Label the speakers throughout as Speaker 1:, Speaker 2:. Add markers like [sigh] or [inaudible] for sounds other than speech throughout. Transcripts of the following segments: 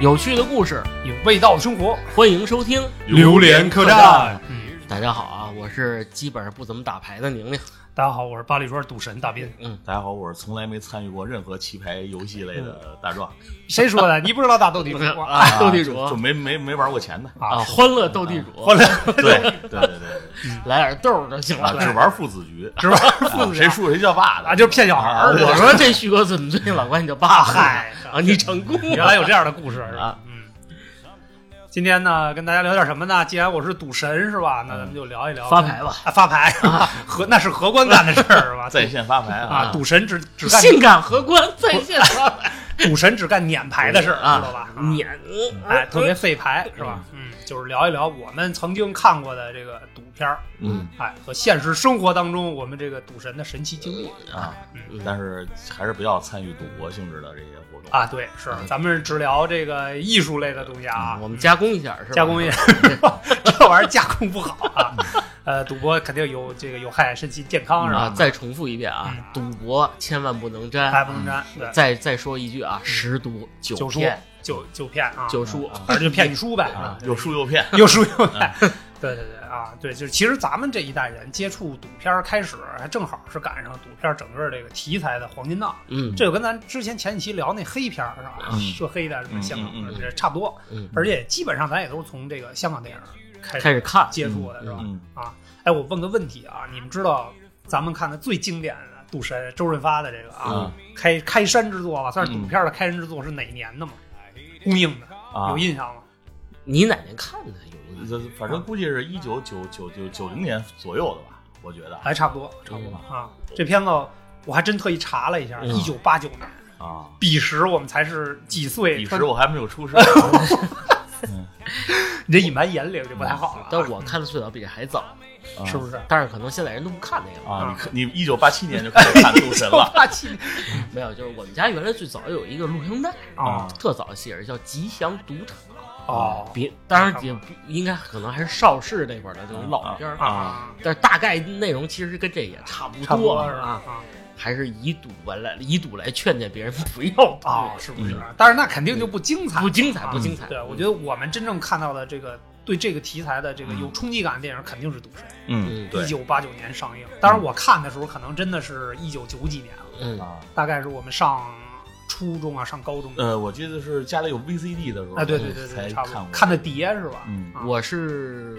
Speaker 1: 有趣的故事，
Speaker 2: 有味道的生活，
Speaker 1: 欢迎收听。
Speaker 3: 榴莲客栈，
Speaker 1: 嗯，大家好啊，我是基本上不怎么打牌的宁宁。 [laughs]
Speaker 2: 大家好，我是八里庄赌神大斌。
Speaker 3: 大家好，我是从来没参与过任何棋牌游戏类的大壮，
Speaker 2: 谁
Speaker 1: [laughs]
Speaker 2: 说的？你不知道大嗯 [laughs] 斗地主啊？
Speaker 1: 啊，斗地主
Speaker 3: 就就没没没玩过
Speaker 2: [laughs]
Speaker 3: 钱的，
Speaker 1: 啊，欢乐斗地主，
Speaker 3: 对对对对对，
Speaker 1: 来点豆儿就行
Speaker 3: 啊，
Speaker 1: 了。
Speaker 3: 只玩父子局，
Speaker 2: 是吧？ [laughs]
Speaker 3: 啊谁输谁叫爸的
Speaker 2: 啊，就是骗小孩
Speaker 1: 啊
Speaker 2: 儿。
Speaker 1: 我说这旭哥怎么最近老管你叫爸？嗨啊，你成功
Speaker 2: 原
Speaker 1: 了
Speaker 2: 来有这样的故事是吧
Speaker 1: 啊？
Speaker 2: 嗯。今天呢，跟大家聊点什么呢？既然我是赌神是吧？那咱们就聊一聊
Speaker 1: 嗯发牌吧，
Speaker 2: 啊，发牌 [laughs] 和那是荷官干的事儿
Speaker 1: [laughs]
Speaker 2: 是吧？
Speaker 3: 在线发牌啊，
Speaker 2: 啊，赌神只只干
Speaker 1: 性感荷官在线发牌
Speaker 2: 赌神只干撵牌的事儿，知道吧
Speaker 1: 啊？，
Speaker 2: 啊
Speaker 1: 免
Speaker 2: 哎，特
Speaker 1: 嗯
Speaker 2: 别费牌是吧？嗯，就是聊一聊我们曾经看过的这个赌片儿，
Speaker 3: 嗯
Speaker 2: 哎，和现实生活当中我们这个赌神的神奇经历
Speaker 3: 啊
Speaker 1: 嗯，
Speaker 3: 但是还是不要参与赌博性质的这些活动，
Speaker 2: 啊。对，是咱们只聊这个艺术类的东西啊
Speaker 1: 嗯我，们加工一下是吧？
Speaker 2: 加工业 [laughs] 这玩意儿加工不好啊。
Speaker 1: 嗯
Speaker 2: [laughs] 呃，赌博肯定有这个有害身心健康是
Speaker 1: 啊，
Speaker 2: 吧？
Speaker 1: 再重复一遍啊，赌博千万不能沾。
Speaker 2: 哎，不能沾，对，
Speaker 1: 再再说一句啊，十赌
Speaker 2: 九
Speaker 1: 九
Speaker 2: 输
Speaker 1: 骗，
Speaker 2: 九九骗啊，
Speaker 1: 九嗯输
Speaker 2: 反正就骗你输呗
Speaker 3: 啊
Speaker 2: 啊，，
Speaker 3: 又输又骗，
Speaker 2: 又输又赖。对对对啊，对，就是其实咱们这一代人接触赌片儿开始，还正好是赶上赌片儿整个这个题材的黄金档。
Speaker 1: 嗯，
Speaker 2: 这就跟咱之前前几期聊那黑片儿是吧？
Speaker 3: 嗯
Speaker 2: 涉黑的什么香港
Speaker 3: 嗯嗯
Speaker 2: 的，
Speaker 3: 嗯
Speaker 2: 这差不多。
Speaker 1: 嗯
Speaker 2: 而且基本上咱也都是从这个香港电影开
Speaker 1: 开
Speaker 2: 始
Speaker 1: 始看
Speaker 2: 接触的，是吧？
Speaker 3: 嗯，
Speaker 2: 啊，哎，我问个问题啊，你们知道咱们看的最经典的赌神周润发的这个啊，
Speaker 3: 嗯
Speaker 2: 开开山之作吧，算是赌片的开山之作是哪年的吗？公映的
Speaker 3: 啊
Speaker 2: 有，印象吗？
Speaker 1: 你哪年看的？有
Speaker 2: 啊
Speaker 1: 印象
Speaker 3: 这反正估计是一九九九九九零年左右的吧，我觉得
Speaker 2: 还差不多，哎差不多
Speaker 3: 嗯
Speaker 2: 啊。这片子我还真特意查了一
Speaker 3: 哎
Speaker 2: 下，
Speaker 1: 嗯
Speaker 2: 一九八九年，
Speaker 3: 啊，
Speaker 2: 彼时我们才是几岁？
Speaker 3: 彼时我还没有出
Speaker 2: [laughs]
Speaker 3: 生，啊
Speaker 2: 你这隐瞒年龄就不太好了啊，
Speaker 1: 但我看的最早比这还早，
Speaker 3: 啊
Speaker 2: 是不是？
Speaker 1: 但是可能现在人都不看那个了。
Speaker 3: 啊，你看你一九八七年就开始看赌神了
Speaker 2: 八七
Speaker 1: 没有，就是我们家原来最早有一个录像带，
Speaker 2: 嗯
Speaker 3: 嗯
Speaker 2: 啊
Speaker 1: 特早写着叫《吉祥赌场》，
Speaker 2: 哦
Speaker 1: 别当然也不应该可能还是邵氏那会儿的这种老片儿，
Speaker 2: 啊，
Speaker 1: 但是大概内容其实跟这也差不
Speaker 2: 差不多
Speaker 1: 多
Speaker 2: 是吧
Speaker 1: 啊，？
Speaker 2: 啊
Speaker 1: 还是以赌完来以赌来劝诫别
Speaker 2: [laughs]
Speaker 1: 人不要赌
Speaker 2: 哦，是不是？但是那肯定就不精彩，
Speaker 1: 不精彩
Speaker 2: 啊
Speaker 1: 不精彩
Speaker 2: 对，我觉得我们真正看到的这个对这个题材的这个有冲击感的电影，肯定是《赌神
Speaker 3: 嗯，对》，
Speaker 2: 一九八九年上映。当然，我看的时候可能真的是一九九几年了，
Speaker 1: 嗯，
Speaker 3: 啊。
Speaker 2: 大概是我们上初中啊，上高中
Speaker 3: 呃，我记得是家里有 VCD 的时候，
Speaker 2: 啊，对对对
Speaker 3: 才
Speaker 2: 对，差
Speaker 3: 看
Speaker 2: 不多
Speaker 3: 过。
Speaker 2: 看的碟是吧？
Speaker 3: 嗯
Speaker 2: 啊
Speaker 1: 我是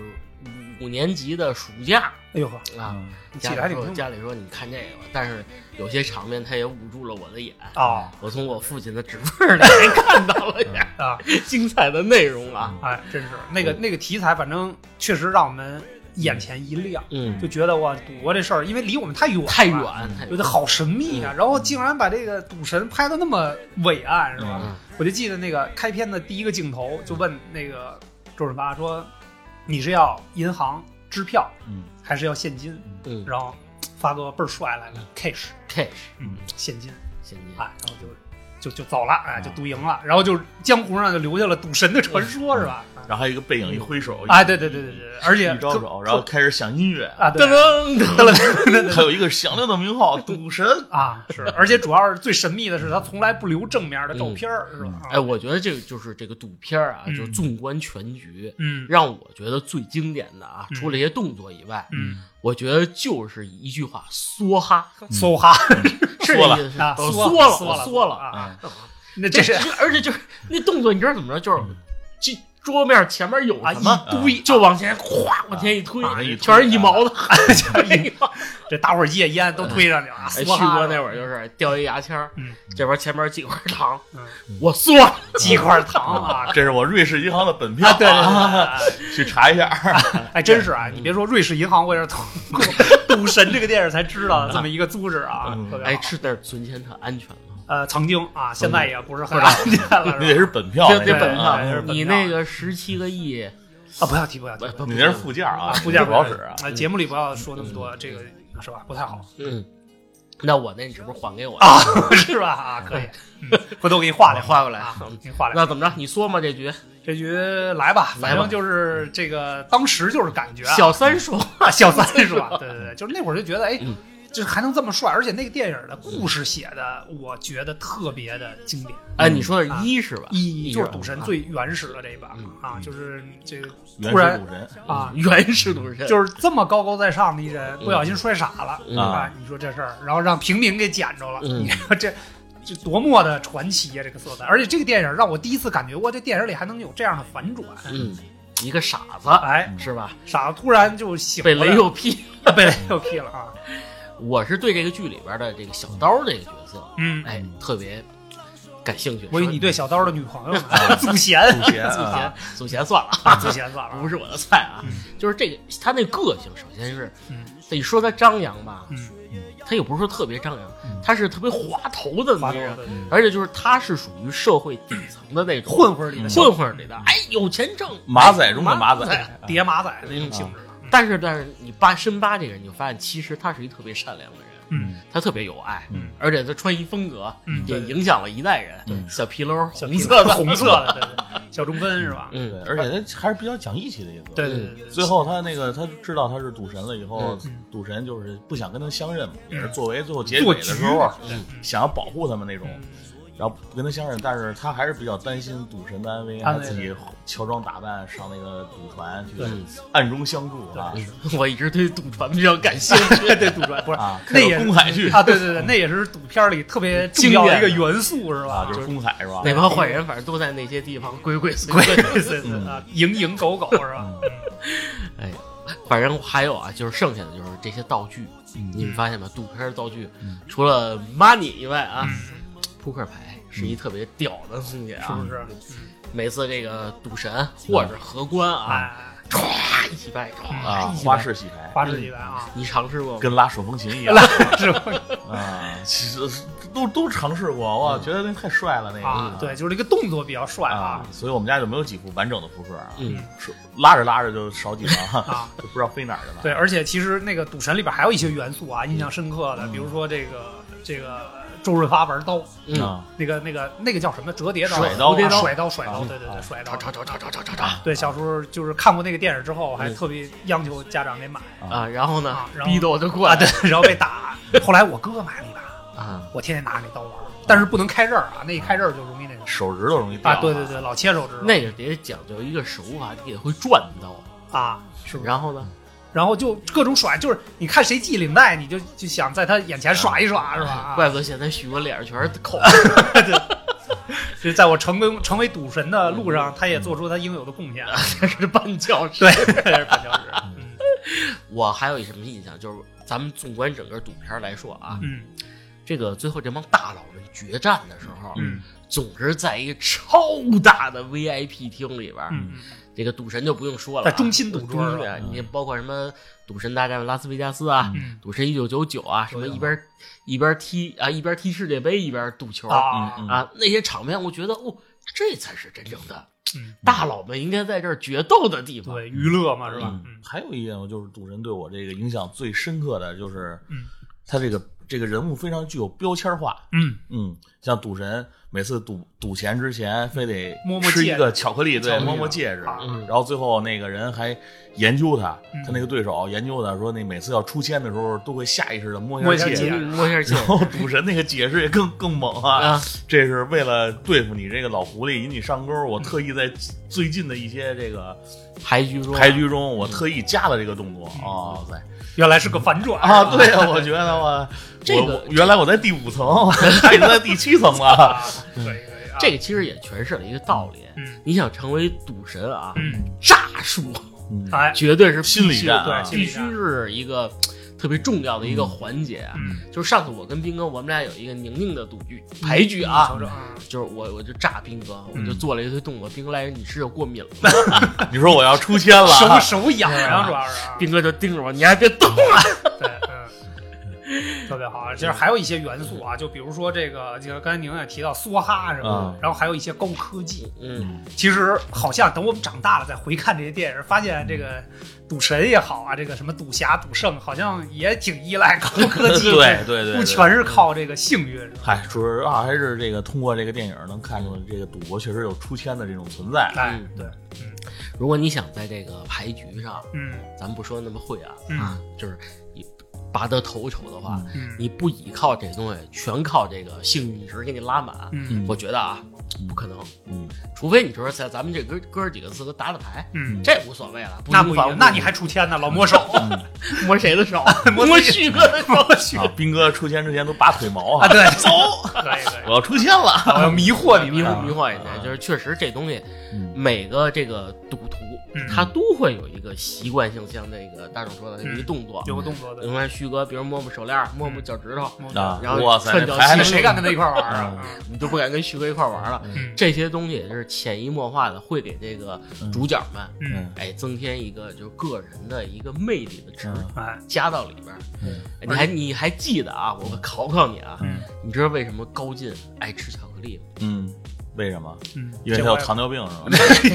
Speaker 1: 五年级的暑假
Speaker 2: 哎呦呵，
Speaker 1: 啊，
Speaker 3: 嗯
Speaker 2: 你
Speaker 1: 家
Speaker 2: 记得还
Speaker 1: 里
Speaker 2: 挺
Speaker 1: 说
Speaker 2: 清楚
Speaker 1: 家里说你看这个吧，但是有些场面他也捂住了我的眼，
Speaker 2: 哦
Speaker 1: 我从我父亲的指缝里面看到了点儿
Speaker 2: 啊，
Speaker 1: [laughs] 精彩的内容啊。
Speaker 2: 哎，真是那个那个题材，反正确实让我们眼前一亮，
Speaker 1: 嗯，
Speaker 2: 就觉得哇，赌博这事儿，因为离我们太远了
Speaker 1: 太远，太
Speaker 2: 觉
Speaker 1: 远。
Speaker 2: 得好神秘啊！然后竟然把这个赌神拍的那么伟岸，是吧？
Speaker 1: 嗯
Speaker 2: 我就记得那个开篇的第一个镜头，就问那个周润发说：“你是要银行支票，
Speaker 3: 嗯
Speaker 2: 还是要现金
Speaker 1: 嗯？”
Speaker 2: 然后发哥倍儿帅来了，cash，
Speaker 1: ，cash
Speaker 2: 嗯，现金，
Speaker 1: 现金
Speaker 2: 哎，然后就就就走了，哎，就赌赢了，然后就江湖上就留下了赌神的传说，是吧？
Speaker 3: 然后还有一个背影一挥手，
Speaker 2: 哎，对对对对对，而
Speaker 3: 嗯一
Speaker 2: 且
Speaker 3: 招手，然后开始响音乐，
Speaker 2: 啊，对
Speaker 1: 噔噔噔
Speaker 2: 哎
Speaker 3: 还有一个响亮的
Speaker 2: [laughs]
Speaker 3: 名号赌神。
Speaker 2: 啊，是， [laughs] 而且主要是最神秘的是，他从来不留正面的照片儿，是吧？啊
Speaker 1: 哎，我觉得这个就是这个赌片儿啊，
Speaker 2: 嗯
Speaker 1: 就纵观全局，
Speaker 2: 嗯
Speaker 1: 让我觉得最经典的啊，
Speaker 2: 嗯
Speaker 1: 除了一些动作以外，
Speaker 2: 嗯，
Speaker 1: 我觉得就是一句话：梭哈，
Speaker 2: 梭哈
Speaker 1: 是
Speaker 3: 缩
Speaker 1: 这
Speaker 3: 了
Speaker 1: 意思
Speaker 2: 啊，
Speaker 1: 嗯 [laughs] 都
Speaker 2: 缩
Speaker 1: 缩
Speaker 2: 缩
Speaker 1: 了，
Speaker 2: 了
Speaker 1: 缩了
Speaker 2: 啊！
Speaker 3: 啊
Speaker 2: 那
Speaker 1: 这
Speaker 2: 这是嗯
Speaker 1: 这而且就是那动作，你知道怎么着？就是这桌面前面有
Speaker 2: 啊
Speaker 1: 什么
Speaker 2: 一堆啊
Speaker 1: 就往前哗往前一推
Speaker 3: 往上一，推
Speaker 1: 全是一毛的，全是一毛。
Speaker 2: [laughs] 这大伙儿戒烟都推上去了啊，
Speaker 1: 哎，旭
Speaker 2: 梭哈
Speaker 1: 哥那会儿就是掉一牙签儿
Speaker 2: 嗯，
Speaker 1: 这边前面几块糖
Speaker 2: 嗯，
Speaker 1: 我嗦了，
Speaker 2: 几块糖啊。
Speaker 3: 这是我瑞士银行的本票
Speaker 2: [laughs] 啊，对对
Speaker 3: 啊
Speaker 2: 对对
Speaker 3: 去查一下。
Speaker 2: 对，哎，真是 [laughs] 啊！你别说瑞士银行，我也是通过《赌神》这个电影才知道的这么一个组织啊，
Speaker 3: 嗯
Speaker 2: 特别
Speaker 1: 哎，
Speaker 2: 好。
Speaker 1: 吃点存钱它安全吗？
Speaker 2: 呃，曾经啊，现在也不是很安全了，
Speaker 3: [laughs] 你
Speaker 2: 是吧？
Speaker 3: 得是本票，
Speaker 1: 这
Speaker 3: [laughs] 那
Speaker 1: 这
Speaker 3: 个
Speaker 1: 本
Speaker 2: 票
Speaker 3: 啊
Speaker 2: 哎是本
Speaker 1: 你那个十七个亿，
Speaker 2: 啊，不要提，不要提，
Speaker 1: 不
Speaker 3: 你那是附件啊，
Speaker 2: 不见
Speaker 3: 不好使啊。
Speaker 2: 啊，节目里不要说那么多，这个是吧？不太好
Speaker 1: 嗯，那我那你是不是还给我？
Speaker 2: 啊， [laughs] 是吧？啊，可以，
Speaker 1: [laughs]
Speaker 2: 嗯回头我给你画来，
Speaker 1: 画过来嗯
Speaker 2: 啊，给你画来。
Speaker 1: 那怎么着？你说嘛这局？
Speaker 2: 这局来吧，
Speaker 1: 来吧
Speaker 2: 反正就是这个，当时就是感觉啊 [laughs]
Speaker 1: 小三说，
Speaker 3: 嗯
Speaker 1: 嗯
Speaker 2: 小三是吧？对对对，就是那会儿就觉得，哎，就是还能这么帅，而且那个电影的故事写的，我觉得特别的经典。
Speaker 1: 哎，你说的是一是吧？
Speaker 2: 一就是赌神
Speaker 1: 神
Speaker 2: 最原始的这一版
Speaker 1: 嗯
Speaker 2: 啊，就是这个
Speaker 3: 原
Speaker 2: 突
Speaker 3: 始
Speaker 2: 然
Speaker 3: 赌神，
Speaker 2: [laughs] 啊，
Speaker 1: 原始赌神，
Speaker 2: 就是这么高高在上的一人，不小心摔傻了、
Speaker 1: 嗯
Speaker 2: 啊！你说这事儿，然后让平民给捡着了，
Speaker 1: 嗯
Speaker 2: 你说这这多么的传奇呀、这个色彩！而且这个电影让我第一次感觉，哇，这电影里还能有这样的反转！
Speaker 1: 嗯，一个傻子
Speaker 2: 哎，
Speaker 1: 是吧？
Speaker 2: 傻子突然就醒
Speaker 1: 被
Speaker 2: 过来
Speaker 1: 雷又劈。
Speaker 2: 了， [laughs] 被雷又劈了啊！
Speaker 1: 我是对这个剧里边的这个小刀这个角色，
Speaker 2: 嗯，
Speaker 1: 哎，特别感兴趣。
Speaker 2: 我以为你对小刀的女朋
Speaker 1: [laughs]
Speaker 2: 友
Speaker 1: 啊
Speaker 2: 呢，祖贤，
Speaker 3: 祖贤
Speaker 1: 祖
Speaker 3: 啊，
Speaker 2: 哎
Speaker 1: 贤，祖贤算了，
Speaker 2: 啊，祖贤算了，
Speaker 1: 不是我的菜啊
Speaker 2: 嗯。
Speaker 1: 就是这个他那个性，首先是
Speaker 2: 嗯
Speaker 1: 得说他张扬吧，
Speaker 2: 嗯，
Speaker 1: 他也不是说特别张扬
Speaker 3: 嗯，
Speaker 1: 他是特别滑头的
Speaker 2: 华
Speaker 1: 那
Speaker 2: 东
Speaker 1: 种，
Speaker 2: 的
Speaker 1: 而且就是他是属于社会底层的那种
Speaker 2: 混混里的嗯小
Speaker 1: 混混里的，哎，有钱挣，
Speaker 3: 马仔中的马仔，
Speaker 2: 叠马仔那种性质的，
Speaker 1: 但是但是你八深八这个人，你就发现其实他是一特别善良的人，
Speaker 2: 嗯
Speaker 1: 他特别有爱，
Speaker 2: 嗯
Speaker 1: 而且他穿衣风格
Speaker 2: 嗯
Speaker 1: 也
Speaker 2: 对
Speaker 1: 影响了一代人，
Speaker 3: 对
Speaker 1: 小皮褛
Speaker 2: 小
Speaker 1: 红色的，
Speaker 2: 红色的，对对，小中分是吧？
Speaker 1: 嗯
Speaker 3: 对，而且他还是比较讲义气的一个。
Speaker 2: 对对对对，
Speaker 3: 最后他那个他知道他是赌神了以后
Speaker 2: 嗯嗯，
Speaker 3: 赌神就是不想跟他相认嘛，
Speaker 2: 嗯
Speaker 3: 也是作为最后结尾的时候啊
Speaker 2: 做局嗯
Speaker 3: 想要保护他们那种，
Speaker 1: 嗯
Speaker 3: 然后不跟他相认，但是他还是比较担心赌神的安危，
Speaker 2: 安
Speaker 3: 他
Speaker 2: 危
Speaker 3: 自己乔装打扮上那个赌船去
Speaker 2: 对
Speaker 3: 暗中相助啊
Speaker 1: [laughs]
Speaker 2: 对
Speaker 1: 我一直对赌船比较感兴趣，
Speaker 2: [laughs] 对赌船不是
Speaker 3: 啊，
Speaker 2: 那
Speaker 3: 开
Speaker 2: 也
Speaker 3: 个公海去
Speaker 2: 啊，对对对，那也是赌片儿里特别重要的一个元素是
Speaker 3: 啊
Speaker 2: 吧，？
Speaker 3: 就是公海是吧？啊
Speaker 1: 那帮坏人反正都在那些地方鬼鬼祟
Speaker 2: 鬼
Speaker 1: 祟。
Speaker 2: 鬼祟
Speaker 3: 嗯
Speaker 2: 祟啊，蝇营狗苟是吧？
Speaker 1: 哎， [laughs] 反正还有啊，就是剩下的就是这些道具，
Speaker 3: 嗯
Speaker 1: 你们发现吗？赌片道具
Speaker 3: 嗯
Speaker 1: 除了 money 以外啊，
Speaker 2: 嗯，
Speaker 1: 扑克牌是一特别屌的东西
Speaker 2: 是
Speaker 3: 嗯
Speaker 1: 啊
Speaker 2: 不！是？
Speaker 1: 每次这个赌神或者荷官啊，
Speaker 2: 哎，
Speaker 1: 歘一起掰，歘
Speaker 3: 啊，
Speaker 1: 一起
Speaker 3: 花
Speaker 1: 掰
Speaker 3: 式洗牌
Speaker 2: 花式一般啊，
Speaker 1: 你尝试过吗？
Speaker 3: 跟拉手风琴一样
Speaker 2: 是吧？
Speaker 3: 啊，其实都都尝试过，哇，觉得那太帅了那
Speaker 2: 嗯啊
Speaker 3: 个，，
Speaker 2: 对，就是这个动作比较帅
Speaker 3: 啊
Speaker 2: 啊，
Speaker 3: 所以我们家就没有几副完整的扑克啊，
Speaker 1: 嗯
Speaker 3: 是拉着拉着就少几张，
Speaker 2: 啊。
Speaker 3: [laughs] 就不知道飞哪儿去了。
Speaker 2: 对，而且其实那个赌神里边还有一些元素啊，印象深刻
Speaker 3: 嗯
Speaker 2: 的，比如说这个这个周润发玩刀，
Speaker 1: 嗯，
Speaker 3: 啊，
Speaker 2: 那个那个那个叫什么折叠刀、
Speaker 3: 甩刀
Speaker 2: 蝴蝶
Speaker 3: 啊
Speaker 2: 甩刀、甩刀，
Speaker 3: 啊
Speaker 2: 对对对，甩刀
Speaker 1: 查。查查查查查查查
Speaker 2: 对，小时候就是看过那个电影之后，还
Speaker 1: 嗯
Speaker 2: 特别央求家长给买
Speaker 1: 啊，然后呢
Speaker 2: 啊，然后
Speaker 1: 逼得我就过
Speaker 2: [laughs] 啊，
Speaker 1: 来
Speaker 2: 对，然后被打。后来我哥买了一把，
Speaker 1: 啊，
Speaker 2: 我天天拿着那刀玩，但是不能开刃儿啊，那一开刃儿就容易那个
Speaker 3: 手指头容易掉
Speaker 2: 啊，对对对，老切手指头
Speaker 1: 那个得讲究一个手法，你得会转刀，
Speaker 2: 啊，是不是？
Speaker 1: 然后呢，
Speaker 2: 然后就各种甩，就是你看谁系领带，你就就想在他眼前耍一耍，是吧？啊
Speaker 1: 怪不得现在许哥脸上全是口。
Speaker 2: 就在我成功成为赌神的路上，他也做出他应有的贡献。啊
Speaker 1: 这是绊脚石。
Speaker 2: 对，这是绊脚石。嗯
Speaker 1: 我还有一什么印象，就是咱们纵观整个赌片来说啊，
Speaker 2: 嗯
Speaker 1: 这个最后这帮大佬们决战的时候，
Speaker 2: 嗯
Speaker 1: 总是在一个超大的 VIP 厅里边，
Speaker 2: 嗯，嗯
Speaker 1: 这个赌神就不用说了啊，
Speaker 2: 在中心赌桌
Speaker 1: 中心啊，你包括什么赌神大战拉斯维加斯啊，
Speaker 2: 嗯
Speaker 1: 赌神一九九九啊，什么一边一边踢啊，一边踢世界杯一边赌球
Speaker 2: 啊
Speaker 3: 嗯嗯
Speaker 1: 啊那些场面我觉得哦，这才是真正的
Speaker 2: 嗯，
Speaker 1: 大佬们应该在这儿决斗的地方。
Speaker 2: 对，娱乐嘛，是吧？
Speaker 3: 嗯
Speaker 2: 嗯，
Speaker 3: 还有一点，就是赌神对我这个影响最深刻的就是，
Speaker 2: 嗯
Speaker 3: 他这个这个人物非常具有标签化。
Speaker 2: 嗯，
Speaker 3: 嗯，像赌神每次赌赌钱之前，非得
Speaker 2: 摸摸
Speaker 3: 吃
Speaker 2: 戒
Speaker 3: 一个巧克力，
Speaker 2: 巧
Speaker 3: 对，
Speaker 2: 克力
Speaker 3: 摸摸戒指
Speaker 2: 啊，
Speaker 1: 嗯
Speaker 3: 然后最后那个人还研究他
Speaker 2: 嗯，
Speaker 3: 他那个对手研究他说，那每次要出签的时候，都会下意识的摸
Speaker 2: 摸一
Speaker 3: 下
Speaker 2: 下
Speaker 3: 戒
Speaker 2: 戒
Speaker 3: 指
Speaker 2: 指。嗯
Speaker 1: 摸一下镜
Speaker 3: [laughs]
Speaker 2: [laughs]
Speaker 3: 然后赌神那个解释也更更猛啊，
Speaker 1: 啊，
Speaker 3: 这是为了对付你这个老狐狸引你上钩，我特意在最近的一些这个
Speaker 1: 牌局中
Speaker 3: 牌局中，我特意加了这个动作。哇塞
Speaker 2: 原来是个反转
Speaker 3: 嗯啊，对啊，我觉得我
Speaker 1: 这个
Speaker 3: 我原来我在第五层，他已经在第七层了。
Speaker 2: [laughs] 啊，可以可以啊，
Speaker 1: 这个其实也诠释了一个道理。
Speaker 2: 嗯
Speaker 1: 你想成为赌神啊，
Speaker 2: 嗯，
Speaker 1: 诈术
Speaker 3: 嗯
Speaker 2: 哎，
Speaker 1: 绝对是必须
Speaker 3: 心理战啊
Speaker 2: 对
Speaker 1: 必须是一个特别重要的一个环节啊。
Speaker 2: 嗯，
Speaker 1: 就是上次我跟斌哥，我们俩有一个宁宁的赌局牌局啊，
Speaker 2: 瞅瞅啊，
Speaker 1: 就是我我就炸斌哥，我
Speaker 2: 嗯
Speaker 1: 就做了一堆动作，斌哥来人你是有过敏了吗？
Speaker 3: 你说我要出签了
Speaker 2: [laughs]
Speaker 3: 啊，
Speaker 2: 手手痒痒主要是啊，
Speaker 1: 斌哥就盯着我，你还别动啊！
Speaker 2: 对，嗯，特别好啊。其实还有一些元素啊，就比如说这个，这个刚才您也提到梭哈什么
Speaker 3: 嗯
Speaker 2: 的，然后还有一些高科技。
Speaker 1: 嗯，
Speaker 2: 其实好像等我们长大了再回看这些电影，发现这个赌神也好啊，这个什么赌侠、赌圣，好像也挺依赖高科技，
Speaker 3: 对对对，
Speaker 2: 不
Speaker 3: 对
Speaker 2: 全是靠这个幸运。是吧
Speaker 3: 嗨，主要还是这个通过这个电影能看出这个赌博确实有出签的这种存在。
Speaker 2: 哎，
Speaker 1: 嗯
Speaker 2: 对，
Speaker 1: 如果你想在这个牌局上，
Speaker 2: 嗯
Speaker 1: 咱们不说那么会啊
Speaker 2: 嗯
Speaker 1: 啊，就是拔得头筹的话，
Speaker 2: 嗯
Speaker 1: 你不倚靠这东西，全靠这个幸运值给你拉满，
Speaker 2: 嗯
Speaker 1: 我觉得啊，不可能。
Speaker 3: 嗯，
Speaker 1: 除非你说在咱们这哥哥几个字都打打牌，
Speaker 2: 嗯，
Speaker 1: 这无所谓了。
Speaker 2: 那
Speaker 1: 不
Speaker 2: 不
Speaker 1: 行
Speaker 2: 一样，那你还出千呢，老摸手
Speaker 3: 嗯
Speaker 2: [laughs]
Speaker 1: 摸谁的手？
Speaker 2: 摸
Speaker 1: 摸
Speaker 2: 自
Speaker 1: 旭哥的手。
Speaker 3: 啊，斌哥出钱之前都拔腿毛
Speaker 2: 啊，
Speaker 3: 啊，
Speaker 2: 对， [laughs] 走，可以可以，
Speaker 3: 我要出现了，
Speaker 2: 我要迷惑你
Speaker 1: 迷
Speaker 2: 们
Speaker 1: 惑
Speaker 2: 啊，
Speaker 1: 迷惑一下，就是确实这东西
Speaker 3: 嗯，
Speaker 1: 每个这个赌徒
Speaker 2: 嗯
Speaker 1: 他都会有一个习惯性，像那个大壮说的
Speaker 2: 嗯
Speaker 1: 一个动作。
Speaker 2: 有个动作
Speaker 1: 你
Speaker 2: 的，
Speaker 1: 看旭哥，比如摸摸手链，摸摸脚趾头，
Speaker 2: 摸摸
Speaker 3: 啊
Speaker 1: 然后，
Speaker 3: 哇塞
Speaker 1: 趁，早
Speaker 3: 还
Speaker 2: 那
Speaker 3: 能
Speaker 1: 起
Speaker 2: 谁敢跟他一块玩啊？
Speaker 1: 嗯你就不敢跟旭哥一块玩了。
Speaker 2: 嗯
Speaker 1: 这些东西就是潜移默化的，会给这个主角们，
Speaker 2: 嗯，
Speaker 1: 哎，增添一个就是个人的一个魅力的值，
Speaker 3: 嗯
Speaker 2: 哎，
Speaker 1: 加到里边儿。
Speaker 3: 嗯
Speaker 1: 哎你还你还记得啊？我考考你啊，
Speaker 3: 嗯
Speaker 1: 你知道为什么高进爱吃巧克力吗？
Speaker 3: 嗯，为什么？
Speaker 2: 嗯，
Speaker 3: 因
Speaker 2: 这
Speaker 3: 为他有
Speaker 2: 我也
Speaker 3: 糖尿病是吧？嗯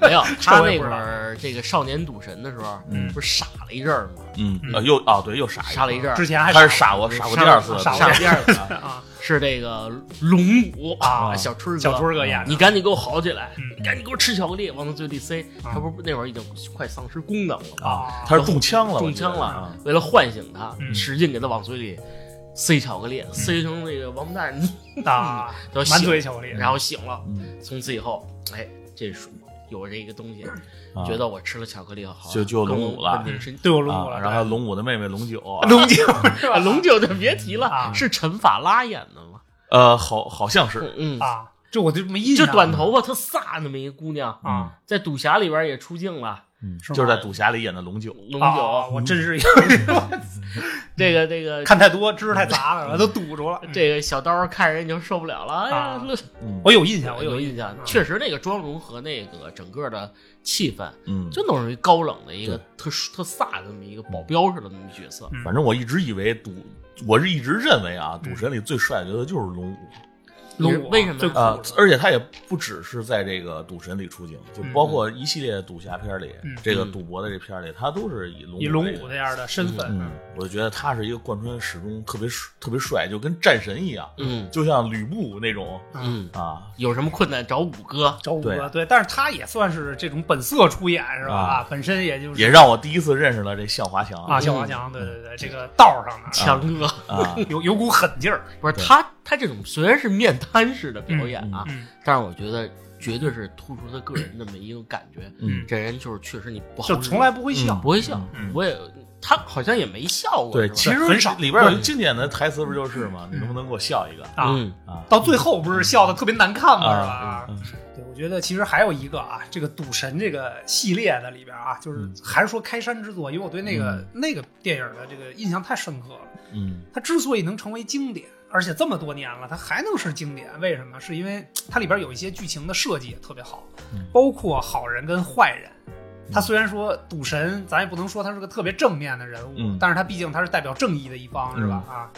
Speaker 1: 没有，他
Speaker 2: 这我也
Speaker 1: 那
Speaker 2: 不
Speaker 1: 会
Speaker 2: 知道
Speaker 1: 儿这个少年赌神的时候，
Speaker 3: 嗯
Speaker 1: 不是傻了一阵儿吗？
Speaker 3: 嗯
Speaker 2: 嗯
Speaker 3: 啊，又啊，对，又傻
Speaker 1: 傻了一阵儿，
Speaker 2: 之前还
Speaker 3: 他是傻过，傻过第二次，
Speaker 2: 傻
Speaker 1: 傻了第二次，
Speaker 2: [laughs] 啊，
Speaker 1: 是这个龙骨
Speaker 2: 啊
Speaker 1: 小春哥，
Speaker 2: 小春哥演的，
Speaker 1: 你赶紧给我好起来，
Speaker 2: 嗯
Speaker 1: 你赶紧给我吃巧克力，往他嘴里塞。
Speaker 2: 啊
Speaker 1: 他不是那会儿已经快丧失功能了吗？
Speaker 3: 啊，他是中枪了，
Speaker 1: 中枪了，
Speaker 3: 我啊
Speaker 1: 为了唤醒他，
Speaker 2: 嗯
Speaker 1: 使劲给他往嘴里塞巧克力，塞成那个王八蛋，
Speaker 2: 啊，
Speaker 1: 都
Speaker 2: 满
Speaker 1: 醒，
Speaker 2: 嘴巧克力，
Speaker 1: 然后醒了。
Speaker 3: 记得
Speaker 1: 从此以后，哎，这是有这个东西，
Speaker 3: 啊，
Speaker 1: 觉得我吃了巧克力好，
Speaker 3: 就就
Speaker 1: 跟
Speaker 3: 龙
Speaker 1: 我
Speaker 3: 骨了
Speaker 1: 问题是
Speaker 2: [laughs] 对我
Speaker 3: 嗯
Speaker 2: 撸过
Speaker 3: 啊，
Speaker 2: 了，
Speaker 3: 然后还有龙武的妹妹龙九啊，
Speaker 2: 龙井是吧？
Speaker 1: 啊，龙九就别提
Speaker 2: 啊
Speaker 1: 了，是陈法拉演的吗？
Speaker 3: 呃，好好像是，
Speaker 1: 嗯，
Speaker 2: 啊，这我就没印
Speaker 1: 就
Speaker 2: 象，
Speaker 1: 短头发特飒那么一个姑娘，嗯
Speaker 2: 啊，
Speaker 1: 在赌侠里边也出镜了。
Speaker 3: 嗯，
Speaker 2: 是吗
Speaker 3: 就是在赌侠里演的龙九，
Speaker 1: 龙
Speaker 2: 啊，
Speaker 1: 九，
Speaker 2: 我真是
Speaker 1: 这个这个
Speaker 2: [laughs] 看太多，知识太杂了，都堵住了。
Speaker 1: 这个小刀看人就受不了了。哎呀
Speaker 2: 啊，
Speaker 1: 乐
Speaker 3: 嗯
Speaker 2: 我有印象，我
Speaker 1: 有
Speaker 2: 印
Speaker 1: 印象，确实那个妆容和那个整个的气氛，
Speaker 3: 嗯，
Speaker 1: 就弄成一高冷的一个特殊特飒的那么一个保镖似的那么角色。
Speaker 2: 嗯
Speaker 3: 反正我一直以为赌，我是一直认为啊，赌神里最帅的就是龙武
Speaker 2: 龙
Speaker 1: 你是为什么
Speaker 2: 最
Speaker 1: 呀
Speaker 2: 酷
Speaker 3: 啊
Speaker 2: 了，
Speaker 3: 而且他也不只是在这个赌神里出镜，就包括一系列赌侠片里
Speaker 2: 嗯，
Speaker 3: 这个赌博的这片里，他都是以龙武
Speaker 2: 以龙
Speaker 3: 为
Speaker 2: 武那样的身份，
Speaker 3: 嗯，我就觉得他是一个贯穿始终特别帅特别帅，就跟战神一样，
Speaker 1: 嗯
Speaker 3: 就像吕布那种
Speaker 1: 嗯，
Speaker 3: 啊，
Speaker 1: 有什么困难找五哥。
Speaker 2: 找五
Speaker 3: 对
Speaker 2: 哥对，但是他也算是这种本色出演是吧
Speaker 3: 啊？
Speaker 2: 本身也就是
Speaker 3: 也让我第一次认识了这向华强
Speaker 2: 啊，小华强，对对对，这个道上的
Speaker 1: 强哥、
Speaker 3: 啊，
Speaker 2: [laughs] 有有股狠劲儿，
Speaker 1: 不是
Speaker 3: 对
Speaker 1: 他，他这种虽然是面瘫式的表演啊，
Speaker 2: 嗯，
Speaker 1: 但是我觉得绝对是突出他个人那么一个感觉。
Speaker 3: 嗯
Speaker 1: 这人就是确实你不好
Speaker 2: 就
Speaker 1: 惹，
Speaker 2: 从来不会笑
Speaker 3: 嗯
Speaker 1: 不会笑。
Speaker 2: 嗯
Speaker 1: 我也他好像也没笑过，
Speaker 3: 对
Speaker 1: 是，吧
Speaker 3: 其实
Speaker 2: 很少
Speaker 3: 里边有一经典的台词，不就是吗？你能不能给我笑一个
Speaker 2: 啊。
Speaker 1: 嗯
Speaker 3: 啊？
Speaker 2: 到最后不是笑的特别难看吗？是
Speaker 3: 啊
Speaker 2: 吧？，对，我觉得其实还有一个啊，这个赌神这个系列的里边啊，就是
Speaker 3: 嗯
Speaker 2: 还是说开山之作，因为我对那个、那个电影的这个印象太深刻了。
Speaker 3: 嗯
Speaker 2: 它之所以能成为经典，而且这么多年了，它还能是经典，为什么？是因为它里边有一些剧情的设计也特别好
Speaker 3: 嗯，
Speaker 2: 包括好人跟坏人。他虽然说赌神，咱也不能说他是个特别正面的人物，
Speaker 3: 嗯
Speaker 2: 但是他毕竟他是代表正义的一方，是吧？啊，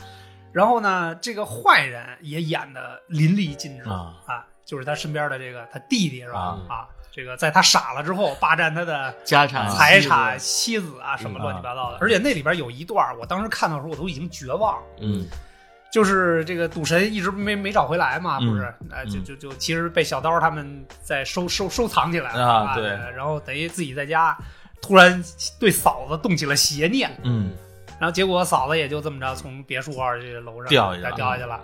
Speaker 2: 然后呢，这个坏人也演的淋漓尽致
Speaker 3: 啊
Speaker 2: 就是他身边的这个他弟弟是吧？
Speaker 3: 啊
Speaker 2: 啊，这个在他傻了之后霸占他的
Speaker 1: 家产
Speaker 3: 啊
Speaker 2: 财
Speaker 1: 妻子
Speaker 2: 产、妻子啊，什么
Speaker 3: 嗯
Speaker 2: 乱七八糟的。而且那里边有一段，我当时看到的时候我都已经绝望了。
Speaker 1: 嗯
Speaker 2: 就是这个赌神一直没没找回来嘛，
Speaker 3: 嗯
Speaker 2: 不是？呃，就
Speaker 3: 嗯
Speaker 2: 就就其实被小刀他们在收收收藏起来了
Speaker 3: 啊对
Speaker 2: 然后等于自己在家突然对嫂子动起了邪念，
Speaker 3: 嗯
Speaker 2: 然后结果嫂子也就这么着从别墅二这楼上
Speaker 3: 掉下去了嗯
Speaker 2: 掉下去了。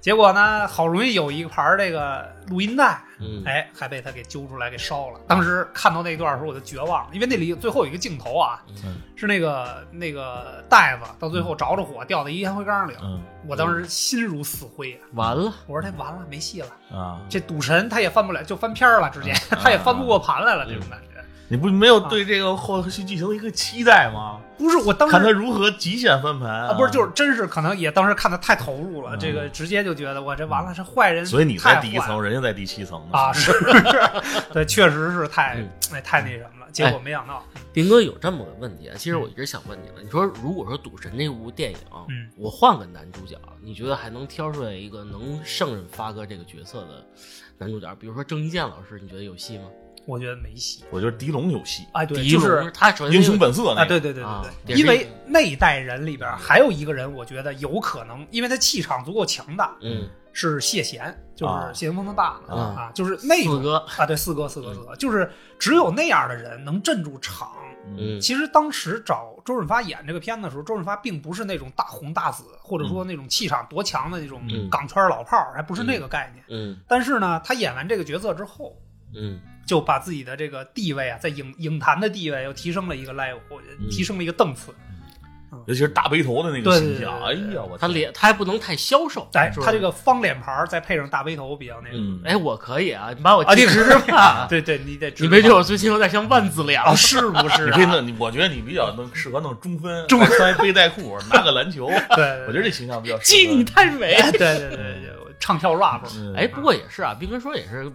Speaker 2: 结果呢，好容易有一盘这个录音带，
Speaker 1: 嗯，
Speaker 2: 哎，还被他给揪出来给烧了。当时看到那一段的时候，我就绝望了，因为那里最后有一个镜头啊，
Speaker 3: 嗯
Speaker 2: 是那个那个袋子到最后着着火掉在一烟灰缸里了。
Speaker 3: 嗯
Speaker 2: 我当时心如死灰啊！
Speaker 1: 完了，
Speaker 2: 我说他完了，没戏了。
Speaker 3: 啊，
Speaker 2: 这赌神他也翻不了，就翻篇儿了，直接
Speaker 3: 嗯
Speaker 2: 他也翻不过盘来了，这种感觉。
Speaker 3: 你不没有对这个后续剧情的一个期待吗？
Speaker 2: 不是我当
Speaker 3: 看他
Speaker 2: 时
Speaker 3: 如何极限翻盘，
Speaker 2: 啊，不是就是真是可能也当时看的太投入了，
Speaker 3: 嗯
Speaker 2: 这个直接就觉得我这完了，这坏人
Speaker 3: 所以你
Speaker 2: 太
Speaker 3: 在
Speaker 2: 坏
Speaker 3: 第一层，人家在第七层呢
Speaker 2: 啊，，
Speaker 3: [laughs]
Speaker 2: 是，对，确实是太
Speaker 1: 嗯
Speaker 2: 哎太那什么了。结果
Speaker 3: 哎
Speaker 2: 没想到，
Speaker 1: 斌哥有这么个问题啊，其实我一直想问你了，你说如果说赌神这部电影，
Speaker 2: 嗯
Speaker 1: 我换个男主角，你觉得还能挑出来一个能胜任发哥这个角色的男主角？比如说郑伊健老师，你觉得有戏吗？
Speaker 2: 我觉得没戏。
Speaker 3: 我觉得狄龙有戏，
Speaker 2: 哎，对，
Speaker 1: 狄
Speaker 2: 就
Speaker 1: 龙
Speaker 2: 是
Speaker 1: 他首先
Speaker 3: 英雄本色那
Speaker 2: 啊，
Speaker 3: 个
Speaker 2: 对对对对
Speaker 1: 啊也
Speaker 2: 对，
Speaker 1: 是
Speaker 2: 因为那一代人里边还有一个人，我觉得有可能，因为他气场足够强大，
Speaker 1: 嗯，
Speaker 2: 是谢贤，就是
Speaker 3: 啊
Speaker 2: 谢霆锋他爸
Speaker 3: 啊
Speaker 2: 啊，就是那
Speaker 1: 四
Speaker 2: 种
Speaker 1: 哥
Speaker 2: 啊，对，四哥四哥四哥，就是只有那样的人能镇住场，
Speaker 1: 嗯
Speaker 2: 其实当时找周润发演这个片子的时候，周润发并不是那种大红大紫，或者说那种气场多强的那种
Speaker 1: 嗯
Speaker 2: 港圈老炮儿，还不是那个概念。
Speaker 1: 嗯
Speaker 2: 但是呢，他演完这个角色之后，
Speaker 1: 嗯
Speaker 2: 就把自己的这个地位啊，在影影坛的地位又提升了一个 level，呃
Speaker 1: 嗯
Speaker 2: 提升了一个档次。
Speaker 3: 尤其是大背头的那个
Speaker 2: 对
Speaker 3: 形象，哎
Speaker 2: 对对对
Speaker 3: 呀，我
Speaker 1: 他
Speaker 3: 天
Speaker 1: 脸他还不能太消瘦。
Speaker 2: 哎，
Speaker 1: 是吧
Speaker 2: 他这个方脸盘儿再配上大背头，比较那个。
Speaker 3: 嗯，
Speaker 1: 哎，我可以啊，你把我
Speaker 2: 啊
Speaker 1: 记
Speaker 2: 这个
Speaker 1: [laughs] 直
Speaker 2: [laughs]
Speaker 1: 吧。
Speaker 2: 对对，你得知
Speaker 1: 你
Speaker 2: 道
Speaker 1: 没觉得我最近有点像万字良
Speaker 2: 啊？是不是 [laughs]
Speaker 3: 你
Speaker 2: 啊？
Speaker 3: 可以弄，你我觉得你比较能适合弄中分，
Speaker 2: 中
Speaker 3: 还穿一背带裤， [laughs] 拿个
Speaker 2: [laughs]
Speaker 3: 篮球，我
Speaker 2: 对，对
Speaker 3: 觉得这形象比较适合。
Speaker 1: 记你太美。
Speaker 2: 哎对对对对对，我唱跳 rap。
Speaker 3: 嗯
Speaker 1: 哎，不过也是啊，斌哥说也是，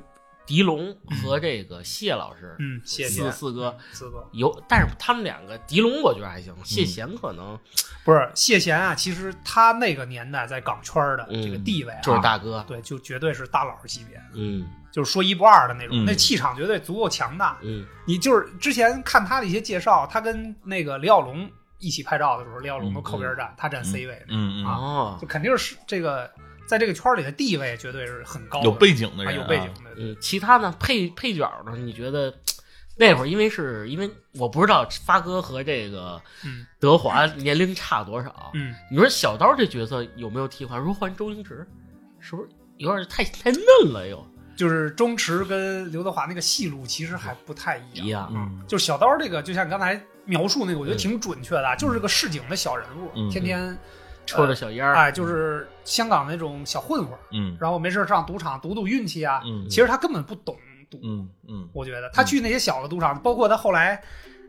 Speaker 1: 狄龙和这个谢老师，
Speaker 2: 嗯，谢谢
Speaker 1: 四四哥
Speaker 2: 四哥。
Speaker 1: 有，但是他们两个，狄龙我觉得还行，
Speaker 3: 嗯
Speaker 1: 谢贤可能
Speaker 3: 啊
Speaker 2: 不是谢贤啊，其实他那个年代在港圈的
Speaker 3: 嗯
Speaker 2: 这个地位、啊
Speaker 1: 就是大哥，
Speaker 2: 对，就绝对是大佬级别，
Speaker 1: 嗯
Speaker 2: 就是说一不二的那种，
Speaker 3: 嗯
Speaker 2: 那气场绝对足够强大。
Speaker 1: 嗯
Speaker 2: 你就是之前看他的一些介绍，他跟那个李小龙一起拍照的时候，李小龙都靠边站，他站 C 位，
Speaker 3: 嗯嗯，
Speaker 1: 哦
Speaker 2: 就肯定是这个在这个圈里的地位绝对是很高的，
Speaker 3: 有背景的
Speaker 2: 啊
Speaker 3: 人，
Speaker 2: 有背景，的。
Speaker 1: 嗯，其他呢配配角呢？你觉得那会儿因为是因为我不知道发哥和这个
Speaker 2: 嗯
Speaker 1: 德华年龄差多少，
Speaker 2: 嗯，
Speaker 1: 你说小刀这角色有没有替换？如果换周星驰，是不是有点太太嫩了又？
Speaker 2: 就是钟驰跟刘德华那个戏路其实还不太一样，
Speaker 1: 一样
Speaker 3: 嗯
Speaker 2: 就是小刀这个，就像你刚才描述那个，我觉
Speaker 1: 嗯
Speaker 2: 得挺准确的啊，就是个市井的小人物，
Speaker 3: 嗯
Speaker 2: 天天
Speaker 1: 抽着小烟儿，
Speaker 2: 哎，就是香港那种小混混儿，
Speaker 3: 嗯
Speaker 2: 然后没事儿上赌场赌赌运气啊。
Speaker 3: 嗯
Speaker 2: 其实他根本不懂赌，
Speaker 3: 嗯嗯
Speaker 2: 我觉得他去那些小的赌场，包括他后来。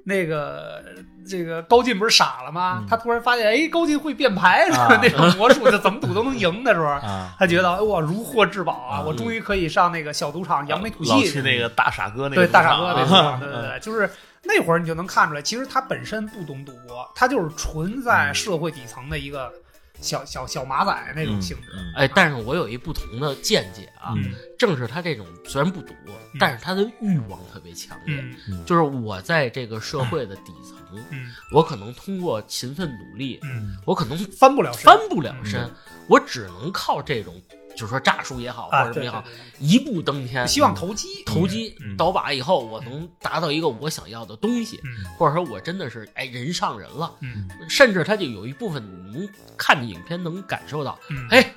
Speaker 2: 那个这个高进不是傻了吗？
Speaker 3: 嗯
Speaker 2: 他突然发现，哎，高进会变牌
Speaker 3: 啊
Speaker 2: [laughs] 那种魔术，就怎么赌都能赢的时候，
Speaker 3: 啊，
Speaker 2: 他觉得哎我如获至宝啊！
Speaker 3: 嗯
Speaker 2: 我终于可以上那个小赌场扬眉吐
Speaker 3: 老
Speaker 2: 气
Speaker 3: 去那个大傻哥那个
Speaker 2: 对
Speaker 3: 赌
Speaker 2: 大傻
Speaker 3: 场
Speaker 2: 哥
Speaker 3: 啊
Speaker 2: 那
Speaker 1: [laughs]
Speaker 2: 种，对对对，就是那会儿你就能看出来，其实他本身不懂赌博，他就是纯在社会底层的一个小小小马仔那种性质。
Speaker 3: 嗯
Speaker 1: 哎，但是我有一不同的见解啊，
Speaker 3: 嗯
Speaker 1: 正是他这种虽然不赌，但是他的欲望特别强烈。
Speaker 2: 嗯
Speaker 1: 就是我在这个社会的底层，
Speaker 2: 嗯
Speaker 1: 我可能通过勤奋努力，
Speaker 2: 嗯，
Speaker 1: 我可能
Speaker 2: 翻不了身
Speaker 1: 翻不了
Speaker 2: 嗯
Speaker 1: 身，我只能靠这种，就是说诈术也好，或
Speaker 2: 啊，
Speaker 1: 者什么
Speaker 2: 对
Speaker 1: 也好，
Speaker 2: 对对
Speaker 1: 一步登天。
Speaker 2: 希望投机。
Speaker 1: 投机
Speaker 3: 嗯
Speaker 1: 倒把以后，我能达到一个我想要的东西，
Speaker 2: 嗯
Speaker 1: 或者说我真的是哎人上人了。
Speaker 2: 嗯
Speaker 1: 甚至他就有一部分你能看着影片能感受到，
Speaker 2: 嗯，
Speaker 1: 哎，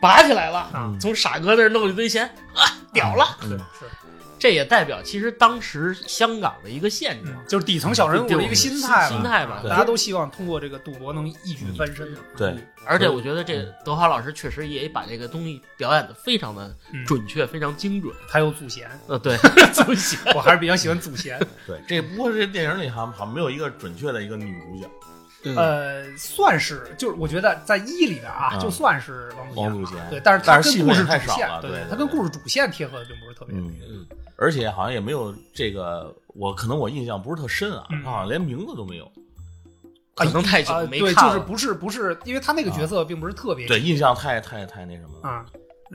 Speaker 1: 拔起来了，
Speaker 2: 啊，
Speaker 1: 从傻哥那儿弄了一堆钱啊，屌了！
Speaker 2: 是
Speaker 3: 嗯
Speaker 2: 是，
Speaker 1: 这也代表其实当时香港的一个现状。
Speaker 2: 嗯就是底层小人物的一个心态
Speaker 1: 心
Speaker 2: 吧。
Speaker 1: 心态吧，嗯
Speaker 2: 大家都希望通过这个赌博能一举翻身的，
Speaker 3: 对，
Speaker 1: 而且我觉得
Speaker 2: 嗯
Speaker 1: 这德华老师确实也把这个东西表演的非常的
Speaker 2: 嗯
Speaker 1: 准确，非常精准。
Speaker 2: 还有祖贤，
Speaker 1: 呃，对， [laughs] 祖贤，
Speaker 2: 我还是比较喜欢祖贤。
Speaker 3: 对，这不过这电影里好像好像没有一个准确的一个女主角，
Speaker 1: 嗯
Speaker 2: 呃，算是，就是我觉得在一里边啊，
Speaker 3: 嗯
Speaker 2: 就算是王祖
Speaker 3: 王
Speaker 2: 贤
Speaker 3: 祖
Speaker 2: 了
Speaker 3: 贤
Speaker 2: 对，但是他
Speaker 3: 但是戏
Speaker 2: 跟故
Speaker 3: 份
Speaker 2: 事
Speaker 3: 太
Speaker 2: 主
Speaker 3: 少
Speaker 2: 线
Speaker 3: 了
Speaker 2: 对
Speaker 3: 对对
Speaker 2: 他跟故事主线贴合的并不是特别多。
Speaker 3: 嗯，而且好像也没有这个，我可能我印象不是特深啊，
Speaker 2: 嗯
Speaker 3: 她好像连名字都没有。
Speaker 1: 可能太久
Speaker 2: 啊，
Speaker 1: 没
Speaker 2: 对，
Speaker 1: 看
Speaker 2: 就是
Speaker 1: 了
Speaker 2: 不是不是，因为他那个角色并不是特别
Speaker 3: 啊对，印象太太太那什么了。
Speaker 2: 啊。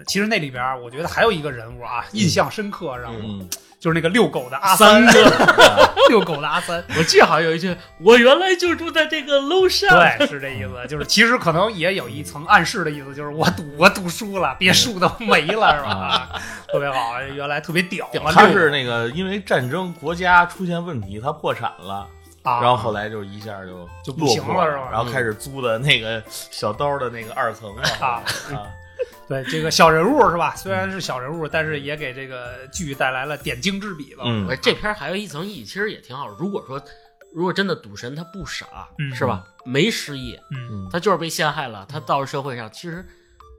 Speaker 2: 其实那里边儿我觉得还有一个人物啊，印象深刻，让我
Speaker 3: 嗯，
Speaker 2: 就是那个遛狗的阿
Speaker 1: 三
Speaker 2: 三，
Speaker 3: [laughs] 啊
Speaker 2: 遛狗的阿三，
Speaker 1: 我记得好像有一句，我原来就住在这个楼上。，
Speaker 2: 对，是这意思，就是其实可能也有一层暗示的意思，就是我赌我赌输了，
Speaker 3: 嗯
Speaker 2: 别输的没了是
Speaker 3: 啊
Speaker 2: 吧？特别好，原来特别屌啊嘛，
Speaker 3: 他
Speaker 2: 遛
Speaker 3: 是那个因为战争国家出现问题，他破产了，
Speaker 2: 啊，
Speaker 3: 然后后来就一下就
Speaker 2: 就不
Speaker 3: 落
Speaker 2: 行
Speaker 3: 魄
Speaker 2: 了是吧
Speaker 3: 然后开始租的那个小刀的那个二层
Speaker 2: 啊
Speaker 3: 啊，啊
Speaker 2: 对这个小人物是吧？虽然是小人物，但是也给这个剧带来了点睛之笔吧。
Speaker 3: 嗯
Speaker 1: 哎，这片儿还有一层意义，其实也挺好。如果说，如果真的赌神他不傻，
Speaker 2: 嗯
Speaker 1: 是吧？没失业，
Speaker 2: 嗯，
Speaker 3: 嗯
Speaker 1: 他就是被陷害了，他到了社会上，其实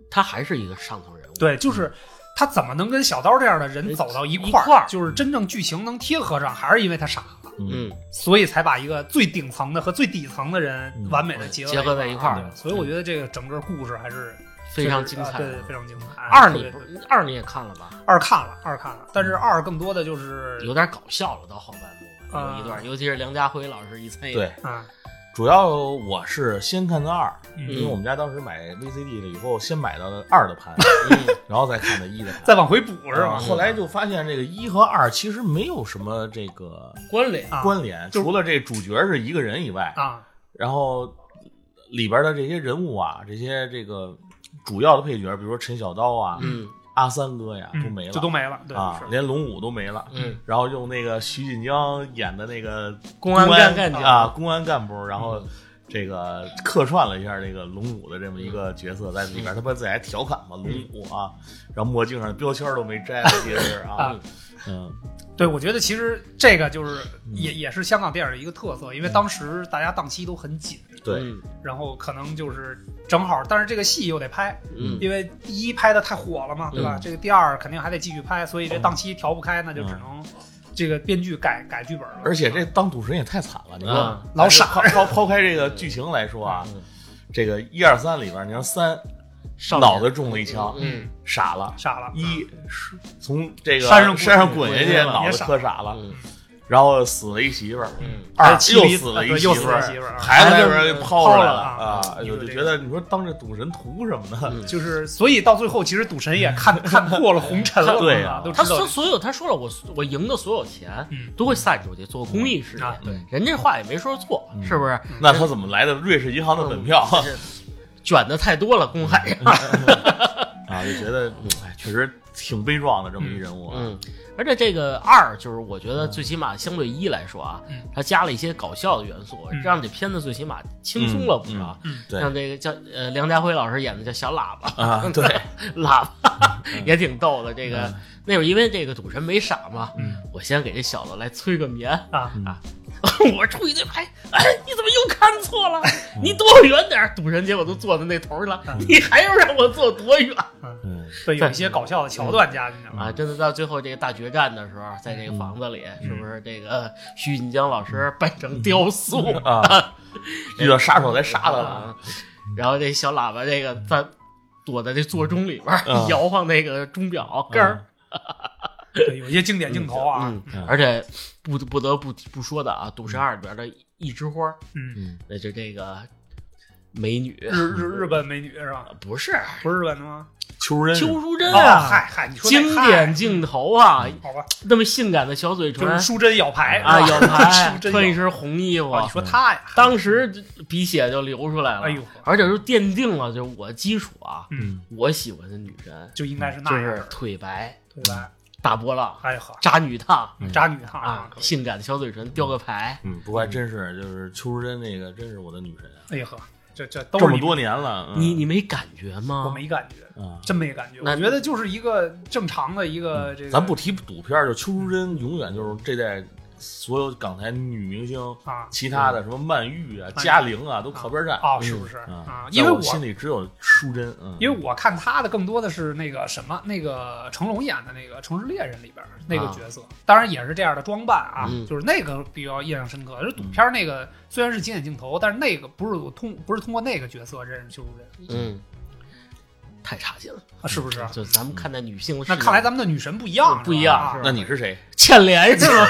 Speaker 1: 他还是一个上层人物。
Speaker 2: 对，就是他怎么能跟小刀这样的人走到一块
Speaker 1: 哎一块儿
Speaker 2: 就是真正剧情能贴合上，还是因为他傻了，
Speaker 1: 嗯，
Speaker 2: 所以才把一个最顶层的和最底层的人
Speaker 3: 嗯
Speaker 2: 完美的
Speaker 1: 结
Speaker 2: 结合
Speaker 1: 合在
Speaker 2: 在
Speaker 1: 一
Speaker 2: 儿
Speaker 1: 块儿
Speaker 3: 嗯，
Speaker 2: 所以我觉得这个整个故事还是
Speaker 1: 非常精
Speaker 2: 啊
Speaker 1: 彩
Speaker 2: 对。啊对，非常精彩。
Speaker 1: 二
Speaker 2: 特
Speaker 1: 你
Speaker 2: 别
Speaker 1: 不二你也看了吧？
Speaker 2: 二看了，二看了，但是二更多的就是
Speaker 1: 有点搞笑了，到后半部
Speaker 2: 啊
Speaker 1: 有一段，尤其是梁家辉老师一参与，
Speaker 3: 对，
Speaker 2: 啊，
Speaker 3: 主要我是先看的二，因为
Speaker 2: 嗯，
Speaker 3: 我们家当时买 VCD 了以后，先买到了二的盘，
Speaker 1: 嗯，
Speaker 3: 然后再看的一的盘。
Speaker 2: 再往回补是
Speaker 3: 啊
Speaker 2: 吗？
Speaker 3: 后来就发现这个一和二其实没有什么这个
Speaker 1: 关联
Speaker 2: 啊
Speaker 3: 关联，
Speaker 2: 就是
Speaker 3: 除了这主角是一个人以外，
Speaker 2: 啊，
Speaker 3: 然后里边的这些人物啊，这些这个主要的配角，比如说陈小刀啊，
Speaker 1: 嗯
Speaker 3: 阿三哥呀都
Speaker 2: 嗯
Speaker 3: 没了，
Speaker 2: 就都没了，对，
Speaker 3: 啊，
Speaker 2: 是
Speaker 3: 连龙五都没了。
Speaker 1: 嗯，
Speaker 3: 然后用那个徐锦江演的那个
Speaker 1: 公安干干警
Speaker 3: 啊，，公安干部，然后这个客串了一下这个龙五的这么一个
Speaker 1: 嗯
Speaker 3: 角色在里边，他不是自己还调侃嘛龙五啊，然后墨镜上的标签都没摘，我记得是啊
Speaker 2: 啊，
Speaker 3: 嗯
Speaker 2: 对，我觉得其实这个就是也也是香港电影的一个特色，因
Speaker 3: 嗯
Speaker 2: 为当时大家档期都很紧，
Speaker 3: 对，
Speaker 1: 嗯
Speaker 2: 然后可能就是正好，但是这个戏又得拍，
Speaker 1: 嗯
Speaker 2: 因为第一拍的太火了嘛，对吧？这个第二肯定还得继续拍，所以这档期调不开，那就只
Speaker 1: 嗯
Speaker 2: 能这个编剧改改剧本了。
Speaker 3: 而且这当赌神也太惨了，你说
Speaker 1: 啊
Speaker 2: 老傻
Speaker 3: 抛抛抛开这个剧情来说啊，
Speaker 1: 嗯
Speaker 3: 这个一二三里边，你说三
Speaker 1: 少年
Speaker 3: 脑子中了一枪，
Speaker 1: 嗯
Speaker 3: 傻了。
Speaker 2: 傻了，
Speaker 3: 一是嗯从这个
Speaker 2: 山上滚
Speaker 3: 山上滚下
Speaker 1: 滚
Speaker 3: 去，
Speaker 1: 下去了
Speaker 3: 脑
Speaker 2: 也
Speaker 3: 子
Speaker 2: 傻
Speaker 3: 磕傻了，
Speaker 1: 嗯
Speaker 3: 然后死了一媳妇儿，
Speaker 1: 嗯，
Speaker 3: 二
Speaker 2: 哎妻
Speaker 3: 又
Speaker 2: 离
Speaker 3: 死了
Speaker 2: 啊
Speaker 3: 一
Speaker 2: 对
Speaker 3: 媳
Speaker 2: 又死
Speaker 3: 妇儿
Speaker 2: 了媳妇儿啊，
Speaker 3: 还在外边抛出
Speaker 2: 抛出
Speaker 3: 来了
Speaker 2: 来了啊
Speaker 3: 我
Speaker 2: 你说
Speaker 3: 就
Speaker 2: 这嗯
Speaker 3: 觉得你说当这赌神图什么呢？
Speaker 2: 就是所以到最后，其实赌神也
Speaker 1: [laughs]
Speaker 2: 看看破了红尘了，
Speaker 3: 对
Speaker 2: 啊，
Speaker 3: 啊
Speaker 2: 都知
Speaker 1: 他
Speaker 2: 道
Speaker 1: 说所有他说了，我我赢的所有钱
Speaker 2: 嗯
Speaker 1: 都会散出去做公益事
Speaker 2: 啊
Speaker 1: 业，
Speaker 3: 对，
Speaker 1: 人这话也没说错，
Speaker 3: 嗯
Speaker 1: 是不是？
Speaker 3: [laughs] 那他怎么来的瑞士银行的本票
Speaker 2: 嗯
Speaker 3: 嗯
Speaker 1: 卷的太多了，公海。
Speaker 3: [laughs] 啊？就觉得
Speaker 2: 嗯
Speaker 3: 哎，确实挺悲壮的这么一人物啊。
Speaker 1: 嗯，而且这个二就是我觉得最起码相对一来说啊
Speaker 2: 嗯，
Speaker 1: 它加了一些搞笑的元素，
Speaker 2: 嗯
Speaker 1: 让这片子最起码轻松了不少。
Speaker 2: 嗯嗯嗯
Speaker 3: 对
Speaker 1: 像这个叫呃梁家辉老师演的叫小喇叭，
Speaker 3: [laughs] 啊，对，
Speaker 1: [laughs] 喇叭也挺逗的。这个那会儿因为这个赌神没傻嘛，我先给这小子来催个眠。 [laughs]
Speaker 2: 啊，
Speaker 1: 我出一堆牌，哎，你怎么又看错了？你躲我远点儿！赌神结果都坐到那头儿了，你还要让我坐多远
Speaker 3: 嗯，
Speaker 2: 对，有一些搞笑的桥段加进去了。
Speaker 1: 啊？真的到最后这个大决战的时候，在这个房子里，是不是这个徐锦江老师扮成雕塑， [laughs]
Speaker 3: 啊，
Speaker 2: [laughs]
Speaker 3: 遇到杀手才杀他
Speaker 2: 嗯
Speaker 3: 了。
Speaker 1: 啊然后这小喇叭这个在躲在这座钟里边儿
Speaker 3: 嗯
Speaker 1: 摇晃那个钟表杆儿，
Speaker 2: 对，有一些经典镜头啊，
Speaker 1: 嗯，而且不不得不不说的啊，《赌神二》里边的一枝花儿，
Speaker 2: 嗯，
Speaker 1: 那就这个美女，
Speaker 2: 日日日本美女是吧？
Speaker 1: 不是啊
Speaker 2: 不是日本的吗？
Speaker 3: 邱淑贞
Speaker 1: 邱淑贞
Speaker 2: 哦
Speaker 1: 啊，
Speaker 2: 嗨嗨，你说那
Speaker 1: 经
Speaker 2: 嗨
Speaker 1: 典镜头啊，
Speaker 2: 好吧，
Speaker 1: 那么性感的小嘴
Speaker 2: 就
Speaker 1: 唇
Speaker 2: 是淑贞咬牌
Speaker 1: 啊，
Speaker 2: 是吧
Speaker 1: 有牌，
Speaker 2: [laughs] 淑贞
Speaker 1: 穿一
Speaker 2: 咬
Speaker 1: 身红衣服
Speaker 2: 啊，你说他呀，
Speaker 1: 当时鼻血就流出来了，
Speaker 2: 哎呦
Speaker 1: 而且就奠定了就是我基础啊，
Speaker 2: 嗯，
Speaker 1: 我喜欢的女神
Speaker 2: 就应该是那
Speaker 1: 就
Speaker 2: 样
Speaker 1: 是
Speaker 2: 的，
Speaker 1: 腿白、
Speaker 2: 对吧？
Speaker 1: 大波浪、
Speaker 2: 哎呵，
Speaker 1: 渣女烫
Speaker 2: 渣女哈
Speaker 1: 啊，
Speaker 2: 可以
Speaker 1: 性感的小嘴唇雕个牌，
Speaker 3: 嗯，不过还真是，就是邱淑贞那个真是我的女神啊，
Speaker 2: 哎呵，这这都
Speaker 3: 这
Speaker 2: 是
Speaker 3: 么
Speaker 2: 一
Speaker 3: 多年了，嗯
Speaker 1: 你你没感觉吗？
Speaker 2: 我没感觉，
Speaker 3: 啊，
Speaker 2: 真没感觉。
Speaker 1: 那
Speaker 2: 我觉得就是一个正常的一个呃这个，
Speaker 3: 嗯咱不提赌片儿，就邱淑贞永远就是这代所有港台女明星，
Speaker 2: 啊
Speaker 3: 其他的什么曼玉啊、
Speaker 2: 玉
Speaker 3: 嘉玲啊，都靠边站
Speaker 2: 啊，是不是
Speaker 3: 啊
Speaker 2: 啊？。
Speaker 3: 在
Speaker 2: 因为
Speaker 3: 我
Speaker 2: 我
Speaker 3: 心里只有淑贞，嗯，
Speaker 2: 因为我看他的更多的是那个什么，那个成龙演的那个《城市猎人》里边儿那个角色，当然也是这样的装扮啊，
Speaker 1: 嗯
Speaker 2: 就是那个比较印象深刻。就是赌片儿那个虽然是经典镜头，但是那个不是我通不是通过那个角色认识邱淑贞
Speaker 1: 嗯，太差劲了，
Speaker 2: 啊，是不是？
Speaker 1: 就咱们看待女性的视
Speaker 2: 那
Speaker 1: 角，
Speaker 2: 看来咱们的女神不一
Speaker 1: 嗯
Speaker 2: 样，
Speaker 1: 不一样
Speaker 2: 是吧
Speaker 3: 那你是谁？
Speaker 1: 欠连是吗？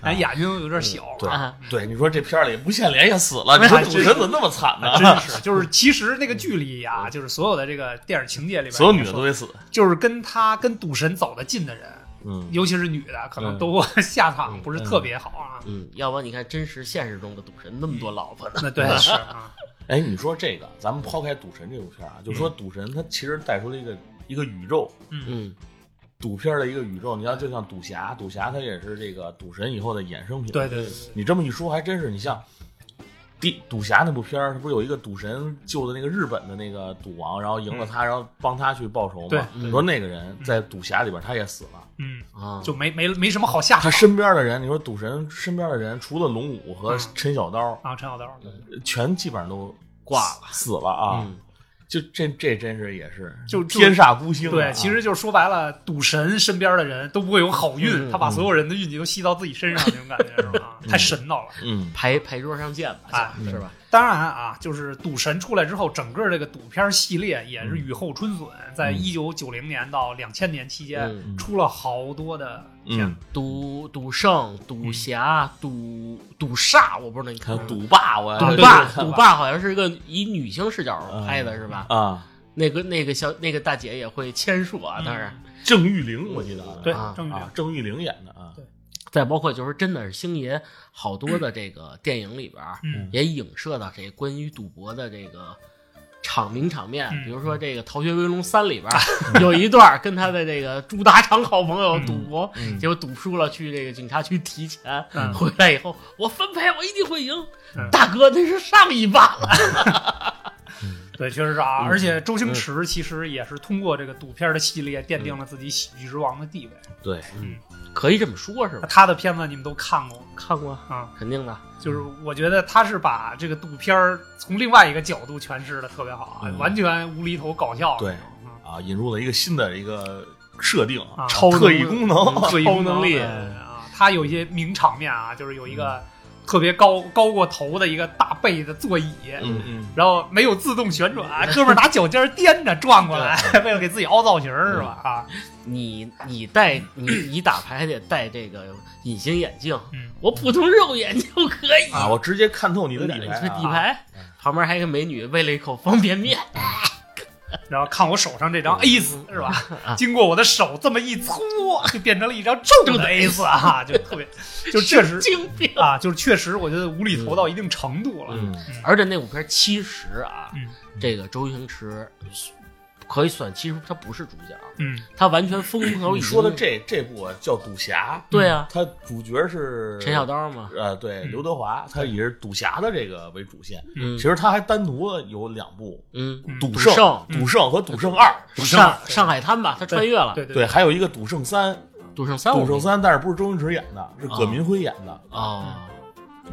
Speaker 2: 哎，眼睛有点小，
Speaker 3: 啊嗯对
Speaker 1: 啊
Speaker 3: 对，你说这片儿里不限脸也
Speaker 2: [laughs]
Speaker 3: 死了，你说
Speaker 2: 还
Speaker 3: 赌
Speaker 2: 真
Speaker 3: 神怎么那么惨
Speaker 2: 啊
Speaker 3: 呢？
Speaker 2: 真是，就是其实那个剧里呀、就是所有的这啊个电影情节里边，
Speaker 3: 嗯所有女的都得死，
Speaker 2: 就是跟他跟赌神走得近的人，
Speaker 3: 嗯，
Speaker 2: 尤其是女的，可能
Speaker 3: 嗯
Speaker 2: 都 [laughs] 下场不是特别好啊。
Speaker 1: 嗯，要不然你看真实现实中的赌神那么多老婆呢，
Speaker 2: 那
Speaker 3: 嗯
Speaker 2: 对是啊，
Speaker 3: 哎，你说这个，咱们抛开赌神这部片儿啊，就
Speaker 2: 嗯
Speaker 3: 说赌神他其实带出了一个一个宇宙，
Speaker 1: 嗯
Speaker 3: 赌片儿的一个宇宙。你看，就像赌侠，赌侠他也是这个赌神以后的衍生品，
Speaker 2: 对对对
Speaker 3: 你这么一说，还真是。你像第赌侠那部片儿，它不是有一个赌神救的那个日本的那个赌王，然后赢了他，然后帮他去报仇
Speaker 2: 嗯对
Speaker 3: 嘛？你说那个人在赌侠里边他也死了，
Speaker 2: 嗯，
Speaker 1: 啊，
Speaker 2: 就没没没什么好下
Speaker 3: 他
Speaker 2: 场
Speaker 3: 身边的人，你说赌神身边的人，除了龙武和
Speaker 2: 嗯
Speaker 3: 陈小刀，
Speaker 2: 啊。陈小刀，
Speaker 3: 嗯全基本上都
Speaker 1: 挂了
Speaker 3: 死了啊！
Speaker 1: 嗯
Speaker 3: 就这这真是也是
Speaker 2: 就就
Speaker 3: 天煞孤星啊、
Speaker 2: 对，其实就是说白了，赌神身边的人都不会有好
Speaker 1: 嗯
Speaker 2: 运，他把所有人的运气都吸到自己身上，那种感觉是吧？啊太神道了。
Speaker 3: 嗯，
Speaker 1: 牌牌桌上见吧，
Speaker 2: 哎
Speaker 1: 是吧？
Speaker 2: 当然啊，就是赌神出来之后，整个这个赌片系列也
Speaker 3: 嗯
Speaker 2: 是雨后春笋，在一九九零年到两千年期
Speaker 1: 嗯
Speaker 2: 间出了好多的片
Speaker 3: 嗯
Speaker 2: 子，，
Speaker 1: 赌赌圣、
Speaker 2: 嗯
Speaker 1: 赌侠、赌赌煞，我不知道你
Speaker 3: 还
Speaker 1: 看
Speaker 3: 有
Speaker 1: 过吗。
Speaker 3: 赌霸我
Speaker 1: 赌
Speaker 2: 对
Speaker 1: 霸，
Speaker 2: 对
Speaker 1: 赌霸好像是一个以女性视角拍的，是吧？
Speaker 3: 啊，
Speaker 1: 那个那个小那个大姐也会签署啊，当
Speaker 2: 嗯
Speaker 1: 然，
Speaker 3: 郑玉玲我记得啊
Speaker 2: 对
Speaker 1: 啊，
Speaker 2: 郑宇
Speaker 3: 啊，郑玉玲演的啊，
Speaker 1: 再包括就是真的是星爷好多的这个电影里边儿
Speaker 2: 嗯
Speaker 1: 也影射到这关于赌博的这个场名场面，
Speaker 2: 嗯
Speaker 1: 比如说这个《逃学威龙三》里边儿、
Speaker 3: 嗯
Speaker 1: 有一段跟他的这个朱达昌好朋友赌博，
Speaker 3: 嗯
Speaker 1: 结果赌输了，去这个警察局提钱，
Speaker 2: 嗯
Speaker 1: 回来以后我翻牌我一定会赢，
Speaker 2: 嗯
Speaker 1: 大哥那是上一把了，
Speaker 2: 对，确实是啊。
Speaker 3: 嗯
Speaker 2: 而且周星驰其实也是通过这个赌片的系列奠定了自己喜剧之王的地位。
Speaker 3: 对，
Speaker 1: 可以这么说，是吧？
Speaker 2: 他的片子你们都看过
Speaker 1: 看过，
Speaker 2: 啊、
Speaker 1: 肯定的，
Speaker 2: 就是
Speaker 3: 嗯
Speaker 2: 我觉得他是把这个赌片儿从另外一个角度诠释的特别好啊，
Speaker 3: 嗯
Speaker 2: 完全无厘头搞笑的
Speaker 3: 对
Speaker 2: 那种。嗯
Speaker 3: 啊，引入了一个新的一个设定
Speaker 2: 啊
Speaker 1: 超
Speaker 3: 特
Speaker 1: 能
Speaker 3: 异功 [laughs] 能，
Speaker 1: 特异
Speaker 2: 超
Speaker 1: 功能力
Speaker 2: 啊，他有一些名场面啊，就是有一个特别高高过头的一个大背的座椅，
Speaker 3: 嗯嗯，
Speaker 2: 然后没有自动旋转，哥们儿拿脚尖儿颠着转过来， [laughs] 为了给自己凹造型儿是吧？啊，
Speaker 1: 你你戴你你打牌还得戴这个隐形眼镜，
Speaker 2: 嗯，
Speaker 1: 我普通肉眼就可以。
Speaker 3: 啊，我直接看透你的底牌
Speaker 1: 这
Speaker 3: 啊
Speaker 1: 底牌旁边还有个美女喂了一口方便面，
Speaker 2: 然后看我手上这张 A 四是吧？经过我的手这么一搓，就变成了一张正的 A 四啊， [laughs] 就特别，就确实
Speaker 1: 精病。
Speaker 2: 啊，就是确实，我觉得无厘头到一定程度了。
Speaker 3: 嗯
Speaker 1: 而且那五片其实啊，
Speaker 2: 嗯
Speaker 1: 这个周星驰可以算，其实他不是主角，
Speaker 2: 嗯，
Speaker 1: 他完全风头已
Speaker 3: 你
Speaker 1: 经
Speaker 3: 说的这这部啊叫《赌侠》，
Speaker 1: 嗯对啊，
Speaker 3: 它主角是
Speaker 1: 陈小，刀嘛，
Speaker 3: 呃，对，
Speaker 2: 嗯
Speaker 3: 刘德华，他以是赌侠的这个为主线。
Speaker 1: 嗯
Speaker 3: 其实他还单独有两部
Speaker 1: 嗯，
Speaker 2: 嗯
Speaker 3: 赌
Speaker 1: 圣
Speaker 3: 圣、
Speaker 2: 嗯
Speaker 3: 赌圣和赌圣二，
Speaker 1: 上上海滩吧，他穿越了，
Speaker 2: 对
Speaker 3: 对，，还有一个赌圣三，
Speaker 1: 赌圣三，
Speaker 3: 赌
Speaker 1: 我
Speaker 3: 圣
Speaker 1: 没啊
Speaker 3: 三，但是不是周星驰演的，是葛民辉演的。
Speaker 1: 哦，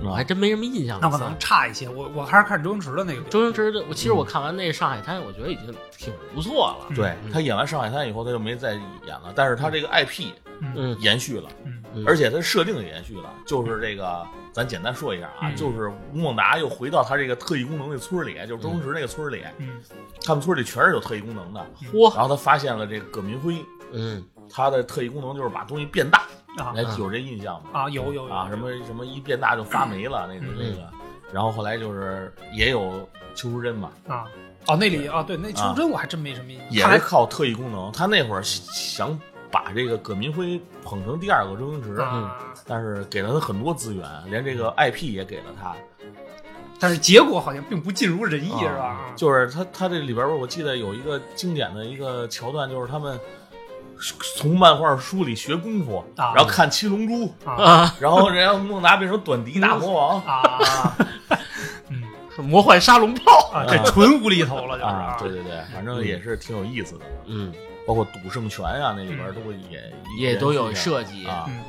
Speaker 1: 我
Speaker 3: 啊
Speaker 1: 还真没什么印象了。
Speaker 2: 嗯那可能嗯差一些。我我还是看周星驰的那个比较多。
Speaker 1: 周星驰的，我其实我看完那《上海滩》，我觉得已经挺不错了。
Speaker 3: 对
Speaker 1: 嗯
Speaker 3: 他演完《上海滩》以后，他就没再演了，但是他这个 IP
Speaker 2: 嗯
Speaker 1: 嗯
Speaker 3: 延续了，
Speaker 2: 嗯
Speaker 1: 嗯
Speaker 3: 而且他设定也延续了，就是这个，咱简单说一下啊，
Speaker 2: 嗯
Speaker 3: 就是吴孟达又回到他这个特异功能的村里，就是周星驰那个村里，
Speaker 2: 嗯
Speaker 3: 他们村里全是有特异功能的，
Speaker 1: 嚯，
Speaker 3: 然后他发现了这个葛民辉，
Speaker 1: 嗯
Speaker 3: 他的特异功能就是把东西变大，
Speaker 2: 啊
Speaker 3: 哎，有这印象吗？
Speaker 2: 啊，有有有
Speaker 3: 啊，什么什么一变大就发霉了，那个
Speaker 2: 嗯
Speaker 3: 那个，然后后来就是也有邱淑贞嘛，
Speaker 2: 啊？哦，那里啊，对，那邱淑贞我还真没什么印
Speaker 3: 也
Speaker 2: 象。
Speaker 3: 是
Speaker 2: 看
Speaker 3: 靠特异功能，他那会儿想把这个葛民辉捧成第二个周星驰
Speaker 2: 来，啊，
Speaker 3: 但是给了他很多资源，连这个 IP 也给了他，
Speaker 2: 但是结果好像并不尽如人意，是吧？
Speaker 3: 啊
Speaker 2: 啊
Speaker 3: 就是他他这里边儿，我记得有一个经典的一个桥段，就是他们从漫画书里学功夫，
Speaker 2: 啊
Speaker 3: 然后看《七龙珠》，
Speaker 2: 啊
Speaker 1: 啊，
Speaker 2: [laughs]
Speaker 3: 然后人家孟达变成短笛大魔王。 [laughs]
Speaker 2: 啊，嗯
Speaker 1: 魔幻沙龙炮，
Speaker 2: 啊，这纯无厘头了，就是
Speaker 3: 啊，对对对，反正也是挺有意思的，
Speaker 1: 嗯，
Speaker 3: 包括赌圣拳啊，那里边儿都也
Speaker 1: 也都有设计
Speaker 3: 啊，
Speaker 2: 嗯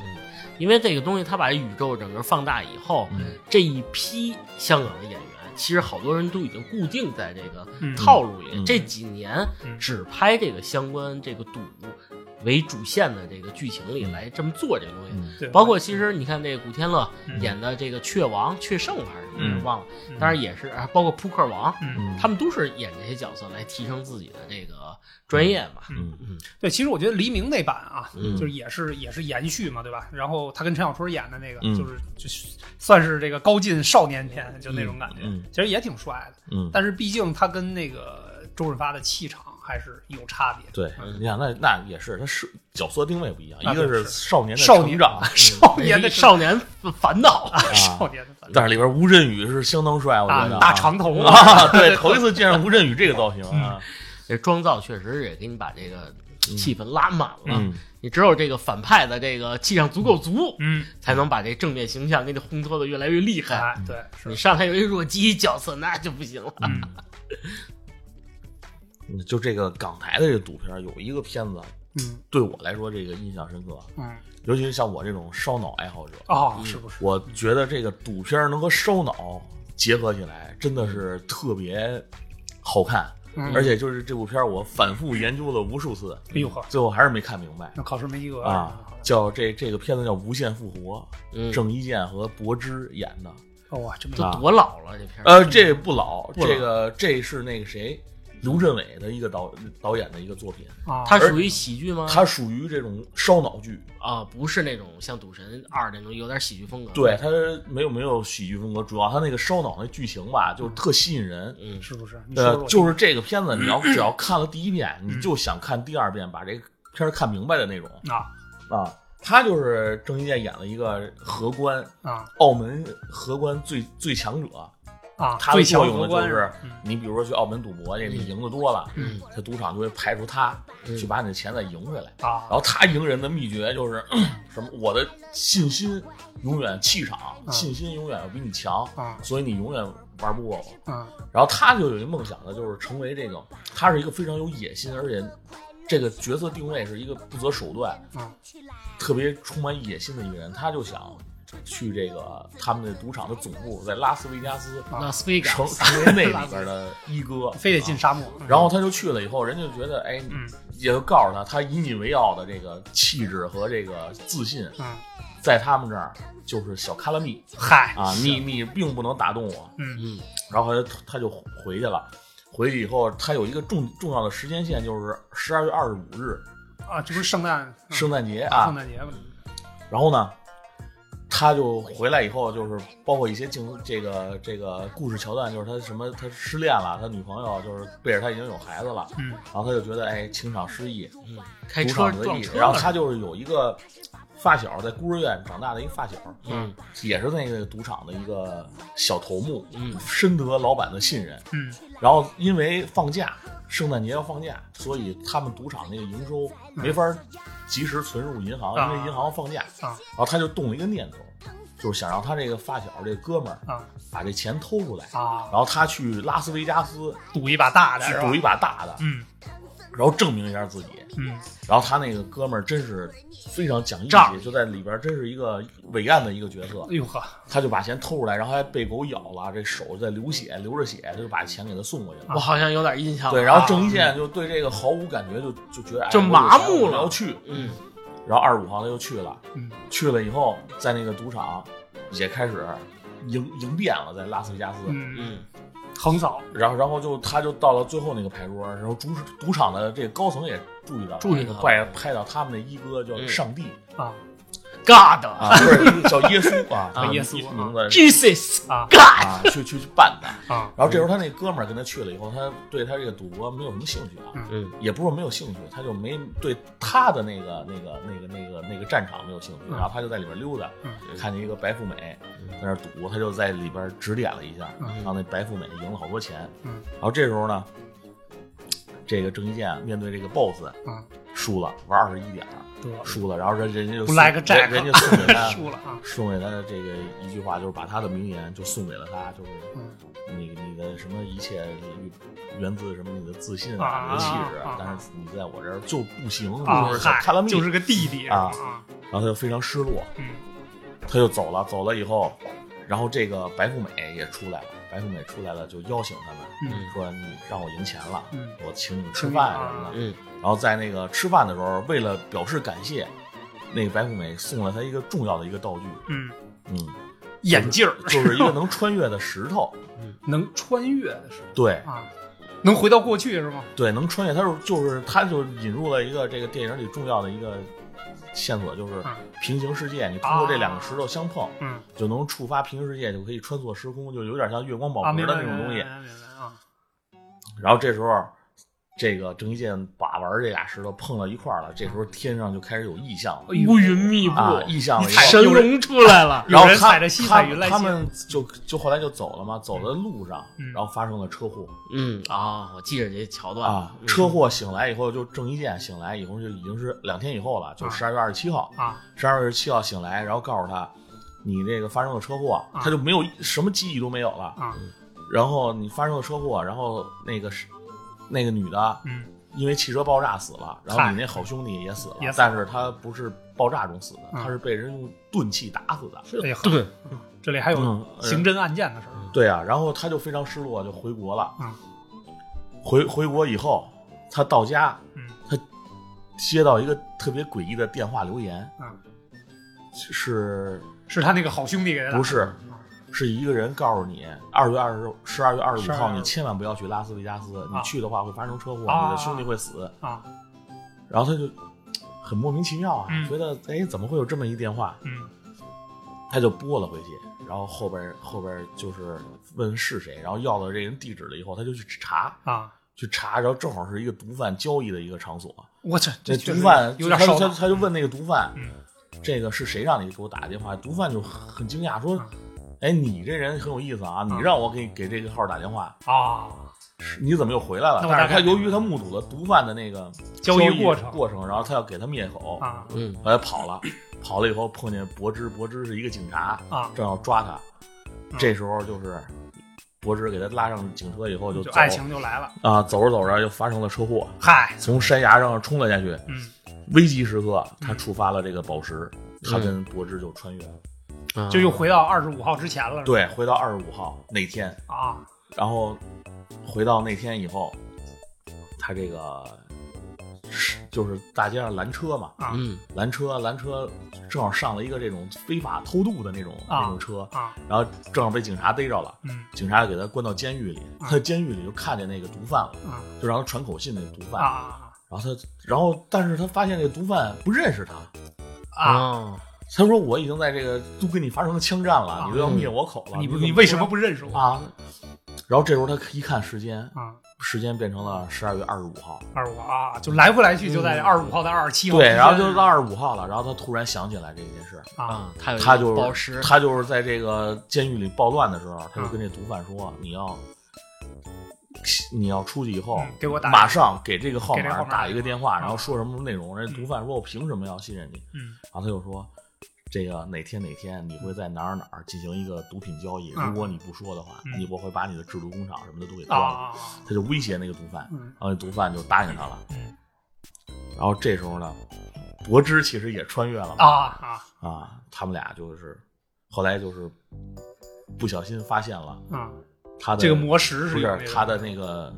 Speaker 1: 因为这个东西它把这宇宙整个放大以后，
Speaker 3: 嗯
Speaker 1: 这一批香港的演员，其实好多人都已经固定在这个
Speaker 2: 嗯
Speaker 1: 套路里。
Speaker 3: 嗯
Speaker 1: 这几年
Speaker 2: 嗯
Speaker 1: 只拍这个相关这个赌为主线的这个剧情里来这么做这个东西。
Speaker 3: 嗯
Speaker 2: 对，
Speaker 1: 包括其实你看这个古天乐
Speaker 2: 嗯
Speaker 1: 演的这个雀王、雀圣还是什么
Speaker 3: 嗯
Speaker 1: 忘了，
Speaker 2: 嗯
Speaker 1: 当然也是啊，包括扑克王，
Speaker 2: 嗯。
Speaker 3: 嗯，
Speaker 1: 他们都是演这些角色来提升自己的这个专业嘛。
Speaker 3: 嗯
Speaker 2: 对，其实我觉得黎明那版啊，
Speaker 3: 嗯
Speaker 2: 就是也是也是延续嘛，对吧？然后他跟陈小春演的那个，
Speaker 3: 嗯
Speaker 2: 就是就是算是这个高进少年片，就那种感觉，
Speaker 3: 嗯
Speaker 2: 其实也挺帅的。
Speaker 3: 嗯，
Speaker 2: 但是毕竟他跟那个周润发的气场还是有差别。
Speaker 3: 对，你想那那也是，他是角色定位不一样，
Speaker 2: 嗯那
Speaker 3: 一个
Speaker 2: 就是
Speaker 3: 是少年
Speaker 2: [laughs]
Speaker 3: 的
Speaker 2: 少年
Speaker 3: 成长，
Speaker 2: 嗯
Speaker 3: 啊
Speaker 2: 少年的
Speaker 1: 少年烦恼，
Speaker 2: 少年的
Speaker 3: 但是里边吴镇宇是相当帅，我觉得
Speaker 2: 啊，
Speaker 3: 啊
Speaker 2: 大长头啊， [laughs]
Speaker 3: 啊，对，头一次见上吴镇宇这个造型啊，
Speaker 1: 这妆造确实也给你把这个
Speaker 2: 嗯
Speaker 1: 气氛拉满了。
Speaker 3: 嗯
Speaker 1: 你只有这个反派的这个气量足够足，
Speaker 3: [laughs]
Speaker 2: 嗯，
Speaker 1: 才能把这正面形象给你烘托的越来越厉
Speaker 3: 嗯
Speaker 1: 害。
Speaker 2: 哎，对，
Speaker 1: 你
Speaker 2: 是，
Speaker 1: 上来有一弱鸡角色，那就不行了。
Speaker 2: 嗯
Speaker 3: 嗯就这个港台的这个赌片儿有一个片子
Speaker 2: 嗯
Speaker 3: 对我来说这个印象深刻，
Speaker 2: 嗯，
Speaker 3: 尤其是像我这种烧脑爱好者，
Speaker 2: 哦，是不是？
Speaker 3: 嗯我觉得这个赌片儿能和烧脑结合起来，真的是特别好看。
Speaker 2: 嗯
Speaker 3: 而且就是这部片儿，我反复研究了无数次，
Speaker 2: 哎呦呵，哎
Speaker 3: 最后还是没看明白
Speaker 2: 那考试没及格
Speaker 3: 啊。叫这这个片子叫《无限复活
Speaker 1: 嗯》，
Speaker 3: 郑伊健和柏芝演的。
Speaker 2: 哦，哇，这么
Speaker 1: 都
Speaker 3: 啊
Speaker 1: 多老了，这片儿
Speaker 3: 呃，这不老，
Speaker 1: 老
Speaker 3: 这个这是那个谁，刘镇伟的一个导导演的一个作品，
Speaker 2: 啊，
Speaker 1: 它属于喜剧吗？
Speaker 3: 它属于这种烧脑剧，
Speaker 1: 啊，不是那种像《赌神二》那种有点喜剧风格。
Speaker 3: 对，它没有没有喜剧风格，主要它那个烧脑那剧情吧，就是特吸引人。
Speaker 1: 嗯，
Speaker 2: 是不嗯是？你说
Speaker 3: 呃
Speaker 2: 说，我嗯
Speaker 3: 就是这个片子，
Speaker 2: [clears throat]
Speaker 3: 你要只要看了第一遍，你就想看第二遍，把这个片儿看明白的那种
Speaker 2: 啊
Speaker 3: 啊。他就是郑伊健演了一个荷官，
Speaker 2: 啊
Speaker 3: 澳门荷官最最强者，
Speaker 2: 啊，
Speaker 3: 他
Speaker 2: 最
Speaker 3: 们
Speaker 2: 强
Speaker 3: 效
Speaker 2: 的
Speaker 3: 用
Speaker 2: 夺
Speaker 3: 的
Speaker 2: 冠
Speaker 3: 就是
Speaker 2: 嗯，
Speaker 3: 你比如说去澳门赌博去，你赢的多了，
Speaker 2: 嗯
Speaker 3: 他赌场就会排除他，去把你的钱再赢回来。
Speaker 2: 啊
Speaker 3: 然，后他赢人的秘诀就是 [clears throat] 什么？我的信心永远气场，
Speaker 2: 嗯
Speaker 3: 信心永远要比你强，
Speaker 2: 啊
Speaker 3: 所以你永远玩不过我。
Speaker 2: 嗯
Speaker 3: 然后他就有一梦想呢，就是成为这种，他是一个非常有野心，而且这个角色定位是一个不择手段，
Speaker 2: 嗯
Speaker 3: 特别充满野心的一个人。他就想去这个他们的赌场的总部在拉斯维加斯，
Speaker 2: 啊
Speaker 1: [laughs] 拉斯维加
Speaker 3: 成
Speaker 1: 斯，
Speaker 3: 成为那里边的一哥，
Speaker 2: 非得进沙漠。
Speaker 3: 啊然后他就去了以后，人家就觉得，哎，
Speaker 2: 嗯
Speaker 3: 也就告诉他，他引以为傲的这个气质和这个自信，
Speaker 2: 嗯，
Speaker 3: 在他们这儿就是小卡拉米
Speaker 2: 嗨，
Speaker 3: 啊，你你并不能打动我。
Speaker 2: 嗯
Speaker 1: 嗯
Speaker 3: 然后他就他就回去了，回去以后，他有一个重重要的时间线，就是十二月二十五日，
Speaker 2: 啊，这不是圣诞嗯
Speaker 3: 圣诞节
Speaker 2: 大
Speaker 3: 啊
Speaker 2: 圣。诞节吗？
Speaker 3: 然后呢，他就回来以后，就是包括一些镜这个这个故事桥段，就是他什么他失恋了，他女朋友就是背着他已经有孩子了。
Speaker 2: 嗯
Speaker 3: 然后他就觉得，哎，情场失意，
Speaker 1: 嗯，开
Speaker 3: 赌
Speaker 1: 车
Speaker 3: 场得
Speaker 1: 撞
Speaker 3: 意。
Speaker 1: 车了，
Speaker 3: 然后他就是有一个发小，在孤儿院长大的一个发小，
Speaker 1: 嗯，
Speaker 3: 也是那个赌场的一个小头目，
Speaker 1: 嗯
Speaker 3: 深得老板的信任。
Speaker 2: 嗯
Speaker 3: 然后因为放假，圣诞节要放假，所以他们赌场那个营收没法及时存入银行，
Speaker 2: 啊
Speaker 3: 因为银行放假。
Speaker 2: 啊
Speaker 3: 然后他就动了一个念头，就是想让他这个发小这哥们儿
Speaker 2: 啊
Speaker 3: 把这钱偷出来，然
Speaker 2: 啊，
Speaker 3: 后他去拉斯维加斯
Speaker 2: 赌一把大的
Speaker 3: 去
Speaker 2: 是吧
Speaker 3: 赌一？把大的，
Speaker 2: 嗯
Speaker 3: 然后证明一下自己。
Speaker 2: 嗯
Speaker 3: 然后他那个哥们儿真是非常讲义
Speaker 2: 仗
Speaker 3: 气，就在里边儿真是一个伟岸的一个角色
Speaker 1: 嗯
Speaker 2: 哎。呦呵，
Speaker 3: 他就把钱偷出来，然后还被狗咬了，这手在流血，流着血，他就把钱给他送过去了。
Speaker 1: 我好像有点印象了。
Speaker 3: 对，然后郑伊健就对这个毫无感觉，就就觉得哎
Speaker 1: 啊就
Speaker 3: 我有
Speaker 1: 麻
Speaker 3: 钱
Speaker 1: 木
Speaker 3: 我
Speaker 1: 了
Speaker 3: 要去。
Speaker 1: 嗯，
Speaker 3: 然后二十五号他就去了，
Speaker 2: 嗯
Speaker 3: 去了以后在那个赌场也开始赢赢遍了，在拉斯维加斯。
Speaker 2: 嗯，
Speaker 1: 嗯
Speaker 2: 横扫
Speaker 3: 然后，然后就他就到了最后那个牌桌，然后赌赌场的这个高层也注意到了，
Speaker 1: 注意到了
Speaker 3: 怪拍到他们的一哥叫
Speaker 1: 嗯
Speaker 3: 上帝。
Speaker 2: 啊
Speaker 1: ，God
Speaker 3: 啊，不是叫耶稣啊，
Speaker 1: 啊
Speaker 3: 他
Speaker 2: 耶稣啊
Speaker 3: 名字是
Speaker 1: Jesus
Speaker 2: 啊
Speaker 3: 啊，去去去办的。
Speaker 2: 啊
Speaker 3: 然后这时候他那哥们儿跟他去了以后，他对他这个赌博没有什么兴趣啊，
Speaker 1: 嗯
Speaker 3: 也不是没有兴趣，他就没对他的那个那个那个那个那个战场没有兴趣，
Speaker 2: 嗯
Speaker 3: 然后他就在里边溜达，
Speaker 2: 嗯
Speaker 3: 看见一个白富美
Speaker 1: 嗯
Speaker 3: 在那儿赌，他就在里边指点了一下，
Speaker 2: 嗯
Speaker 3: 让那白富美赢了好多钱。
Speaker 2: 嗯
Speaker 3: 然后这时候呢，这个郑伊健面对这个 BOSS
Speaker 2: 啊，
Speaker 3: 输了，玩二十一点儿
Speaker 2: 得
Speaker 3: 输了，然后人人家就
Speaker 2: 不
Speaker 3: 送
Speaker 2: 来个 Jack
Speaker 3: 人人家送给他
Speaker 2: [laughs] 输了啊，
Speaker 3: 送给他的这个一句话，就是把他的名言就送给了他，就是
Speaker 2: 嗯
Speaker 3: 你你的什么一切源自什么你的自信
Speaker 2: 啊
Speaker 3: 你的气质，
Speaker 2: 啊
Speaker 3: 但是你在我这儿就不行，
Speaker 2: 啊
Speaker 3: 就是
Speaker 2: 嗨
Speaker 3: 看了，
Speaker 2: 就是个弟弟是吧啊，
Speaker 3: 然后他就非常失落，
Speaker 2: 嗯
Speaker 3: 他就走了，走了以后，然后这个白富美也出来了，白富美出来了就邀请他们，
Speaker 2: 嗯
Speaker 3: 说你让我赢钱了，
Speaker 2: 嗯啊
Speaker 3: 我请你们吃饭什么的，
Speaker 1: 嗯
Speaker 3: 然后在那个吃饭的时候，为了表示感谢，那个白富美送了他一个重要的一个道具，
Speaker 2: 嗯， [laughs]
Speaker 3: 嗯。
Speaker 2: 眼镜儿
Speaker 3: 就是一个能穿越的石头。
Speaker 2: 能穿越的是吧
Speaker 3: 对
Speaker 2: 啊，能回到过去是吗？
Speaker 3: 对，能穿越，它是就是它就引入了一个这个电影里重要的一个线索，就是
Speaker 2: 嗯
Speaker 3: 平行世界，你通过这两个石头相碰，
Speaker 2: 嗯
Speaker 3: 就能触发平行世界，就可以穿梭时空，就有点像月光宝
Speaker 2: 啊，
Speaker 3: 盒
Speaker 2: 明
Speaker 3: 的
Speaker 2: 白
Speaker 3: 那种东西
Speaker 2: 明。白明白明白啊，
Speaker 3: 然后这时候。这个郑伊健把玩这俩石头碰到一块儿了，这时候天上就开始有异象了
Speaker 1: 乌云密布，
Speaker 3: 啊，异象了以
Speaker 2: 哎你踩
Speaker 3: 后，
Speaker 1: 神龙出来了，
Speaker 3: 然后
Speaker 2: 有人
Speaker 3: 他
Speaker 2: 踩着西彩云
Speaker 3: 他
Speaker 2: 来
Speaker 3: 他
Speaker 2: 西
Speaker 3: 们就就后来就走了嘛，走的路上，
Speaker 2: 嗯
Speaker 3: 然后发生了车祸，
Speaker 1: 嗯啊，我记着这桥段嗯
Speaker 3: 啊，
Speaker 2: 嗯
Speaker 3: 车祸醒来以后，就郑伊健醒来以后就已经是两天以后了，就
Speaker 2: 啊
Speaker 3: 十二月二十七号，
Speaker 2: 啊
Speaker 3: 十二月二十七号醒来，然后告诉他，你这个发生了车祸，
Speaker 2: 啊
Speaker 3: 他就没有什么记忆都没有了。
Speaker 2: 啊
Speaker 3: 然后你发生了车祸，然后那个是那个女的
Speaker 2: 嗯
Speaker 3: 因为汽车爆炸死了，然后
Speaker 2: 嗨
Speaker 3: 你那好兄弟也死了
Speaker 2: 也，死了
Speaker 3: 但是他不是爆炸中死的，
Speaker 2: 嗯
Speaker 3: 他是被人用钝器打死的。
Speaker 2: 哎呀
Speaker 1: 对，
Speaker 2: 这里还
Speaker 3: 嗯
Speaker 2: 有刑侦案件的事儿
Speaker 3: 对啊，然后他就非常失落，就回国了。
Speaker 2: 啊
Speaker 3: 回回国以后，他到家
Speaker 2: 嗯
Speaker 3: 接到一个特别诡异的电话留言，
Speaker 2: 啊，
Speaker 3: 是
Speaker 2: 是他那个好兄弟给他打
Speaker 3: 不是是一个人告诉你，二月二十、十二月二十五
Speaker 2: 12
Speaker 3: 号，
Speaker 2: 月
Speaker 3: 你千万不要去拉斯维加斯，你
Speaker 2: 啊
Speaker 3: 去的话会发生车祸，
Speaker 2: 啊
Speaker 3: 你的兄弟会死。
Speaker 2: 啊
Speaker 3: 然后他就很莫名其妙啊，
Speaker 2: 嗯
Speaker 3: 觉得哎怎么会有这么一电话？
Speaker 2: 嗯
Speaker 3: 他就拨了回去，然后后边后边就是问是谁，然后要了这人地址了以后，他就去查。
Speaker 2: 啊，
Speaker 3: 去查，然后正好是一个毒贩交易的一个场所。
Speaker 2: 我去，
Speaker 3: 这
Speaker 2: 确
Speaker 3: 毒
Speaker 2: 实
Speaker 3: 贩
Speaker 2: 有点
Speaker 3: 他
Speaker 2: 烧
Speaker 3: 就他
Speaker 2: 脑
Speaker 3: 就他就问那个毒贩
Speaker 2: 嗯，
Speaker 3: 这个是谁让你给我打的电话？毒贩就很惊讶说
Speaker 2: 嗯：“
Speaker 3: 哎，你这人很有意思啊！你让我给给这个号打电话，
Speaker 2: 啊，
Speaker 3: 你怎么又回来了
Speaker 2: 那？我
Speaker 3: 但
Speaker 2: 大概
Speaker 3: 是他由于他目睹了毒贩的那个
Speaker 2: 交易
Speaker 3: 过
Speaker 2: 过程
Speaker 3: 过程，然后他要给他灭口，
Speaker 2: 啊
Speaker 1: 嗯，
Speaker 3: 后来跑了，跑了以后碰见柏芝，柏芝是一个警察，
Speaker 2: 啊，
Speaker 3: 正要抓他，
Speaker 2: 嗯
Speaker 3: 这时候就是柏芝给他拉上警车以后就
Speaker 2: 就
Speaker 3: 走
Speaker 2: 爱情就来了。
Speaker 3: 啊，走着走着就发生了车祸，
Speaker 2: 嗨，
Speaker 3: 从山崖上冲了下去，
Speaker 2: 嗯，
Speaker 3: 危急时刻他触发了这个宝石，他跟柏芝就穿越了，
Speaker 1: 啊
Speaker 2: 就又回到二十五号之前了。
Speaker 3: 对，回到二十五号那天，
Speaker 2: 啊，
Speaker 3: 然后回到那天以后，他这个是就是大街上拦车嘛，
Speaker 2: 啊
Speaker 1: 嗯
Speaker 3: 拦车拦车正好上了一个这种非法偷渡的那种、
Speaker 2: 啊
Speaker 3: 那种车，
Speaker 2: 啊，
Speaker 3: 然后正好被警察逮着了，
Speaker 2: 嗯
Speaker 3: 警察给他关到监狱里，
Speaker 2: 啊
Speaker 3: 他监狱里就看见那个毒贩了，
Speaker 2: 啊
Speaker 3: 就让他传口信那个毒贩，
Speaker 2: 啊
Speaker 3: 然后他然后但是他发现那个毒贩不认识他，
Speaker 2: 啊！
Speaker 1: 哦
Speaker 3: 他说我已经在这个都跟你发生了枪战了，
Speaker 2: 啊
Speaker 3: 你都要灭我口了，
Speaker 2: 你不，
Speaker 3: 不
Speaker 2: 你为什么不认识我
Speaker 3: 啊？然后这时候他一看时间，
Speaker 2: 啊？
Speaker 3: 时间变成了十二月二十五号，
Speaker 2: 二十五啊，就来回来去就在
Speaker 1: 嗯
Speaker 2: 二十五号到二十七号之
Speaker 3: 对，
Speaker 2: 间。
Speaker 3: 然后就到二十五号了，然后他突然想起来这件事，
Speaker 2: 啊
Speaker 1: 啊，他有一个
Speaker 3: 他就
Speaker 1: 宝石，
Speaker 3: 他就是在这个监狱里暴乱的时候，
Speaker 2: 嗯
Speaker 3: 他就跟这毒贩说，你要你要出去以后
Speaker 2: 嗯，给我打
Speaker 3: 马上给这个号
Speaker 2: 给这个
Speaker 3: 码
Speaker 2: 号码
Speaker 3: 打一个电话，
Speaker 2: 嗯
Speaker 3: 然后说什么内容，人家毒贩说我凭什么要信任你？
Speaker 2: 嗯
Speaker 3: 然后他就说。这个哪天哪天你会在哪儿哪儿进行一个毒品交易？
Speaker 2: 嗯
Speaker 3: 如果你不说的话，
Speaker 2: 嗯
Speaker 3: 你我会把你的制毒工厂什么的都给
Speaker 2: 啊
Speaker 3: 关了。
Speaker 2: 啊
Speaker 3: 他就威胁那个毒贩，
Speaker 2: 嗯
Speaker 3: 然后那毒贩就答应他了。
Speaker 2: 嗯
Speaker 3: 然后这时候呢，柏芝其实也穿越了
Speaker 2: 啊啊
Speaker 3: 啊，他们俩就是后来就是不小心发现了
Speaker 2: 啊！
Speaker 3: 他的
Speaker 2: 这个魔石
Speaker 3: 不
Speaker 2: 是有
Speaker 3: 是
Speaker 2: 那个
Speaker 3: 他的那个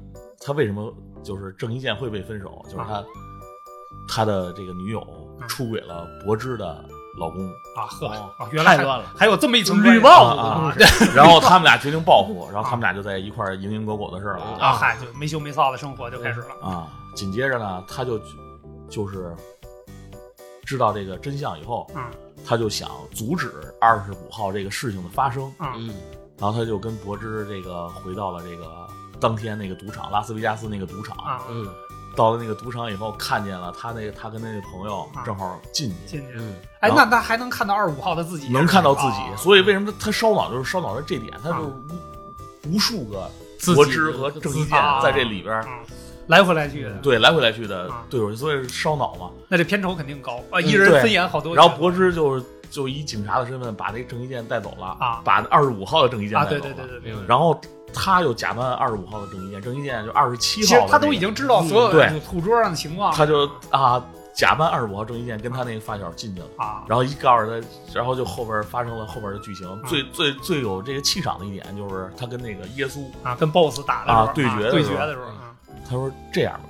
Speaker 3: 他为什么就是郑伊健会被分
Speaker 2: 啊
Speaker 3: 手，就是他、他的这个女友
Speaker 2: 嗯
Speaker 3: 出轨了柏芝的老公，
Speaker 2: 啊呵
Speaker 1: 哦
Speaker 2: 啊，原来
Speaker 1: 太
Speaker 2: 还
Speaker 1: 乱了
Speaker 2: 还有这么一层
Speaker 1: 绿
Speaker 2: 关系
Speaker 1: 帽子
Speaker 3: 啊啊
Speaker 1: 的故事
Speaker 3: 然后他们俩决定报复，然后他们俩就在一块儿蝇营狗苟的事儿了
Speaker 2: 啊！嗨，就没羞没臊的生活就开始了。
Speaker 3: 啊。紧接着呢，他就就是知道这个真相以后，
Speaker 2: 嗯
Speaker 3: 他就想阻止二十五号这个事情的发生，
Speaker 2: 嗯
Speaker 1: 嗯
Speaker 3: 然后他就跟柏芝这个回到了这个当天那个赌场，拉斯维加斯那个赌场。
Speaker 2: 啊，
Speaker 1: 嗯
Speaker 3: 到了那个赌场以后，看见了他那个他跟那个朋友正好进去，
Speaker 2: 进去。
Speaker 1: 嗯
Speaker 2: 哎，
Speaker 3: 然后
Speaker 2: 那他还能看到二五号的自己，
Speaker 3: 能看到自己。
Speaker 1: 哦
Speaker 2: 啊
Speaker 3: 所以为什么他烧脑就是烧脑的这点，他就无无数个
Speaker 1: 嗯自己
Speaker 3: 柏芝和郑伊健
Speaker 2: 啊
Speaker 3: 在这里边儿
Speaker 2: 嗯来回来去的，
Speaker 3: 对来回来去的
Speaker 2: 啊
Speaker 3: 对手，所以是烧脑嘛。
Speaker 2: 那这片酬肯定高啊，
Speaker 3: 嗯
Speaker 2: 一人
Speaker 3: 对
Speaker 2: 分演好多。
Speaker 3: 然后柏芝就是就以警察的身份把那郑伊健带走了，
Speaker 2: 啊
Speaker 3: 把二十五号的郑伊健
Speaker 2: 啊，
Speaker 3: 带走
Speaker 2: 对
Speaker 3: 了。
Speaker 2: 对对对，明白。
Speaker 3: 然后他又假扮二十五号的郑伊健，郑伊健就二十七
Speaker 2: 其
Speaker 3: 号的
Speaker 2: 实
Speaker 3: 那个，
Speaker 2: 他都已经知道所有
Speaker 3: 嗯
Speaker 2: 的
Speaker 3: 对
Speaker 2: 土桌上的情况，
Speaker 3: 他就啊假扮二十五号郑伊健跟他那个发小进去了，
Speaker 2: 啊
Speaker 3: 然后一告诉他，然后就后边发生了后边的剧
Speaker 2: 嗯
Speaker 3: 情。最最最有这个气场的一点就是他跟那个耶稣，
Speaker 2: 啊跟 BOSS 打的时候
Speaker 3: 啊对决的时候
Speaker 2: 对决的时候啊
Speaker 3: 他说这样吧，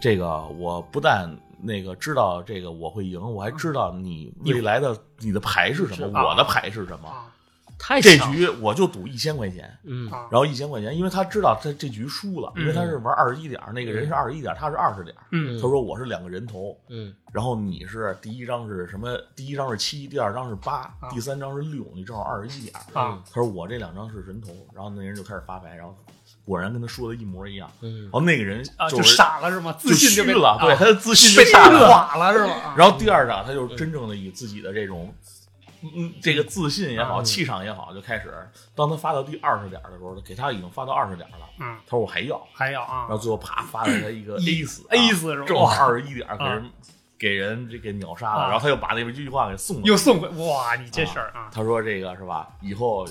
Speaker 3: 这个我不但。那个知道这个我会赢，我还知道你
Speaker 2: 嗯
Speaker 3: 未来的你的牌是什么，
Speaker 2: 啊
Speaker 3: 我的牌是什么。
Speaker 2: 啊
Speaker 1: 太
Speaker 3: 这
Speaker 1: 巧了
Speaker 3: 局我就赌一千块钱，
Speaker 1: 嗯
Speaker 2: 啊
Speaker 3: 然后一千块钱，因为他知道他这局输了，
Speaker 2: 嗯
Speaker 3: 因为他是玩二十一点儿，那个人是二十一点儿，他是二十点儿。
Speaker 2: 嗯
Speaker 3: 他说我是两个人头，
Speaker 1: 嗯
Speaker 3: 然后你是第一张是什么？第一张是七，第二张是八
Speaker 2: 啊，
Speaker 3: 第三张是六，你正好二十一点儿。
Speaker 2: 啊
Speaker 3: 他说我这两张是人头，然后那人就开始发牌，然后果然跟他说的一模一样。
Speaker 1: 嗯
Speaker 3: 然后那个人
Speaker 2: 啊
Speaker 3: 就
Speaker 2: 就是傻了是吗？
Speaker 3: 就
Speaker 2: 自信
Speaker 3: 虚
Speaker 2: 被
Speaker 3: 了，对
Speaker 2: 啊
Speaker 3: 他的自信
Speaker 2: 被
Speaker 3: 就
Speaker 2: 打
Speaker 3: 下来了。
Speaker 2: 垮了是吗？啊
Speaker 3: 然后第二场他就是真正的以自己的这种。嗯，这个自信也好，
Speaker 1: 嗯
Speaker 3: 气场也好，就开始。当他发到第二十点儿的时候，给他已经发到二十点儿了。
Speaker 2: 嗯
Speaker 3: 他说我还要，
Speaker 2: 还有啊
Speaker 3: 然后最啊后啪发了他一个 A 死
Speaker 2: A 死是吧
Speaker 3: 正好二十一点儿给
Speaker 2: 啊
Speaker 3: 人给人这给秒杀
Speaker 2: 啊
Speaker 3: 了，然后他又把那句话给送了。
Speaker 2: 又送回哇，你这事儿啊
Speaker 3: 他说这个是吧？以后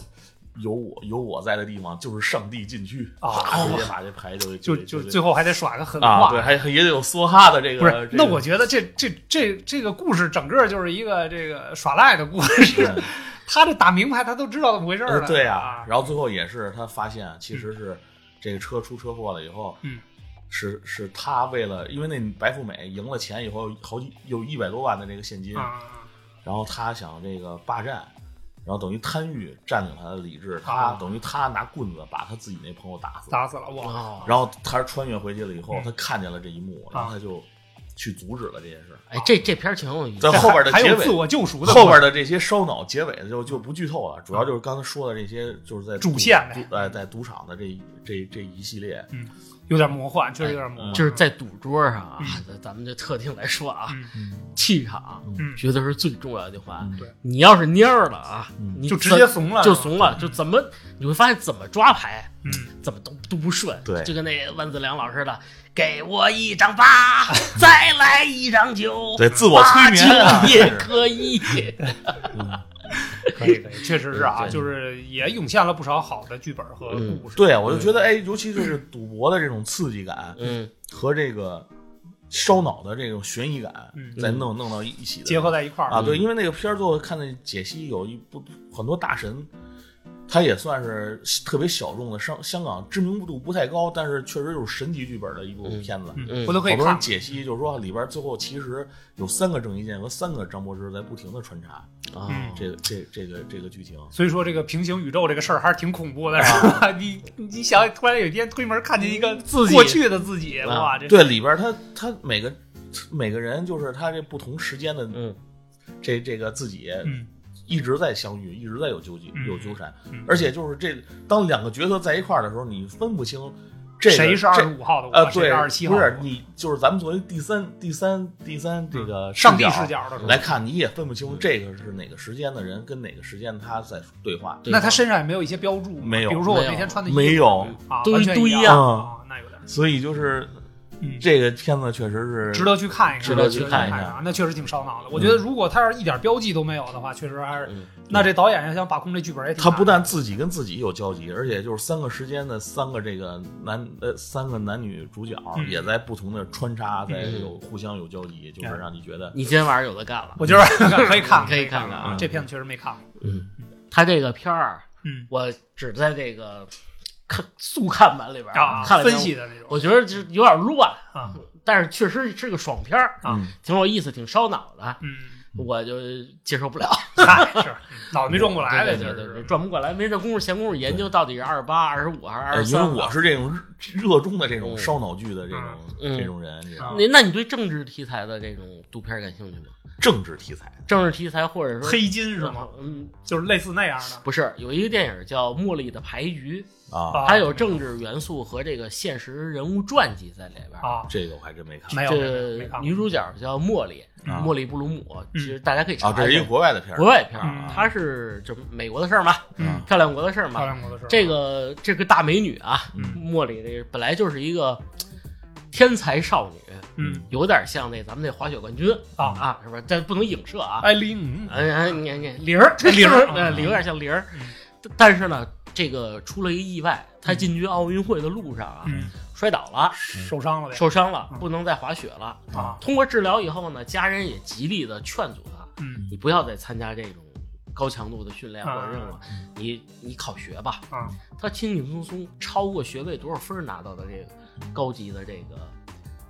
Speaker 3: 有我有我在的地方就是上帝禁区
Speaker 2: 啊
Speaker 3: 啪直接把这牌就
Speaker 2: 就就最后还得耍个狠
Speaker 3: 啊，
Speaker 2: 话
Speaker 3: 对，还还也得有梭哈的这个。
Speaker 2: 不是，
Speaker 3: 这
Speaker 2: 那
Speaker 3: 个
Speaker 2: 我觉得这这这这个故事整个就是一个这个耍赖的故事。 [laughs]
Speaker 3: 嗯
Speaker 2: 他这打明牌，他都知道怎么回事儿
Speaker 3: 呃
Speaker 2: 了。
Speaker 3: 对呀
Speaker 2: 啊，，
Speaker 3: 然后最后也是他发现啊其实是这个车出车祸了以后，
Speaker 2: 嗯，
Speaker 3: 是是他为了因为那白富美赢了钱以后好几有一百多万的这个现金，
Speaker 2: 啊
Speaker 3: 然后他想这个霸占，然后等于贪欲占领他的理智，他
Speaker 2: 啊
Speaker 3: 等于他拿棍子把他自己那朋友打死，
Speaker 2: 打死了我
Speaker 3: 哦
Speaker 1: 啊
Speaker 3: 然后他穿越回去了以后
Speaker 2: 嗯，啊
Speaker 3: 他看见了这一幕，然后他就去阻止了这件事。
Speaker 1: 哎，这这片儿情有意思
Speaker 3: 在。嗯后边的
Speaker 2: 还
Speaker 3: 结
Speaker 2: 有
Speaker 3: 尾
Speaker 2: 自我救赎的
Speaker 3: 后边的这些烧脑结尾就就不剧透了，主要就是刚才说的这些，就是在
Speaker 2: 主
Speaker 3: 赌
Speaker 2: 线呗嗯
Speaker 3: 赌哎，在赌场的这一这这一系列，
Speaker 2: 有点魔幻，确实有点魔
Speaker 3: 嗯
Speaker 2: 幻。
Speaker 1: 就是在赌桌上啊，咱咱们就特定来说啊，
Speaker 2: 嗯
Speaker 1: 气场
Speaker 2: 嗯
Speaker 1: 绝对是最重要的一环
Speaker 3: 嗯
Speaker 2: 对。
Speaker 1: 你要是蔫儿了啊
Speaker 3: 嗯，
Speaker 1: 你
Speaker 2: 就直
Speaker 1: 怎
Speaker 2: 接怂了
Speaker 1: 就是
Speaker 2: 吧
Speaker 1: 怂了，就怎么你会发现怎么抓牌，
Speaker 2: 嗯，
Speaker 1: 怎么都都不顺。
Speaker 3: 对
Speaker 1: 就跟那万梓良老师的，给我一张八，再来一张九，
Speaker 3: 对自我催眠啊
Speaker 1: 八九也可以。
Speaker 2: 可以可以，确实是啊，
Speaker 3: 嗯
Speaker 1: 对
Speaker 2: 就是也涌现了不少好的剧本和
Speaker 1: 嗯
Speaker 2: 故事。
Speaker 3: 对，我就觉得哎，尤其就是赌博的这种刺激感
Speaker 1: 嗯，
Speaker 3: 和这个烧脑的这种悬疑感
Speaker 2: 嗯，
Speaker 3: 再弄弄到一起的
Speaker 2: 结合在一块儿
Speaker 3: 啊，
Speaker 2: 嗯
Speaker 3: 对，因为那个片儿最后看那解析有一部很多大神，他也算是特别小众的上香港知名度不太高，但是确实有神级剧本的一部片子。
Speaker 2: 嗯，回头可以
Speaker 3: 好多
Speaker 2: 看
Speaker 3: 人。解析，就是说里边最后其实有三个郑伊健和三个张柏芝在不停的穿插
Speaker 1: 啊
Speaker 2: 嗯
Speaker 3: 这个这这个这个剧情。
Speaker 2: 所以说这个平行宇宙这个事儿还是挺恐怖
Speaker 3: 啊
Speaker 2: 的，是吧？ [laughs] 你你想，突然有一天推门看见一个
Speaker 1: 自己
Speaker 2: 过去的自己，
Speaker 1: 啊
Speaker 2: 哇，这
Speaker 3: 对，里边他他每个每个人就是他这不同时间的
Speaker 1: 嗯
Speaker 3: 这这个自己
Speaker 2: 嗯
Speaker 3: 一直在相遇，一直在有纠结
Speaker 2: 嗯
Speaker 3: 有纠缠
Speaker 2: 嗯，
Speaker 3: 而且就是这当两个角色在一块儿的时候，你分不清这个
Speaker 2: 谁是二
Speaker 3: 这
Speaker 2: 十五号的
Speaker 3: 呃，
Speaker 2: 我，谁
Speaker 3: 对，
Speaker 2: 是二十七号
Speaker 3: 不
Speaker 2: 的
Speaker 3: 是
Speaker 2: 我？
Speaker 3: 你，就是咱们作为第三、第三、第三这个
Speaker 2: 上帝视
Speaker 3: 视
Speaker 2: 角的时候
Speaker 3: 来看，你也分不清这个是哪个时间的人跟哪个时间他在对话，
Speaker 1: 对
Speaker 2: 那他身上也没有一些标注吗，
Speaker 3: 没有
Speaker 2: 比如说我
Speaker 1: 没有
Speaker 2: 那天穿的衣服
Speaker 3: 没有，
Speaker 2: 啊，
Speaker 1: 都
Speaker 2: 完
Speaker 1: 一
Speaker 2: 全
Speaker 1: 堆
Speaker 2: 一
Speaker 1: 呀
Speaker 2: 样啊，那有点
Speaker 3: 所以就是
Speaker 2: 嗯
Speaker 3: 这个片子确实是
Speaker 2: 值得去看一看，
Speaker 1: 值得去
Speaker 2: 去
Speaker 1: 看
Speaker 2: 一
Speaker 1: 一看
Speaker 2: 看，啊那确实挺烧脑的。我觉得如果他要是一点标记都没有的话，确实还是
Speaker 1: 嗯，
Speaker 2: 那这导演要想把控这剧本也挺
Speaker 3: 他
Speaker 2: 难的
Speaker 3: 不但自己跟自己有交集，而且就是三个时间的三个这个男呃三个男女主角
Speaker 2: 嗯
Speaker 3: 也在不同的穿插，在
Speaker 1: 嗯
Speaker 3: 有互相有交集，就是让你觉得
Speaker 1: 你今天晚上有的干了。
Speaker 2: 我觉得 [laughs] 可以
Speaker 1: 嗯
Speaker 2: 看，
Speaker 1: 可以看
Speaker 2: 看
Speaker 1: 看
Speaker 2: 啊
Speaker 1: 啊，
Speaker 2: 这片子确实没看过。
Speaker 1: 嗯，他这个片儿，
Speaker 2: 嗯
Speaker 1: 我只在这个看速看版里边儿
Speaker 2: 啊，
Speaker 1: 看了一
Speaker 2: 分
Speaker 1: 遍
Speaker 2: 析的那种
Speaker 1: 我觉得就是有点乱，
Speaker 2: 啊
Speaker 1: 但是确实是个爽片儿，
Speaker 2: 啊，
Speaker 3: 嗯
Speaker 1: 挺有意思，挺烧脑的，
Speaker 2: 嗯，
Speaker 1: 我就接受不了。
Speaker 2: 嗨，
Speaker 1: [laughs]
Speaker 2: 是嗯脑子没转过 [laughs] 来呗，
Speaker 1: 对
Speaker 2: 就
Speaker 1: 对对对，
Speaker 2: 是
Speaker 1: 转不过来，没这功夫闲工夫研究到底是二十八、二十五还是二
Speaker 3: 呃
Speaker 1: 十
Speaker 3: 因为
Speaker 1: 三。啊
Speaker 3: 我是这种热衷的这种
Speaker 1: 嗯
Speaker 3: 烧脑剧的这种
Speaker 1: 嗯
Speaker 3: 这种人，这种
Speaker 1: 你那你对政治题材的这种读片儿感兴趣吗？
Speaker 3: 政治题材。
Speaker 1: 政治题材或者说
Speaker 2: 嗯黑金是吗？？
Speaker 1: 嗯，
Speaker 2: 就是类似那样的
Speaker 1: 不是，有一个电影叫《茉莉的牌局》，
Speaker 3: 啊，
Speaker 2: 啊
Speaker 1: 它嗯有政治元素和这个现实人物传记在里边儿。
Speaker 2: 啊，
Speaker 3: 这个我还真没看
Speaker 2: 没有
Speaker 1: 这
Speaker 2: 没有没
Speaker 1: 个
Speaker 2: 看
Speaker 1: 女
Speaker 2: 过
Speaker 1: 主角叫茉莉，
Speaker 3: 啊
Speaker 1: 茉莉布鲁姆，
Speaker 2: 嗯
Speaker 1: 其实大家可以查
Speaker 3: 啊，
Speaker 1: 一下。
Speaker 3: 这是一个国外的片儿，
Speaker 1: 国外片儿
Speaker 2: 嗯
Speaker 1: 啊，它是就美国的事儿嘛，
Speaker 2: 嗯
Speaker 1: 漂亮国的事儿
Speaker 2: 漂
Speaker 1: 嘛。
Speaker 2: 亮过的是
Speaker 1: 这个这个大美女啊，
Speaker 3: 嗯
Speaker 1: 茉莉这本来就是一个天才少女，
Speaker 2: 嗯
Speaker 1: 有点像那咱们那滑雪冠军
Speaker 2: 啊
Speaker 1: 啊，是吧？但不能影射啊。
Speaker 2: 艾琳嗯
Speaker 1: 哎哎，你你玲儿， [laughs] 这
Speaker 2: 玲 [laughs] 儿
Speaker 1: 呃，有点像玲儿
Speaker 2: 嗯，
Speaker 1: 但是呢，这个出了一个意外，她进军奥运会的路上啊，
Speaker 2: 嗯
Speaker 1: 摔倒了，
Speaker 2: 受伤了呗
Speaker 1: 受伤了
Speaker 2: 嗯，
Speaker 1: 不能再滑雪了。
Speaker 2: 啊
Speaker 1: 通过治疗以后呢，家人也极力的劝阻她，
Speaker 2: 嗯
Speaker 1: 你不要再参加这种高强度的训练或
Speaker 2: 啊
Speaker 1: 者任务了，你你考学吧。
Speaker 2: 啊
Speaker 1: 他轻轻松松超过学位多少分儿拿到的这个高级的这个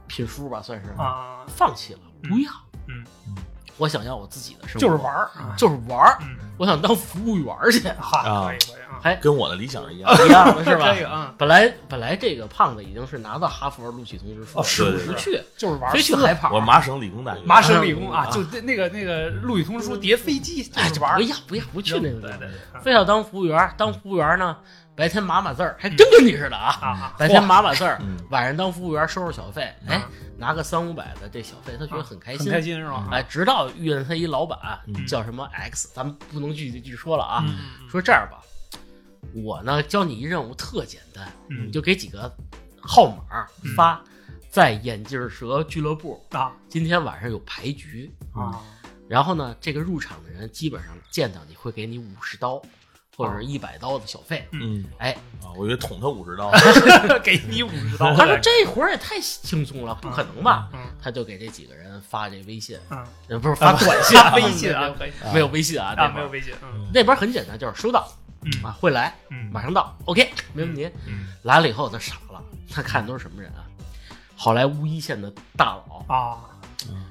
Speaker 1: 品书吧，算是，
Speaker 2: 啊，
Speaker 1: 放弃了，
Speaker 2: 嗯
Speaker 1: 不要，
Speaker 2: 嗯
Speaker 3: 嗯
Speaker 1: 我想要我自己的生活，
Speaker 2: 就是玩儿啊，
Speaker 1: 就是玩儿，
Speaker 2: 嗯，
Speaker 1: 我想当服务员儿
Speaker 2: [laughs]
Speaker 1: 去，
Speaker 2: 哈，
Speaker 3: 啊
Speaker 2: 可以可以啊，
Speaker 1: 还
Speaker 3: 跟我的理想一样。
Speaker 1: 一样的是吧？
Speaker 2: 这个啊，
Speaker 1: 本来本来这个胖子已经是拿到哈佛录取通知书了，
Speaker 2: 哦是
Speaker 1: 我
Speaker 3: 不
Speaker 1: 不
Speaker 3: 是
Speaker 1: 去，
Speaker 2: 就是玩儿
Speaker 1: 非去海跑，
Speaker 3: 我麻省理工大学，
Speaker 2: 啊麻省理工啊，
Speaker 1: 啊
Speaker 2: 就那那个那个录取通知书叠飞机，就
Speaker 1: 哎，
Speaker 2: 是
Speaker 1: 就
Speaker 2: 玩儿
Speaker 1: 不，要不要不去那个地
Speaker 2: 对
Speaker 1: 方，
Speaker 2: 对对啊
Speaker 1: 非要当服务员儿，当服务员儿呢，白天码码字儿，还
Speaker 2: 嗯
Speaker 1: 真跟你似的啊。
Speaker 2: 啊，
Speaker 1: [laughs] 白天码码字儿
Speaker 3: 嗯，
Speaker 1: 晚上当服务员收收小费，哎，拿个三五百的这小费，他觉得很开
Speaker 2: 嗯啊很
Speaker 1: 心。
Speaker 2: 开心是吧？
Speaker 1: 哎，直到遇见他一老板
Speaker 3: 嗯
Speaker 1: 叫什么 X，咱们不能具体去说了啊。
Speaker 2: 嗯嗯
Speaker 1: 说这样吧，我呢教你一任务，特简单，
Speaker 2: 嗯
Speaker 1: 你就给几个号码
Speaker 2: 嗯
Speaker 1: 发，在眼镜蛇俱乐部，
Speaker 2: 啊
Speaker 1: 今天晚上有牌局，
Speaker 2: 啊
Speaker 1: 然后呢，这个入场的人基本上见到你会给你五十刀或
Speaker 2: 哦
Speaker 1: 者一百刀的小
Speaker 2: [laughs]
Speaker 1: 费。
Speaker 3: 嗯
Speaker 1: 哎，
Speaker 3: 啊，我以为捅他五十刀，
Speaker 2: 给你五十 [laughs] 刀，
Speaker 1: 嗯他说啊这活儿也太轻松了，不可能吧？
Speaker 2: 嗯
Speaker 1: 他就给这几个人发这微信，
Speaker 2: 嗯，，
Speaker 1: 呃，不是发短信
Speaker 2: 微信啊，可以
Speaker 1: 没有，没有微信啊，
Speaker 2: 啊，
Speaker 1: 那
Speaker 2: 没
Speaker 1: 边
Speaker 2: 有微信，嗯
Speaker 1: 那边很简单，就是收到啊，
Speaker 2: 嗯
Speaker 1: 会来，
Speaker 2: 嗯，
Speaker 1: 马上到，OK，没问题。
Speaker 2: 嗯
Speaker 1: 来了以后他傻了，他看都是什么人啊？好莱坞一线的大佬、
Speaker 2: 啊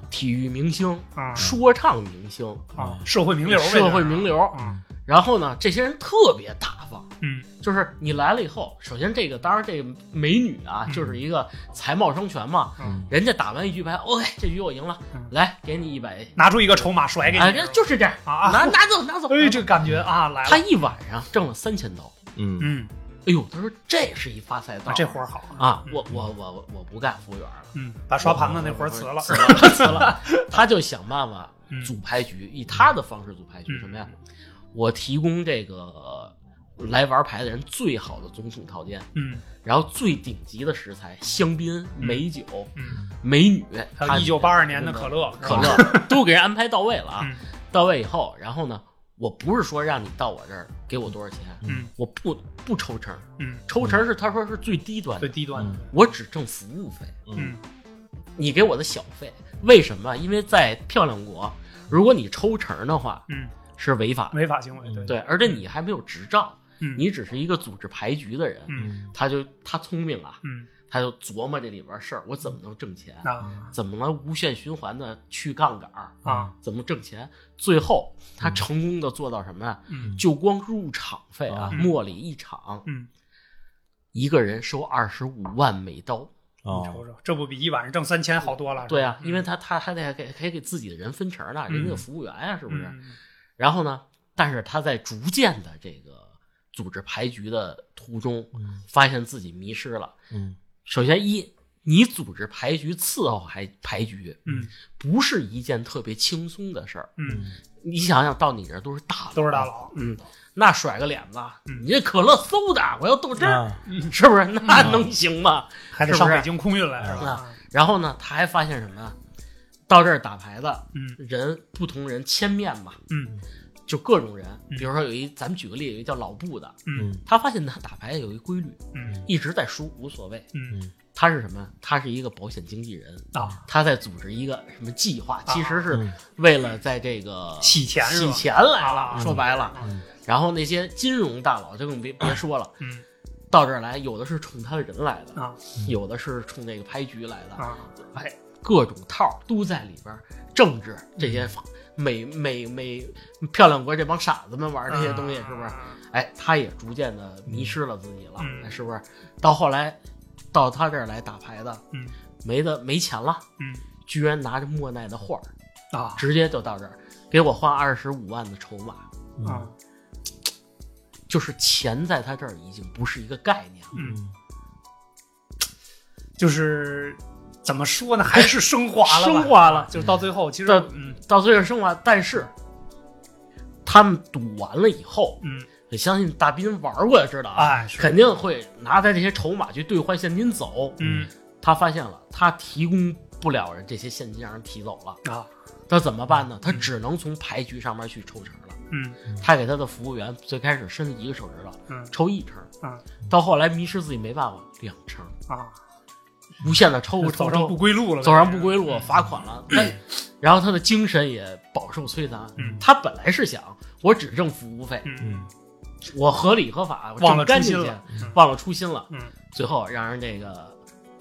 Speaker 1: 体育明星、
Speaker 2: 啊
Speaker 1: 说唱明星、
Speaker 2: 啊，社会名流呗，
Speaker 1: 社会名流。嗯
Speaker 2: 啊
Speaker 1: 然后呢，这些人特别大方。
Speaker 2: 嗯，
Speaker 1: 就是你来了以后，首先这个当然这个美女啊，
Speaker 2: 嗯
Speaker 1: 就是一个才貌双全嘛，
Speaker 3: 嗯
Speaker 1: 人家打完一局牌，OK，这局我赢了
Speaker 2: 嗯，
Speaker 1: 来给你一百，
Speaker 2: 拿出一个筹码甩给你，
Speaker 1: 哎，这就是这样，
Speaker 2: 啊
Speaker 1: 拿拿走拿走。
Speaker 2: 哎，这感觉啊来
Speaker 1: 他
Speaker 2: 了，
Speaker 1: 一晚上挣了三千刀，
Speaker 3: 嗯
Speaker 2: 嗯，
Speaker 1: 哎呦，他说这是一发财道
Speaker 2: 啊，这活儿好，
Speaker 1: 啊！我我我我不干服务员了。
Speaker 2: 嗯，把刷盘子那活儿辞了，
Speaker 1: 辞了，辞了。
Speaker 2: [laughs]
Speaker 1: 他就想办法
Speaker 2: 嗯
Speaker 1: 组牌局，以他的方式组牌局，
Speaker 2: 嗯
Speaker 1: 什么呀？我提供这个呃来玩牌的人最好的总统套间，
Speaker 2: 嗯
Speaker 1: 然后最顶级的食材，香槟、美酒、
Speaker 2: 嗯，
Speaker 1: 美女，
Speaker 2: 还有
Speaker 1: 他
Speaker 2: 一九八二年的可乐，是吧
Speaker 1: 可，乐 [laughs] 都给人安排到位了啊
Speaker 2: 嗯。
Speaker 1: 到位以后，然后呢，我不是说让你到我这儿给我多少钱，
Speaker 2: 嗯
Speaker 1: 我不不抽成，
Speaker 2: 嗯，
Speaker 1: 抽成是他说是最低端
Speaker 2: 最
Speaker 1: 的，
Speaker 2: 低端的，
Speaker 1: 我只挣服务费。
Speaker 2: 嗯
Speaker 1: 你给我的小费。为什么？因为在漂亮国，如果你抽成的话
Speaker 2: 嗯，
Speaker 1: 是违法的，
Speaker 2: 违法行为，对，
Speaker 1: 对，而且你还没有执照，
Speaker 2: 嗯
Speaker 1: 你只是一个组织牌局的人。
Speaker 2: 嗯
Speaker 3: 嗯
Speaker 1: 他就他聪明啊，
Speaker 2: 嗯
Speaker 1: 他就琢磨这里边事儿，我怎么能挣钱？
Speaker 2: 啊
Speaker 1: 怎么能无限循环的去杠杆儿？
Speaker 2: 啊
Speaker 1: 怎么挣钱？最后他成功的做到什么呀？
Speaker 2: 嗯
Speaker 1: 就光入场费啊， [laughs]
Speaker 2: 嗯
Speaker 1: 莫里一场
Speaker 2: 嗯，
Speaker 1: 一个人收二十五万美刀。
Speaker 3: 嗯哦
Speaker 2: 你瞅瞅，这不比一晚上挣三千好多了？
Speaker 1: 对
Speaker 2: 呀，
Speaker 1: 啊，因为他他还得给还给自己的人分成呢，人家有服务员呀、是
Speaker 2: 是
Speaker 1: 不是？
Speaker 2: 嗯
Speaker 1: 然后呢，但是他在逐渐的这个组织牌局的途中，
Speaker 2: 嗯
Speaker 1: 发现自己迷失了。
Speaker 3: 嗯
Speaker 1: 首先一，你组织牌局伺候还牌局，
Speaker 2: 嗯
Speaker 1: 不是一件特别轻松的事儿。
Speaker 2: 嗯，
Speaker 1: 你想想到你这儿都是大佬，
Speaker 2: 都是大，佬，
Speaker 1: 嗯，那甩个脸子，
Speaker 2: 嗯
Speaker 1: 你这可乐馊的，我要豆汁儿，
Speaker 3: 啊
Speaker 1: [laughs] 是不是？那能行吗？
Speaker 2: 还
Speaker 1: 是
Speaker 2: 得
Speaker 1: 不
Speaker 2: 上
Speaker 1: 是啊
Speaker 2: 北京空运来是吧？
Speaker 1: 然后呢，他还发现什么呀？到这儿打牌的
Speaker 2: 嗯
Speaker 1: 人，不同人千面嘛，
Speaker 2: 嗯
Speaker 1: 就各种人。
Speaker 2: 嗯
Speaker 1: 比如说有一，咱们举个例，有一叫老布的，
Speaker 2: 嗯
Speaker 1: 他发现他打牌有一规律，
Speaker 2: 嗯
Speaker 1: 一直在输无所谓。
Speaker 2: 嗯
Speaker 1: 他是什么？他是一个保险经纪人，
Speaker 2: 啊，
Speaker 1: 他在组织一个什么计划，
Speaker 2: 啊
Speaker 1: 其实是为了在这个
Speaker 2: 洗钱是
Speaker 1: 洗
Speaker 2: 吧？
Speaker 1: 钱来
Speaker 2: 啊
Speaker 1: 了。说白了
Speaker 2: 嗯，
Speaker 1: 然后那些金融大佬就更
Speaker 2: [coughs]
Speaker 1: 别别说了，
Speaker 2: 嗯
Speaker 1: 到这儿来，有的是冲他人来的，
Speaker 2: 啊
Speaker 1: 有的是冲这个牌局来的，
Speaker 2: 啊
Speaker 1: 哎，各种套儿都在里边儿，政治这些美美美漂亮国这帮傻子们玩儿这些东
Speaker 2: 啊
Speaker 1: 西，是不是？？哎，他也逐渐的迷失了自己了，
Speaker 2: 嗯
Speaker 1: 哎是不是？到后来，到他这儿来打牌的，
Speaker 2: 嗯，
Speaker 1: 没的没钱了，
Speaker 2: 嗯
Speaker 1: 居然拿着莫奈的画儿，
Speaker 2: 啊
Speaker 1: 直接就到这儿，给我换二十五万的筹码，
Speaker 2: 啊
Speaker 1: 就是钱在他这儿已经不是一个概念了。
Speaker 2: 嗯，就是怎么说呢，还是升华了
Speaker 1: [laughs]
Speaker 2: 吧，
Speaker 1: 升华了
Speaker 2: 就是到最后，其实
Speaker 1: 到
Speaker 2: 嗯
Speaker 1: 到最后生活，但是他们赌完了以后，
Speaker 2: 嗯，
Speaker 1: 我相信大斌玩过也知道啊，
Speaker 2: 哎，是
Speaker 1: 肯定会拿他这些筹码去兑换现金走。
Speaker 2: 嗯
Speaker 1: 他发现了，他提供不了人这些现金让人提走了。
Speaker 2: 啊
Speaker 1: 他怎么办呢？他只能从牌局上面去抽成了。
Speaker 2: 嗯
Speaker 1: 他给他的服务员最开始伸了一个手指头，
Speaker 2: 嗯
Speaker 1: 抽一成，
Speaker 2: 啊
Speaker 1: 到后来迷失自己没办法，两成，
Speaker 2: 啊，
Speaker 1: 无限的抽
Speaker 2: 就
Speaker 1: 抽
Speaker 2: 走上不嗯
Speaker 1: 抽，
Speaker 2: 归路了，
Speaker 1: 走上不归路，罚款了。但
Speaker 2: [clears throat]
Speaker 1: 然后他的精神也饱受摧残
Speaker 2: 嗯。
Speaker 1: 他本来是想，我只挣服务费，
Speaker 2: 嗯，
Speaker 1: 我合理合法，我
Speaker 2: 忘了
Speaker 1: 挣
Speaker 2: 初
Speaker 1: 干
Speaker 2: 心
Speaker 1: 净钱
Speaker 2: 了，，
Speaker 1: 忘了初心了。
Speaker 2: 嗯
Speaker 1: 最后让人这个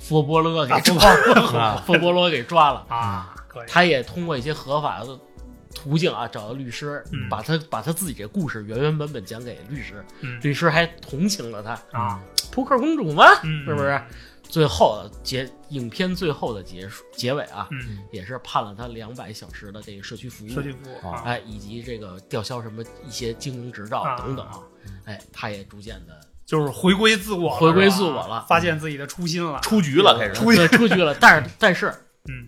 Speaker 1: 佛波勒给
Speaker 2: 啊
Speaker 1: 抓
Speaker 2: [laughs]
Speaker 1: 了，佛波勒给抓了。
Speaker 2: 啊，可以，
Speaker 1: 嗯他也通过一些合法的途径啊，找到律师，
Speaker 2: 嗯
Speaker 1: 把他把他自己这故事原原本本讲给律师，
Speaker 2: 嗯
Speaker 1: 律师还同情了他，
Speaker 2: 啊，
Speaker 1: 扑克公主嘛，嗯
Speaker 2: 嗯
Speaker 1: 是不是？最后的结影片最后的结束结尾啊，
Speaker 2: 嗯，
Speaker 1: 也是判了他两百小时的这个社区服务，
Speaker 2: 社区服务啊，
Speaker 1: 哎，以及这个吊销什么一些经营执照
Speaker 2: 啊
Speaker 1: 等等，哎，他也逐渐的
Speaker 2: 就是回归自我了，
Speaker 1: 回归
Speaker 2: 是吧
Speaker 1: 自我了
Speaker 2: 发现自己的初心了，
Speaker 3: 出局了开始，
Speaker 2: 出去
Speaker 1: 对出去了，但是但是
Speaker 2: 嗯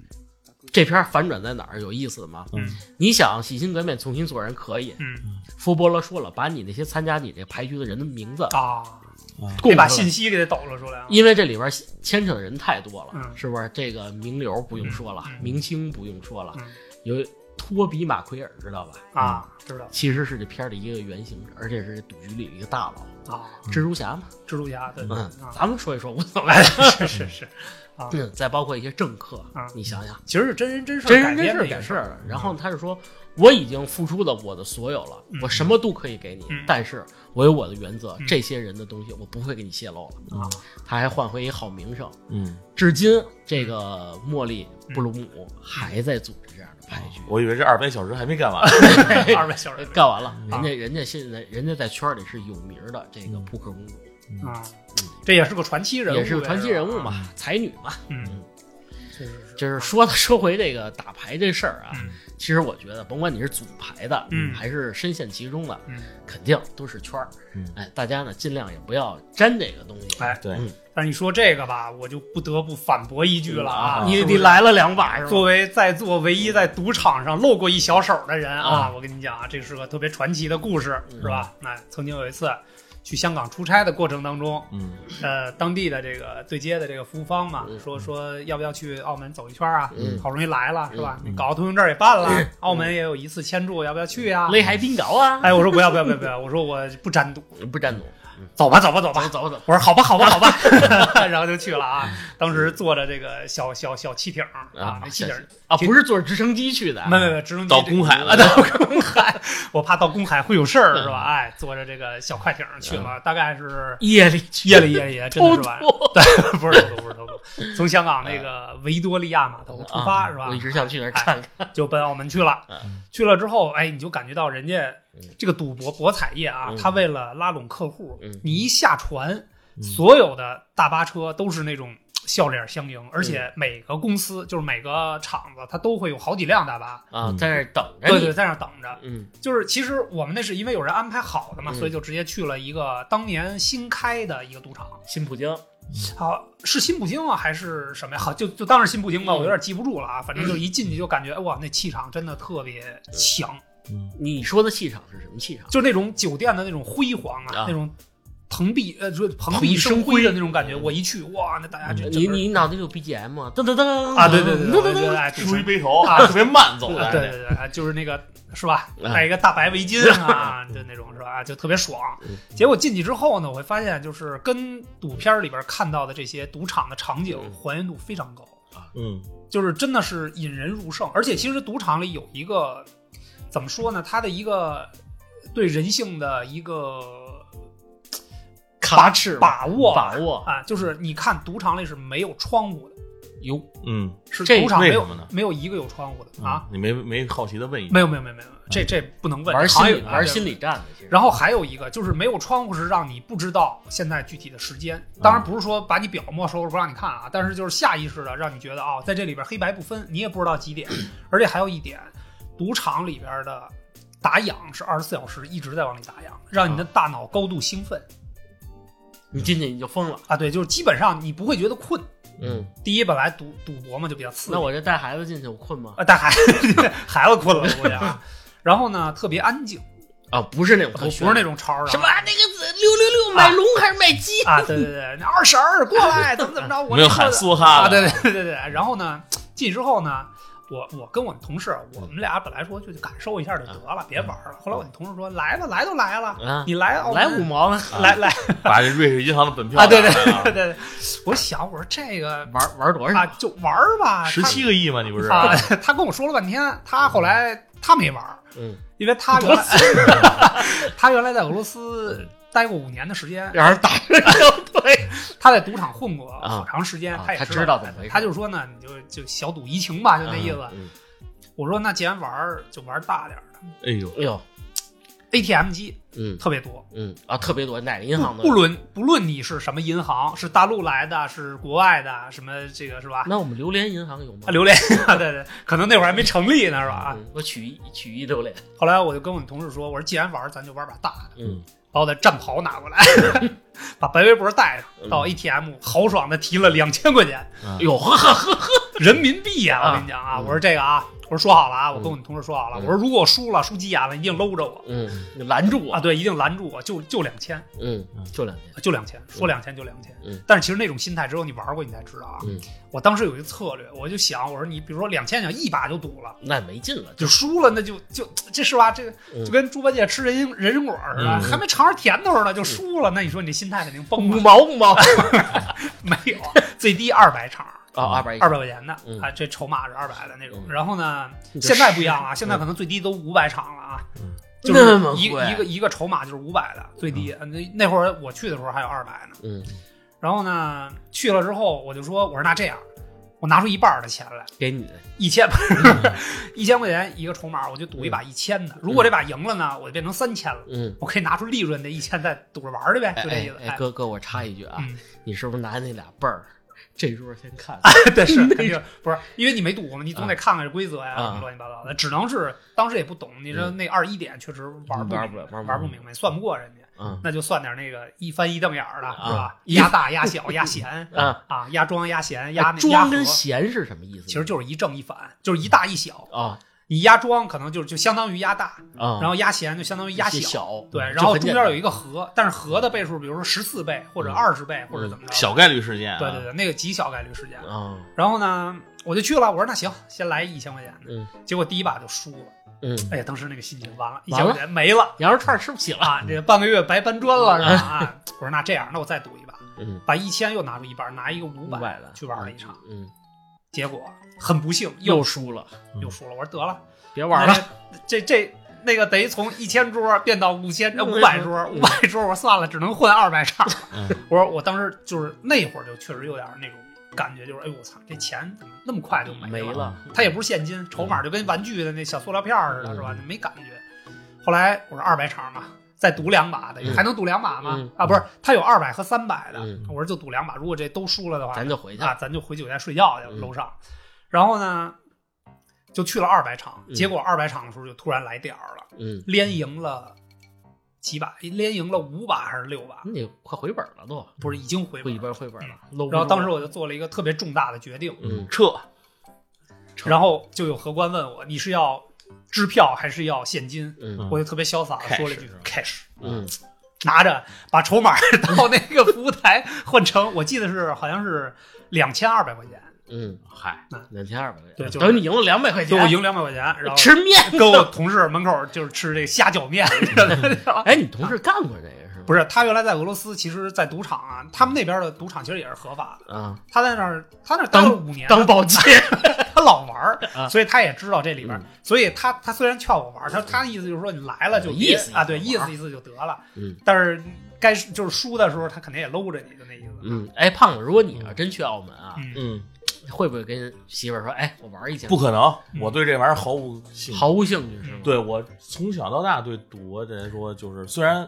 Speaker 1: 这片反转在哪儿有意思吗？
Speaker 3: 嗯
Speaker 1: 你想洗心革面重新做人可以，
Speaker 2: 嗯
Speaker 1: 福伯勒说了，把你那些参加你这牌局的人的名字
Speaker 2: 啊，
Speaker 1: 供
Speaker 2: 得把
Speaker 1: 出来
Speaker 2: 信息给它抖了出来啊，
Speaker 1: 因为这里边牵扯的人太多了，
Speaker 2: 嗯
Speaker 1: 是不是？这个名流不用说了，
Speaker 2: 嗯嗯
Speaker 1: 明星不用说了，
Speaker 2: 嗯
Speaker 1: 有托比马奎尔知道吧？
Speaker 2: 啊，知道
Speaker 1: 其实是这片儿的一个原型，而且是赌局里的一个大佬，
Speaker 2: 啊，
Speaker 1: 蜘蛛侠嘛。
Speaker 2: 蜘蛛侠，对，对
Speaker 1: 嗯，
Speaker 2: 啊， [laughs]
Speaker 1: 咱们说一说无所谓。
Speaker 2: 哎，是是是，啊
Speaker 1: 嗯，再包括一些政客
Speaker 2: 啊，
Speaker 1: 你想想，
Speaker 2: 其实是真人真事儿
Speaker 1: 真
Speaker 2: 改
Speaker 1: 人真
Speaker 2: 编
Speaker 1: 事
Speaker 2: 的
Speaker 1: 儿
Speaker 2: 一
Speaker 1: 改
Speaker 2: 个
Speaker 1: 事
Speaker 2: 事儿，嗯
Speaker 1: 儿了。然后他是说，我已经付出了我的所有了，我什么都可以给你，
Speaker 2: 嗯
Speaker 1: 但是我有我的原则，
Speaker 2: 嗯
Speaker 1: 这些人的东西我不会给你泄露了啊。他还换回一好名声，
Speaker 3: 嗯，
Speaker 1: 至今这
Speaker 2: 嗯
Speaker 1: 个茉莉布鲁姆还在组织这样的派局。
Speaker 2: 哦
Speaker 1: 呃
Speaker 3: 我以为这二百小时还没
Speaker 2: [laughs]
Speaker 3: 干完，
Speaker 2: 二百小时
Speaker 1: 干完了，人
Speaker 2: 啊
Speaker 1: 家人家现在人家在圈里是有名儿的这个扑克公主，
Speaker 2: 啊，这也是个传奇人
Speaker 1: 嗯
Speaker 2: 物，
Speaker 1: 也是传奇人物
Speaker 2: 这
Speaker 1: 嘛，才女嘛。
Speaker 2: 是吧，嗯，是是是，
Speaker 1: 就是说 [laughs] 说回这个打牌这事儿啊，
Speaker 2: 嗯
Speaker 1: 其实我觉得，甭管你是组牌的，
Speaker 2: 嗯
Speaker 1: 还是深陷其中的，
Speaker 2: 嗯，
Speaker 1: 肯定都是圈儿。
Speaker 3: 嗯
Speaker 1: 哎，大家呢尽量也不要沾这个东西。
Speaker 2: 哎，
Speaker 3: 对，
Speaker 2: 但是你说这个吧，我就不得不反驳一句了啊，
Speaker 1: 你
Speaker 2: 是不是
Speaker 1: 你来了两把是吧？
Speaker 2: 作为在座唯一在赌场上露过一小手的人啊，
Speaker 1: 啊嗯
Speaker 2: 我跟你讲啊，这是个特别传奇的故事，是吧？那曾经有一次去香港出差的过程当中，
Speaker 3: 嗯
Speaker 2: 呃，当地的这个对接的这个服务方嘛，
Speaker 1: 嗯
Speaker 2: 说说要不要去澳门走一圈啊？
Speaker 1: 嗯
Speaker 2: 好容易来了，是吧？
Speaker 3: 嗯
Speaker 2: 你搞个通行证也办了，澳门也有一次签注，要不要去呀、
Speaker 1: 擂海冰镐啊，
Speaker 2: [laughs] 哎，我说不要不要不要不要，我说我不沾赌，
Speaker 1: 不沾赌，
Speaker 2: 走吧走吧走吧
Speaker 1: 走。走走，
Speaker 2: 我说好吧，好吧，好吧，然后就去了啊。当时坐着这个小小小汽艇儿啊
Speaker 3: 啊，
Speaker 2: 那汽艇儿
Speaker 1: 啊！不是坐直升机去的啊，
Speaker 2: 没没没，直升机
Speaker 3: 到公海了
Speaker 2: 啊，到公海，我怕到公海会有事儿，是吧？哎，坐着这个小快艇儿去了，大概是
Speaker 1: 夜里 [laughs] 去
Speaker 2: 夜里夜里夜里，真的
Speaker 1: 偷
Speaker 2: 是晚上，
Speaker 1: 渡
Speaker 2: 不是不是不是，从香港那个维多利亚码头出发
Speaker 1: 啊
Speaker 2: 是吧哎
Speaker 1: 我一？直想去那儿看看。
Speaker 2: 就奔澳门去了
Speaker 1: 嗯。
Speaker 2: 去了之后，哎，你就感觉到人家这个赌博博彩业啊
Speaker 1: 嗯，
Speaker 2: 他为了拉拢客户
Speaker 1: 嗯，
Speaker 2: 你一下船，所有的大巴车都是那种。笑脸相
Speaker 1: 嗯
Speaker 2: 迎，而且每个公司就是每个厂子，它都会有好几辆大巴，
Speaker 1: 啊，
Speaker 3: 嗯
Speaker 1: 在那儿等着
Speaker 2: 对
Speaker 1: 你
Speaker 2: 对，。在那儿等着。
Speaker 1: 嗯
Speaker 2: 就是其实我们那是因为有人安排好的嘛，
Speaker 1: 嗯
Speaker 2: 所以就直接去了一个当年新开的一个赌场，
Speaker 1: 新葡京，
Speaker 2: 好是新葡京啊还是什么呀？好就就当是新葡京吧，
Speaker 1: 嗯
Speaker 2: 我有点记不住了啊。反正就是一进去就感觉哎哇，那气场真的特别强，
Speaker 3: 嗯
Speaker 1: 你说的气场是什么气场？
Speaker 2: 就那种酒店的那种辉煌啊，
Speaker 1: 啊
Speaker 2: 那种蓬荜呃就蓬
Speaker 1: 蓬荜
Speaker 2: 荜
Speaker 1: 生
Speaker 2: 生辉的
Speaker 1: 辉
Speaker 2: 那种感觉。我一去哇，那大家这
Speaker 1: 你
Speaker 2: 整个
Speaker 1: 你脑子里有 BGM 啊？噔噔噔
Speaker 2: 嗯啊，对对对，
Speaker 1: 噔
Speaker 2: 我
Speaker 1: 噔
Speaker 2: 觉得
Speaker 1: 噔，
Speaker 2: 哎，
Speaker 3: 梳
Speaker 2: 对
Speaker 3: 一背头
Speaker 2: 啊
Speaker 3: 特别慢走的，
Speaker 2: 对对对，哎就是那个是吧？
Speaker 1: 啊
Speaker 2: 戴一个大白围巾啊，就那种是 [laughs] 吧？就特别爽。结果进去之后呢，我会发现就是跟赌片里边看到的这些赌场的场景
Speaker 1: 嗯
Speaker 2: 还原度非常高，
Speaker 3: 嗯
Speaker 2: 就是真的是引人入胜。而且其实赌场里有一个怎么说呢，它的一个对人性的一个
Speaker 1: 卡尺吧
Speaker 2: 把握吧
Speaker 1: 把握
Speaker 2: 啊，就是你看赌场里是没有窗户的，
Speaker 1: 有
Speaker 3: 嗯
Speaker 2: 是
Speaker 1: 这
Speaker 2: 赌场没
Speaker 3: 为什
Speaker 2: 有
Speaker 3: 么呢
Speaker 2: 没有一个有窗户的啊，，
Speaker 3: 嗯你没没好奇的问一
Speaker 2: 没
Speaker 3: 句，
Speaker 2: 有没有没有没有，这这不能问，
Speaker 1: 玩啊心
Speaker 2: 行
Speaker 1: 理
Speaker 2: 业
Speaker 1: 玩心
Speaker 2: 理。
Speaker 1: 理战的，其实
Speaker 2: 然后还有一个就是没有窗户是让你不知道现在具体的时间，当然不是说把你表没收了不让你看啊，但是就是下意识的让你觉得啊、在这里边黑白不分，你也不知道几点。而且还有一点，赌场里边的打氧是二十四小时一直在往里打氧，让你的大脑高度兴奋
Speaker 1: 你进去你就疯了。
Speaker 2: 啊，对，就是基本上你不会觉得困。
Speaker 1: 嗯，
Speaker 2: 第一，本来赌赌博嘛就比较刺激，
Speaker 1: 那我这带孩子进去，我困吗？
Speaker 2: 啊带孩子 [laughs] 孩子困了，我估计啊。然后呢，特别安静，
Speaker 1: 啊，不是那种
Speaker 2: 不
Speaker 1: 特
Speaker 2: 不
Speaker 1: 炫，
Speaker 2: 是那种吵嚷
Speaker 1: 什么那个子六六六买龙还是买鸡？
Speaker 2: 啊，对对对，那二婶儿过来，怎么怎么 [laughs] 着，我
Speaker 3: 没有
Speaker 2: 这
Speaker 3: 喊
Speaker 2: 个
Speaker 3: 梭哈
Speaker 2: 啊，
Speaker 3: 的
Speaker 2: 对对对对对。然后呢，进去之后呢，我我跟我们同事，我们俩本来说就去感受一下就得了，别玩了。后来我那同事说，来吧，来都来了，
Speaker 1: 啊，
Speaker 2: 你来澳门
Speaker 1: 来五毛呢？
Speaker 2: 来来
Speaker 3: 把这瑞士银行的本票
Speaker 2: 啊，对对
Speaker 3: 拿来
Speaker 2: 对
Speaker 3: 了
Speaker 2: 对，我想我说这个
Speaker 1: 玩玩多少
Speaker 2: [laughs] 啊？就玩儿吧，他
Speaker 3: 十七个亿嘛，你不是？
Speaker 2: 啊， [laughs] 他跟我说了半天，他后来他没玩儿，
Speaker 1: 嗯，
Speaker 2: 因为他原来 [laughs] 他原来在俄罗斯待过五年的时间，
Speaker 1: 让人打 [laughs] 人就对。
Speaker 2: 他在赌场混过
Speaker 1: 啊
Speaker 2: 好长时间，
Speaker 1: 啊
Speaker 2: 也
Speaker 1: 他
Speaker 2: 知
Speaker 1: 知道怎么回事
Speaker 2: 他就说呢，你就就小赌怡情吧，就那意思。
Speaker 1: 嗯
Speaker 2: 我说那既然玩儿，就玩儿大点儿的
Speaker 3: 哎呦，
Speaker 1: 哎呦，
Speaker 2: ATM 机
Speaker 1: 嗯
Speaker 2: 特别多，
Speaker 1: 嗯啊，特别多，哪个银行
Speaker 2: 不
Speaker 1: 的？
Speaker 2: 不论不论你是什么银行，是大陆来的，是国外的，什么这个是吧？
Speaker 1: 那我们榴莲银行有吗
Speaker 2: 啊，？榴莲， [laughs] 对对，可能那会儿还没成立呢，是吧？啊，
Speaker 1: 嗯我取一取一榴莲。
Speaker 2: 后来我就跟我们同事说，我说既然玩儿，咱就玩儿把大
Speaker 1: [laughs]
Speaker 2: 的。
Speaker 1: 嗯，
Speaker 2: 把我的战袍
Speaker 1: [laughs]
Speaker 2: 拿过来，把白围脖带
Speaker 1: 嗯
Speaker 2: 上，到 ATM 豪爽的提了两千块钱
Speaker 1: 哎呦呵呵呵，
Speaker 2: 人民币呀、
Speaker 1: 啊
Speaker 2: 我跟你讲啊，
Speaker 1: 嗯
Speaker 2: 我说这个啊，我说说好了啊，我跟
Speaker 1: 嗯
Speaker 2: 我们同事说好了，
Speaker 1: 嗯
Speaker 2: 我说如果我输了输急眼了，一定搂着我
Speaker 1: 嗯，你拦住
Speaker 2: 啊，
Speaker 1: 我。
Speaker 2: 对，一定拦住我，就就两千，
Speaker 1: 嗯，就两天。
Speaker 2: 就两千，说两千就两千
Speaker 1: 嗯。
Speaker 2: 但是其实那种心态，只有你玩过你才知道啊。
Speaker 1: 嗯
Speaker 2: 我当时有一个策略，我就想，我说你比如说两千，想一把就赌了。
Speaker 1: 那没劲了，
Speaker 2: 就输了，那就就这是吧？这个
Speaker 1: 嗯
Speaker 2: 就跟猪八戒吃人参人参果似的，
Speaker 3: 嗯
Speaker 2: 还没尝上甜头
Speaker 1: 嗯
Speaker 2: 呢就输了，那你说你这心态肯定崩了
Speaker 1: 五。毛五毛。
Speaker 2: 没有，最低二百场，
Speaker 1: 啊，二百
Speaker 2: 二百块钱的
Speaker 3: 嗯
Speaker 2: 啊，这筹码是二百的那种。
Speaker 3: 嗯
Speaker 2: 然后呢，
Speaker 1: 你这
Speaker 2: 现在不一样了，现在可能最低都五百场了啊
Speaker 3: 嗯，
Speaker 2: 就是
Speaker 1: 那么
Speaker 2: 一
Speaker 1: 贵
Speaker 2: 一个一个筹码就是五百的最低。那那会儿我去的时候还有二百呢。
Speaker 3: 嗯
Speaker 2: 然后呢，去了之后我就说，我说那这样，我拿出一半儿的钱来，
Speaker 1: 给你的，
Speaker 2: 一千，一千块钱一个筹码，我就赌一把一千的。如果这把赢了呢，我就变成三千了。
Speaker 3: 嗯，
Speaker 2: 我可以拿出利润的一千再赌着玩儿去呗，
Speaker 1: 哎
Speaker 2: 就这意思。
Speaker 1: 哎哎，哥哥，我插一句啊，
Speaker 2: 嗯啊
Speaker 1: 你是不是拿那俩倍儿？这桌先看，
Speaker 2: [laughs] 对，是肯定不是，因为你没赌嘛，你总得看看这规则呀，
Speaker 1: 啊嗯
Speaker 2: 什么乱七八糟的。只能是当时也不懂，你说那二一点确实玩不
Speaker 1: 玩
Speaker 2: 明
Speaker 1: 不了，
Speaker 2: 玩
Speaker 1: 玩
Speaker 2: 不
Speaker 1: 不
Speaker 2: 明白，算不过人家，
Speaker 1: 嗯
Speaker 2: 那就算点那个一翻一瞪眼儿的，
Speaker 1: 啊
Speaker 2: 是吧？压大、压小、压闲
Speaker 1: 啊，
Speaker 2: 啊，压庄、压闲、压那压
Speaker 1: 庄
Speaker 2: 和
Speaker 1: 跟，闲是什么意思呢？
Speaker 2: 其实就是一正一反，就是一大一小。
Speaker 1: 啊
Speaker 2: 你压庄可能就就相当于压大，
Speaker 1: 啊，
Speaker 2: 然后压闲就相当于压
Speaker 1: 一些
Speaker 2: 小。
Speaker 1: 小，嗯
Speaker 2: 对，
Speaker 1: 就
Speaker 2: 然后
Speaker 1: 很
Speaker 2: 中
Speaker 1: 简
Speaker 2: 间有
Speaker 1: 单
Speaker 2: 一个和，但是和的倍数，比如说十四倍或者
Speaker 3: 嗯
Speaker 2: 二十倍或者怎么着，
Speaker 3: 小概率事件啊，
Speaker 2: 对对对，那个极小概率事件。
Speaker 1: 啊，
Speaker 2: 然后呢，我就去了，我说那行，先来一千块钱的。
Speaker 3: 嗯
Speaker 2: 结果第一把就输了，
Speaker 1: 嗯，
Speaker 2: 哎呀，当时那个心情完了，一
Speaker 1: 完
Speaker 2: 千
Speaker 1: 了
Speaker 2: 块钱没了
Speaker 1: 羊肉串吃不起了，
Speaker 2: 啊，这半个月白搬砖了是吧？啊，我说那这样，那我再赌一把，
Speaker 3: 嗯
Speaker 2: 把一千又拿出一半，拿一个五
Speaker 1: 五
Speaker 2: 百
Speaker 1: 百的
Speaker 2: 去玩了一场，
Speaker 3: 嗯
Speaker 2: 结果很不幸
Speaker 1: 又
Speaker 2: 又
Speaker 1: 输了，
Speaker 3: 嗯
Speaker 2: 又输了。我说得了，
Speaker 1: 别玩了，
Speaker 2: 那这这。那个得从一千桌变到五千，呃五百桌，五百桌，我说算了，只能混二百场。
Speaker 3: 嗯
Speaker 2: 我说我当时就是那会儿就确实有点那种感觉，就是哎呦我操，这钱怎么那么快就
Speaker 1: 没
Speaker 2: 了？
Speaker 1: 了，
Speaker 2: 它也不是现金，筹码就跟玩具的那小塑料片儿似的，
Speaker 3: 嗯
Speaker 2: 是吧？没感觉。后来我说二百场嘛，再赌两把的，
Speaker 3: 嗯
Speaker 2: 还能赌两把吗
Speaker 1: 嗯？
Speaker 2: 啊，不是，他有二百和三百的
Speaker 3: 嗯，
Speaker 2: 我说就赌两把，如果这都输了的话，
Speaker 1: 咱就回去
Speaker 2: 啊，
Speaker 1: 了，
Speaker 2: 咱就回酒店睡觉去了，
Speaker 3: 嗯
Speaker 2: 楼上。然后呢，就去了二百场，
Speaker 1: 嗯
Speaker 2: 结果二百场的时候就突然来点儿了，
Speaker 3: 嗯
Speaker 2: 连赢了几把，连赢了五把还是六把，
Speaker 1: 你快回本了都，
Speaker 2: 不是已经回本
Speaker 1: 嗯回本
Speaker 2: 了。
Speaker 1: 回本了，搂不
Speaker 2: 然后
Speaker 1: 住
Speaker 2: 当时
Speaker 1: 了
Speaker 2: 我就做了一个特别重大的决定，
Speaker 3: 嗯，撤，撤
Speaker 2: 然后就有荷官问我，你是要支票还是要现金？
Speaker 3: 嗯
Speaker 2: 我就特别潇洒的
Speaker 3: Cash
Speaker 2: 说了一句
Speaker 3: 是吧
Speaker 2: cash，
Speaker 3: 嗯
Speaker 2: 拿着把筹码到那个服务台换成，我记得是好像是两千二百块钱，
Speaker 3: 嗯，
Speaker 1: 嗨
Speaker 2: 嗯，
Speaker 1: 两千二百块钱，
Speaker 2: 对就是
Speaker 1: 等你赢了两百块
Speaker 2: 就
Speaker 1: 钱，
Speaker 2: 我赢两百块钱，然后
Speaker 1: 吃面。
Speaker 2: 跟 [laughs] 我同事门口就是吃这个虾饺面，
Speaker 1: 哎，你同事干过这个是吗？
Speaker 2: [laughs] 不是他原来在俄罗斯，其实，在赌场啊，他们那边的赌场其实也是合法的，
Speaker 1: 啊，
Speaker 2: 他在那儿他那儿待了五年，
Speaker 1: 当保洁
Speaker 2: 他老玩儿
Speaker 1: [laughs] 啊，嗯
Speaker 2: 所以他也知道这里边儿，所以他他虽然劝我玩儿，他他的意思就是说你来了就
Speaker 1: 有嗯
Speaker 2: 别
Speaker 1: 意思
Speaker 2: 啊，对，意
Speaker 1: 玩
Speaker 2: 思意思就得了。
Speaker 3: 嗯，
Speaker 2: 但是该就是输的时候，他肯定也搂着你，就那意思。
Speaker 1: 嗯，哎，胖子，如果你要真去澳门啊，
Speaker 2: 嗯，
Speaker 3: 嗯，
Speaker 1: 会不会跟媳妇儿说，哎，我玩一下？
Speaker 3: 不，可能，
Speaker 2: 嗯
Speaker 3: 我对这玩意儿毫无兴趣。
Speaker 1: 毫无兴趣是吗？
Speaker 3: 对我从小到大对赌博人说，就是虽然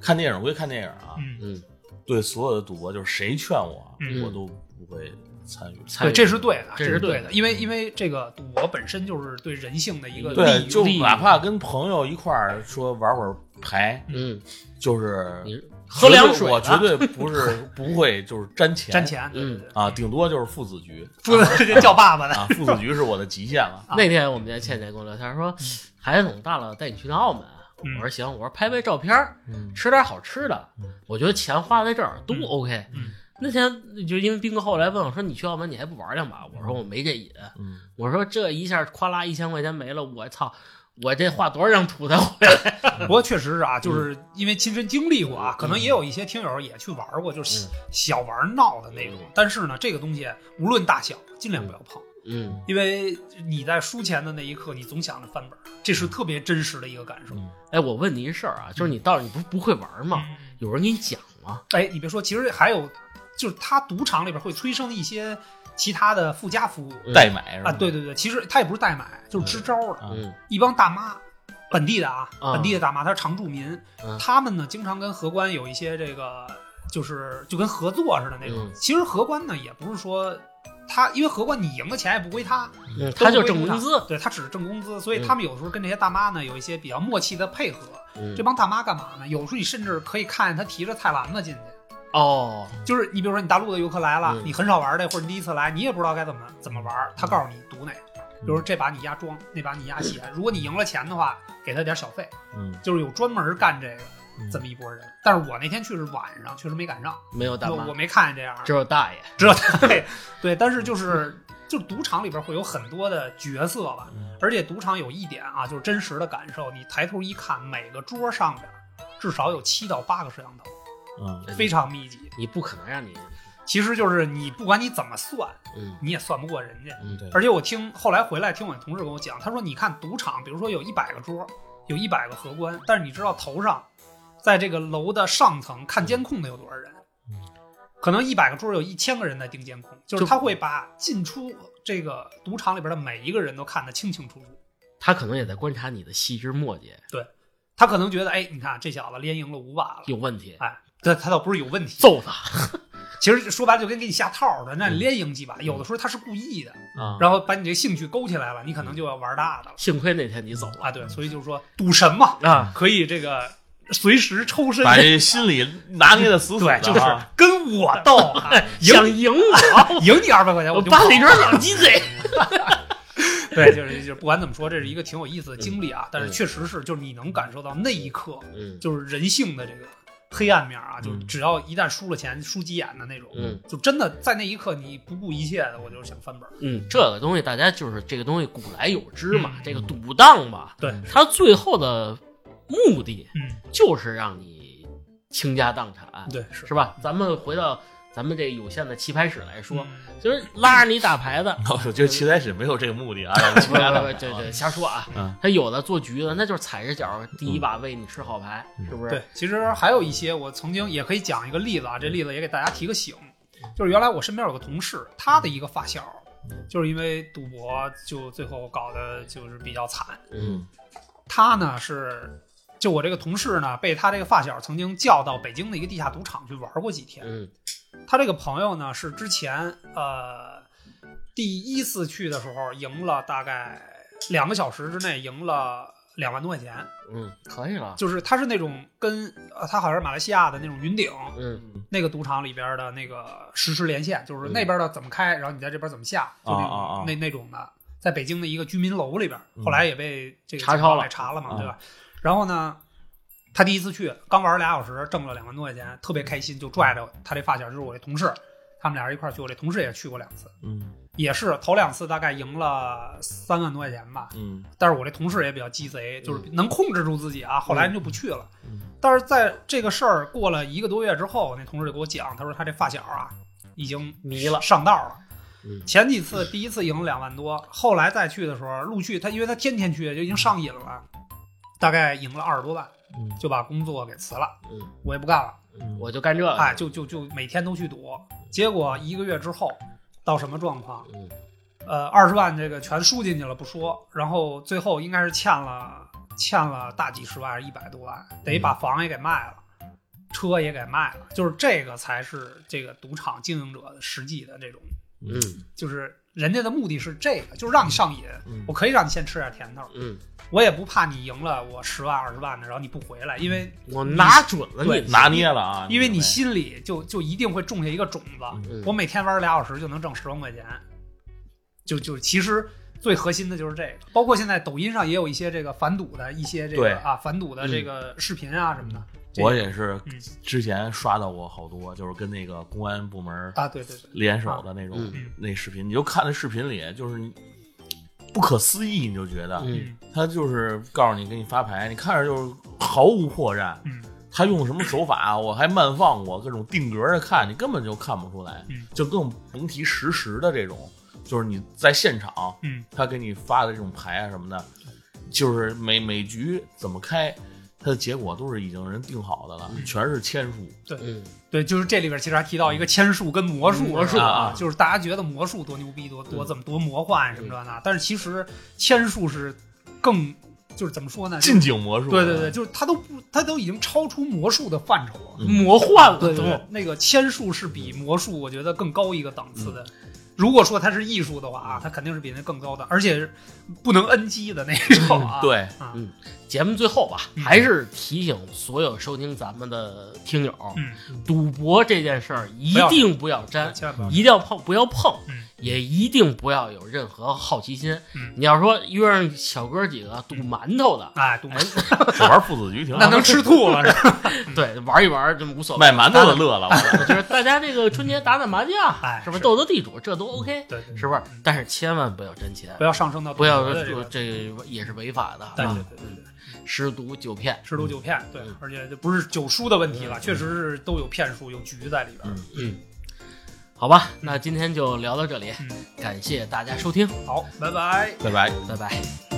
Speaker 3: 看电影归看电影啊，
Speaker 2: 嗯
Speaker 1: 嗯，
Speaker 3: 对所有的赌博，就是谁劝我，
Speaker 2: 嗯
Speaker 3: 我都不会参与。
Speaker 1: 参与
Speaker 2: 对，这是对的，
Speaker 1: 这
Speaker 2: 这
Speaker 1: 是
Speaker 2: 是
Speaker 1: 对的
Speaker 2: 的，因为因为这个赌博本身就是对人性的一个
Speaker 3: 对，
Speaker 2: 利
Speaker 3: 就
Speaker 1: 利益
Speaker 3: 哪怕跟朋友一块儿说玩会儿牌，
Speaker 1: 嗯，
Speaker 3: 就是
Speaker 1: 你喝凉水啊
Speaker 3: 我
Speaker 1: 了
Speaker 3: 绝对
Speaker 1: [laughs]
Speaker 3: 不是不会就是沾钱
Speaker 2: 沾钱，对
Speaker 1: 嗯
Speaker 2: 对对，
Speaker 3: 啊，顶多就是父子局
Speaker 2: 不能 [laughs] 叫爸
Speaker 1: [laughs]
Speaker 2: 爸的，
Speaker 3: 啊，父子局是我的极限了。
Speaker 2: 啊
Speaker 1: 那天我们家倩倩跟我聊天说，孩子总大了，带你去趟澳门啊。
Speaker 2: 嗯
Speaker 1: 我说行，我说拍拍照片儿，
Speaker 3: 嗯
Speaker 1: 吃点好吃的
Speaker 3: 嗯，
Speaker 1: 我觉得钱花在这儿都
Speaker 2: 嗯
Speaker 1: OK
Speaker 2: 嗯。
Speaker 1: 那天就因为斌哥后来问我说：“你去澳门你还不玩两把？”我说：“我没这瘾。
Speaker 3: 嗯”
Speaker 1: 我说：“这一下夸啦一千块钱没了，我操！我这画多少张图才回来？
Speaker 2: 不过确实是
Speaker 1: 嗯
Speaker 2: 啊，就是因为亲身经历过啊，可能也有一些听友也去玩过，就是小玩闹的那种
Speaker 1: 嗯。
Speaker 2: 但是呢，这个东西无论大小，尽量不要碰，
Speaker 1: 嗯，
Speaker 2: 因为你在输钱的那一刻，你总想着翻本儿，
Speaker 1: 嗯
Speaker 2: 这是特别真实的一个感受。
Speaker 1: 哎，我问你一事儿啊，就是你到底你不是不会玩吗？
Speaker 2: 嗯
Speaker 1: 有人给你讲吗？
Speaker 2: 哎，你别说，其实还有，就是它赌场里边会催生一些其他的附加服务
Speaker 1: 嗯
Speaker 3: 代买是吧？
Speaker 2: 啊。对对对，其实它也不是代买，就是支招的。
Speaker 3: 啊
Speaker 1: 嗯
Speaker 2: 一帮大妈，本地的啊，
Speaker 1: 啊
Speaker 2: 本地的大妈，她是常住民，
Speaker 1: 嗯
Speaker 2: 他们呢经常跟荷官有一些这个，就是就跟合作似的那种。
Speaker 1: 嗯
Speaker 2: 其实荷官呢也不是说他，因为荷官你赢的钱也不归他，
Speaker 1: 嗯，
Speaker 2: 都
Speaker 1: 他就
Speaker 2: 归
Speaker 1: 挣
Speaker 2: 他
Speaker 1: 工资。
Speaker 2: 对他只是挣工资，所以他们有时候跟这些大妈呢有一些比较默契的配合。
Speaker 1: 嗯
Speaker 2: 这帮大妈干嘛呢？有时候你甚至可以看见他提着菜篮子进去。
Speaker 1: 哦，
Speaker 2: 就是你比如说你大陆的游客来了，
Speaker 1: 嗯
Speaker 2: 你很少玩的，或者你第一次来，你也不知道该怎么怎么玩儿，他告诉你赌哪个，
Speaker 1: 嗯
Speaker 2: 比如说这把你压庄，那把你压闲，如果你赢了钱的话，给他点小费，
Speaker 3: 嗯，
Speaker 2: 就是有专门干这个
Speaker 3: 嗯
Speaker 2: 这么一拨人。但是我那天去是晚上，确实没赶上，
Speaker 1: 没有大
Speaker 2: 我
Speaker 1: 妈
Speaker 2: 我，没看见这样儿，
Speaker 1: 只有大爷。
Speaker 2: 知道他对 [laughs] 对，但是就是。就是赌场里边会有很多的角色吧
Speaker 3: 嗯，
Speaker 2: 而且赌场有一点啊，就是真实的感受。你抬头一看，每个桌上边至少有七到八个摄像头，
Speaker 3: 嗯
Speaker 2: 非常密集。
Speaker 1: 你不可能让你
Speaker 2: 其实就是你不管你怎么算，
Speaker 1: 嗯
Speaker 2: 你也算不过人家。
Speaker 1: 嗯，对，
Speaker 2: 而且我听后来回来听我同事跟我讲，他说你看赌场，比如说有一百个桌，有一百个荷官，但是你知道头上，在这个楼的上层看监控的有多少人
Speaker 3: 嗯？
Speaker 2: 可能一百个桌有一千个人在盯监控，就是
Speaker 1: 就
Speaker 2: 他会把进出这个赌场里边的每一个人都看得清清楚楚。
Speaker 1: 他可能也在观察你的细枝末节
Speaker 2: 他可能觉得，哎，你看这小子连赢了五把了，
Speaker 1: 有问题，
Speaker 2: 哎，他他倒不是有问题，
Speaker 1: 揍他
Speaker 2: 其实说白了就跟给你下套的，那你连赢几把，有的时候他是故意的，
Speaker 3: 啊，
Speaker 2: 然后把你这兴趣勾起来了，你可能就要玩大的了
Speaker 1: 幸亏那天你走了
Speaker 2: 啊。对，所以就是说赌神嘛，
Speaker 1: 啊，
Speaker 2: 可以这个随时抽身，
Speaker 3: 把这心理拿捏的死死的啊， [laughs]
Speaker 2: 对，就是跟我斗啊，赢
Speaker 1: 想赢
Speaker 2: [laughs]
Speaker 1: 我，
Speaker 2: 赢你二百块钱
Speaker 1: 我
Speaker 2: 就
Speaker 1: 班里
Speaker 2: 跑
Speaker 1: 边老鸡贼，
Speaker 2: 对，就是就是不管怎么说，这是一个挺有意思的经历啊。但是确实是，就是你能感受到那一刻，
Speaker 1: 嗯
Speaker 2: 就是人性的这个黑暗面啊，就
Speaker 3: 嗯
Speaker 2: 只要一旦输了钱，输急眼的那种，
Speaker 1: 嗯
Speaker 2: 就真的在那一刻你不顾一切的，我就想翻本儿。
Speaker 1: 嗯，这个东西大家就是这个东西古来有之嘛，这个赌档嘛，
Speaker 2: 对，
Speaker 1: 它最后的目的
Speaker 2: 嗯，
Speaker 1: 就是让你倾家荡产，
Speaker 2: 对，是
Speaker 1: 是吧？咱们回到咱们这有限的棋牌室来说，
Speaker 2: 嗯
Speaker 1: 就是拉着你打牌的，
Speaker 3: 我觉得棋牌室没有这个目的啊，
Speaker 1: 嗯 [laughs] 不不不，这这瞎说啊
Speaker 3: 嗯。
Speaker 1: 他有的做局的，那就是踩着脚第一把喂你吃好牌，是不是？嗯
Speaker 2: 对，其实还有一些，我曾经也可以讲一个例子啊，这例子也给大家提个醒，就是原来我身边有个同事，他的一个发小，
Speaker 1: 嗯
Speaker 2: 就是因为赌博就最后搞得就是比较惨。
Speaker 1: 嗯，
Speaker 2: 他呢是，就我这个同事呢，被他这个发小曾经叫到北京的一个地下赌场去玩过几天。
Speaker 1: 嗯
Speaker 2: 他这个朋友呢是之前呃第一次去的时候赢了大概两个小时之内赢了两万多块钱，
Speaker 1: 嗯，可以了。
Speaker 2: 就是他是那种跟呃他好像是马来西亚的那种云顶
Speaker 1: 嗯
Speaker 2: 那个赌场里边的那个实时连线，就是那边的怎么开，然后你在这边怎么下，就那种
Speaker 3: 嗯啊啊啊
Speaker 2: 那那种的，在北京的一个居民楼里边，
Speaker 3: 嗯
Speaker 2: 后来也被这个
Speaker 1: 查
Speaker 2: 警方
Speaker 1: 抄了
Speaker 2: 给查了嘛，
Speaker 3: 啊
Speaker 2: 对吧？然后呢，他第一次去，刚玩俩小时，挣了两万多块钱，
Speaker 3: 嗯
Speaker 2: 特别开心，就拽着他这发小，就是我这同事，他们俩人一块儿去，我这同事也去过两次，
Speaker 3: 嗯
Speaker 2: 也是头两次大概赢了三万多块钱吧，
Speaker 3: 嗯
Speaker 2: 但是我这同事也比较鸡贼，就是
Speaker 1: 嗯
Speaker 2: 能控制住自己啊。后来人就不去了。
Speaker 3: 嗯
Speaker 2: 但是在这个事儿过了一个多月之后，那同事就给我讲，他说他这发小啊，已经
Speaker 1: 迷了
Speaker 2: 上道了。
Speaker 1: 嗯
Speaker 2: 前几次第一次赢了两万多，后来再去的时候，陆续他因为他天天去就已经上瘾了，大概赢了二十多万，
Speaker 3: 嗯
Speaker 2: 就把工作给辞了，
Speaker 1: 嗯，
Speaker 2: 我也不干了，
Speaker 3: 嗯，
Speaker 1: 我就干这个。
Speaker 2: 哎，就就就每天都去赌。结果一个月之后，到什么状况？
Speaker 1: 嗯
Speaker 2: 呃，二十万这个全输进去了不说，然后最后应该是欠了欠了大几十万，还是一百多万，得把
Speaker 3: 嗯
Speaker 2: 房也给卖了，车也给卖了，就是这个才是这个赌场经营者的实际的这种，
Speaker 1: 嗯
Speaker 2: 就是人家的目的是这个，就是让你上瘾，
Speaker 3: 嗯
Speaker 2: 我可以让你先吃点甜头，
Speaker 1: 嗯，
Speaker 2: 我也不怕你赢了我十万二十万的，然后你不回来，因为
Speaker 1: 我拿准了
Speaker 2: 对
Speaker 1: 你
Speaker 3: 拿捏了啊，
Speaker 2: 因为你
Speaker 3: 明白
Speaker 2: 心里就就一定会种下一个种子，
Speaker 1: 嗯
Speaker 2: 我每天玩俩小时就能挣十万块钱，就就其实最核心的就是这个，包括现在抖音上也有一些这个反赌的一些这
Speaker 3: 对嗯
Speaker 2: 个啊反赌的这个视频啊什么的，这个
Speaker 3: 我也是
Speaker 2: 嗯
Speaker 3: 之前刷到过好多，就是跟那个公安部门
Speaker 2: 啊对对对，
Speaker 3: 联手的那种、
Speaker 1: 嗯
Speaker 2: 嗯
Speaker 3: 那视频，你就看那视频里就是你不可思议，你就觉得、
Speaker 1: 嗯
Speaker 3: 他就是告诉你给你发牌，你看着就是毫无破绽，
Speaker 2: 嗯
Speaker 3: 他用什么手法，啊我还慢放过，各种定格的看，你根本就看不出来，
Speaker 2: 嗯
Speaker 3: 就更甭提实时的这种，就是你在现场
Speaker 2: 嗯
Speaker 3: 他给你发的这种牌啊什么的，就是每每局怎么开。它的结果都是已经人定好的了，全是签数。
Speaker 1: 嗯
Speaker 2: 对，就是这里边其实还提
Speaker 3: 嗯
Speaker 2: 到一个签术跟魔术，
Speaker 1: 魔术
Speaker 2: 是吧
Speaker 3: 啊
Speaker 2: 就是大家觉得魔术多牛逼，多多怎么多魔幻什么这那，但是其实签术是更就是怎么说啊呢？就是
Speaker 3: 近景魔术，
Speaker 2: 对对对，，就是它都不，它都已经超出魔术的范畴了。
Speaker 3: 嗯
Speaker 1: 魔幻了
Speaker 2: 对
Speaker 1: 都
Speaker 2: 对，对，那个签术是比魔术我觉得更高一个档次的。如果说它是艺术的话啊，它肯定是比那更高的，而且是不能 NG 的那种啊。 [laughs]
Speaker 3: 对，
Speaker 2: 啊，
Speaker 1: 嗯节目最后吧，
Speaker 2: 嗯
Speaker 1: 还是提醒所有收听咱们的听友，
Speaker 2: 嗯，
Speaker 1: 赌博这件事儿一定不要沾，
Speaker 2: 千万不要。
Speaker 1: 一定要碰，不要碰
Speaker 2: 嗯，
Speaker 1: 也一定不要有任何好奇心
Speaker 2: 嗯。
Speaker 1: 你要说约上小哥几个赌馒头的，
Speaker 2: 哎，懂吗？
Speaker 3: 我玩父子局挺好
Speaker 2: 那能吃吐了是吧？
Speaker 1: 对，玩一玩就无所谓。
Speaker 3: 卖馒头的乐了，我
Speaker 1: 就是大家这个春节打打麻将，
Speaker 2: [laughs] 哎
Speaker 1: 是不是
Speaker 2: 是
Speaker 1: 斗斗地主，这都 OK，
Speaker 2: 对对，对
Speaker 1: 是不是？但是千万不要沾钱
Speaker 2: 不，要上升到
Speaker 1: 不要
Speaker 2: 赌博的这个。
Speaker 1: 这个也是违法的，
Speaker 2: 对
Speaker 1: 啊
Speaker 2: 对对对对，
Speaker 1: 十赌九骗。
Speaker 2: 吃毒酒骗，对
Speaker 1: 嗯，
Speaker 2: 而且这不是酒输的问题了，
Speaker 1: 嗯
Speaker 2: 确实是都有骗术，有局在里边。
Speaker 3: 嗯
Speaker 1: 嗯，好吧，那今天就聊到这里，
Speaker 2: 嗯
Speaker 1: 感谢大家收听，
Speaker 2: 好，拜拜。
Speaker 3: 拜拜。
Speaker 1: 拜拜。